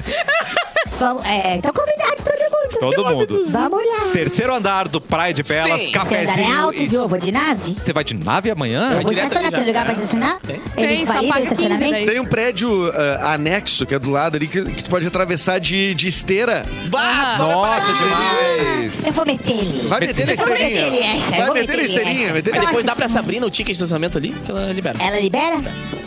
Speaker 4: Vamos, é, então convidados é, todo mundo. mundo?
Speaker 2: Todo mundo.
Speaker 4: Vamos lá.
Speaker 2: Terceiro andar do Praia de Belas,
Speaker 3: Sim.
Speaker 4: Você andar é
Speaker 2: cafezinho.
Speaker 4: alto,
Speaker 2: e-
Speaker 4: eu vou de nave?
Speaker 2: Você vai de nave amanhã?
Speaker 4: Eu vou
Speaker 3: direto
Speaker 4: estacionar,
Speaker 3: ali na-
Speaker 4: tem lugar pra estacionar?
Speaker 1: Tem,
Speaker 4: Eles
Speaker 1: só
Speaker 4: validam o
Speaker 1: paga 15
Speaker 4: estacionamento?
Speaker 1: daí.
Speaker 6: Tem um prédio ah, anexo que é do lado ali que, que tu pode atravessar de, de esteira.
Speaker 3: Bah, só vai parar
Speaker 2: Nossa,
Speaker 3: aqui.
Speaker 2: demais!
Speaker 4: Eu vou meter ele.
Speaker 6: Vai meter na
Speaker 4: Eu vou meter
Speaker 6: esteirinha.
Speaker 4: ele essa. eu
Speaker 6: Vai
Speaker 4: vou
Speaker 6: meter na
Speaker 4: ele
Speaker 6: esteirinha.
Speaker 4: essa.
Speaker 6: meter na
Speaker 3: Aí
Speaker 4: Nossa
Speaker 3: depois dá pra
Speaker 4: Senhora.
Speaker 3: Sabrina o ticket de estacionamento ali, que ela libera.
Speaker 4: Ela libera?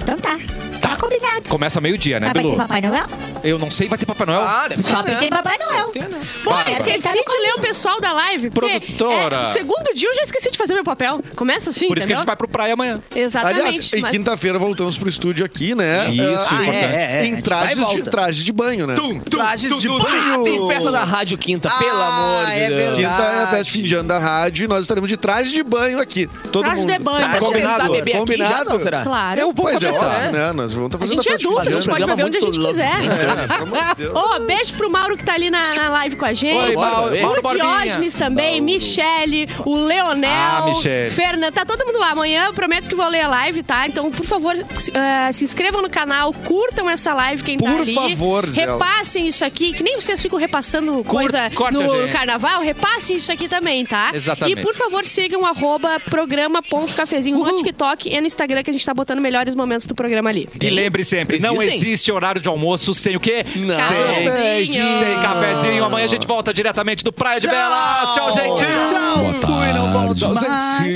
Speaker 4: Então tá. Tá combinado.
Speaker 2: Começa meio-dia,
Speaker 4: Mas
Speaker 2: né,
Speaker 4: Ah, vai Ah,
Speaker 2: Bilu?
Speaker 4: ter Papai Noel?
Speaker 2: Eu não sei, vai ter Papai Noel?
Speaker 3: deve ter,
Speaker 4: Shopping
Speaker 3: né?
Speaker 4: tem Papai Noel.
Speaker 3: Tem, né?
Speaker 1: Pô,
Speaker 2: Bárbara.
Speaker 4: Tá
Speaker 1: esqueci de ler o pessoal da live. porque
Speaker 2: Produtora.
Speaker 1: é, no segundo dia eu já esqueci de fazer meu papel. Começa assim,
Speaker 2: Por isso que
Speaker 1: entendeu?
Speaker 2: a gente vai pro praia amanhã.
Speaker 1: Exatamente.
Speaker 6: Aliás, em
Speaker 1: mas-
Speaker 6: quinta-feira voltamos pro estúdio aqui, né?
Speaker 2: Isso,
Speaker 6: Ah,
Speaker 2: importante.
Speaker 5: é, é.
Speaker 6: Em
Speaker 5: A gente
Speaker 6: trajes
Speaker 5: vai e
Speaker 6: de,
Speaker 5: volta.
Speaker 6: trajes de banho, né?
Speaker 5: Trajes de
Speaker 3: Ah, tem festa da rádio quinta, pelo amor de
Speaker 5: é
Speaker 3: Deus.
Speaker 5: verdade.
Speaker 6: Quinta é a festa de fim de ano da rádio e nós estaremos de trajes de banho aqui. Todo
Speaker 1: Traje
Speaker 6: mundo.
Speaker 1: de banho.
Speaker 3: Vai começar a
Speaker 6: Combinado?
Speaker 3: beber aqui já,
Speaker 6: Combinado?
Speaker 3: não, será?
Speaker 1: Claro.
Speaker 2: Eu vou
Speaker 6: Pois é,
Speaker 2: começar.
Speaker 6: óbvio, né? Nós vamos estar
Speaker 1: A
Speaker 6: fazendo
Speaker 1: gente é
Speaker 6: festa de
Speaker 1: adulto, a
Speaker 6: fim
Speaker 1: gente
Speaker 6: de
Speaker 1: pode
Speaker 6: ano.
Speaker 1: beber onde a gente
Speaker 3: Programa muito
Speaker 1: quiser.
Speaker 6: É, pelo amor de Deus.
Speaker 1: Ô, beijo pro Mauro que tá ali na, na live com a gente.
Speaker 2: Oi, Mauro,
Speaker 1: o
Speaker 2: Mauro Borbinha.
Speaker 1: Diógenes também, Michele, o Leonel,
Speaker 2: Ah, Michele.
Speaker 1: Fernanda, tá todo mundo lá. Amanhã eu prometo que vou ler a live, tá? Então, por favor, se- ah, se inscrevam no canal, curtam essa live, quem tá
Speaker 6: Por
Speaker 1: ali.
Speaker 6: favor, Zé.
Speaker 1: Repassem isso aqui, que nem vocês ficam repassando coisa
Speaker 2: corta,
Speaker 1: no
Speaker 2: gente.
Speaker 1: carnaval, repassem isso aqui também, tá?
Speaker 2: Exatamente.
Speaker 1: E por favor, sigam arroba programa.cafezinho no TikTok e no Instagram, que a gente tá botando melhores momentos do programa ali.
Speaker 2: E lembre sempre, não
Speaker 3: Existem?
Speaker 2: existe horário de almoço sem o quê? Não. Sem,
Speaker 1: Cafezinho.
Speaker 2: sem cafezinho. Amanhã a gente volta diretamente do Praia de Belas. Tchau, gente.
Speaker 5: Tchau. Fui, não volto
Speaker 2: Tchau,
Speaker 5: mais.
Speaker 2: gente.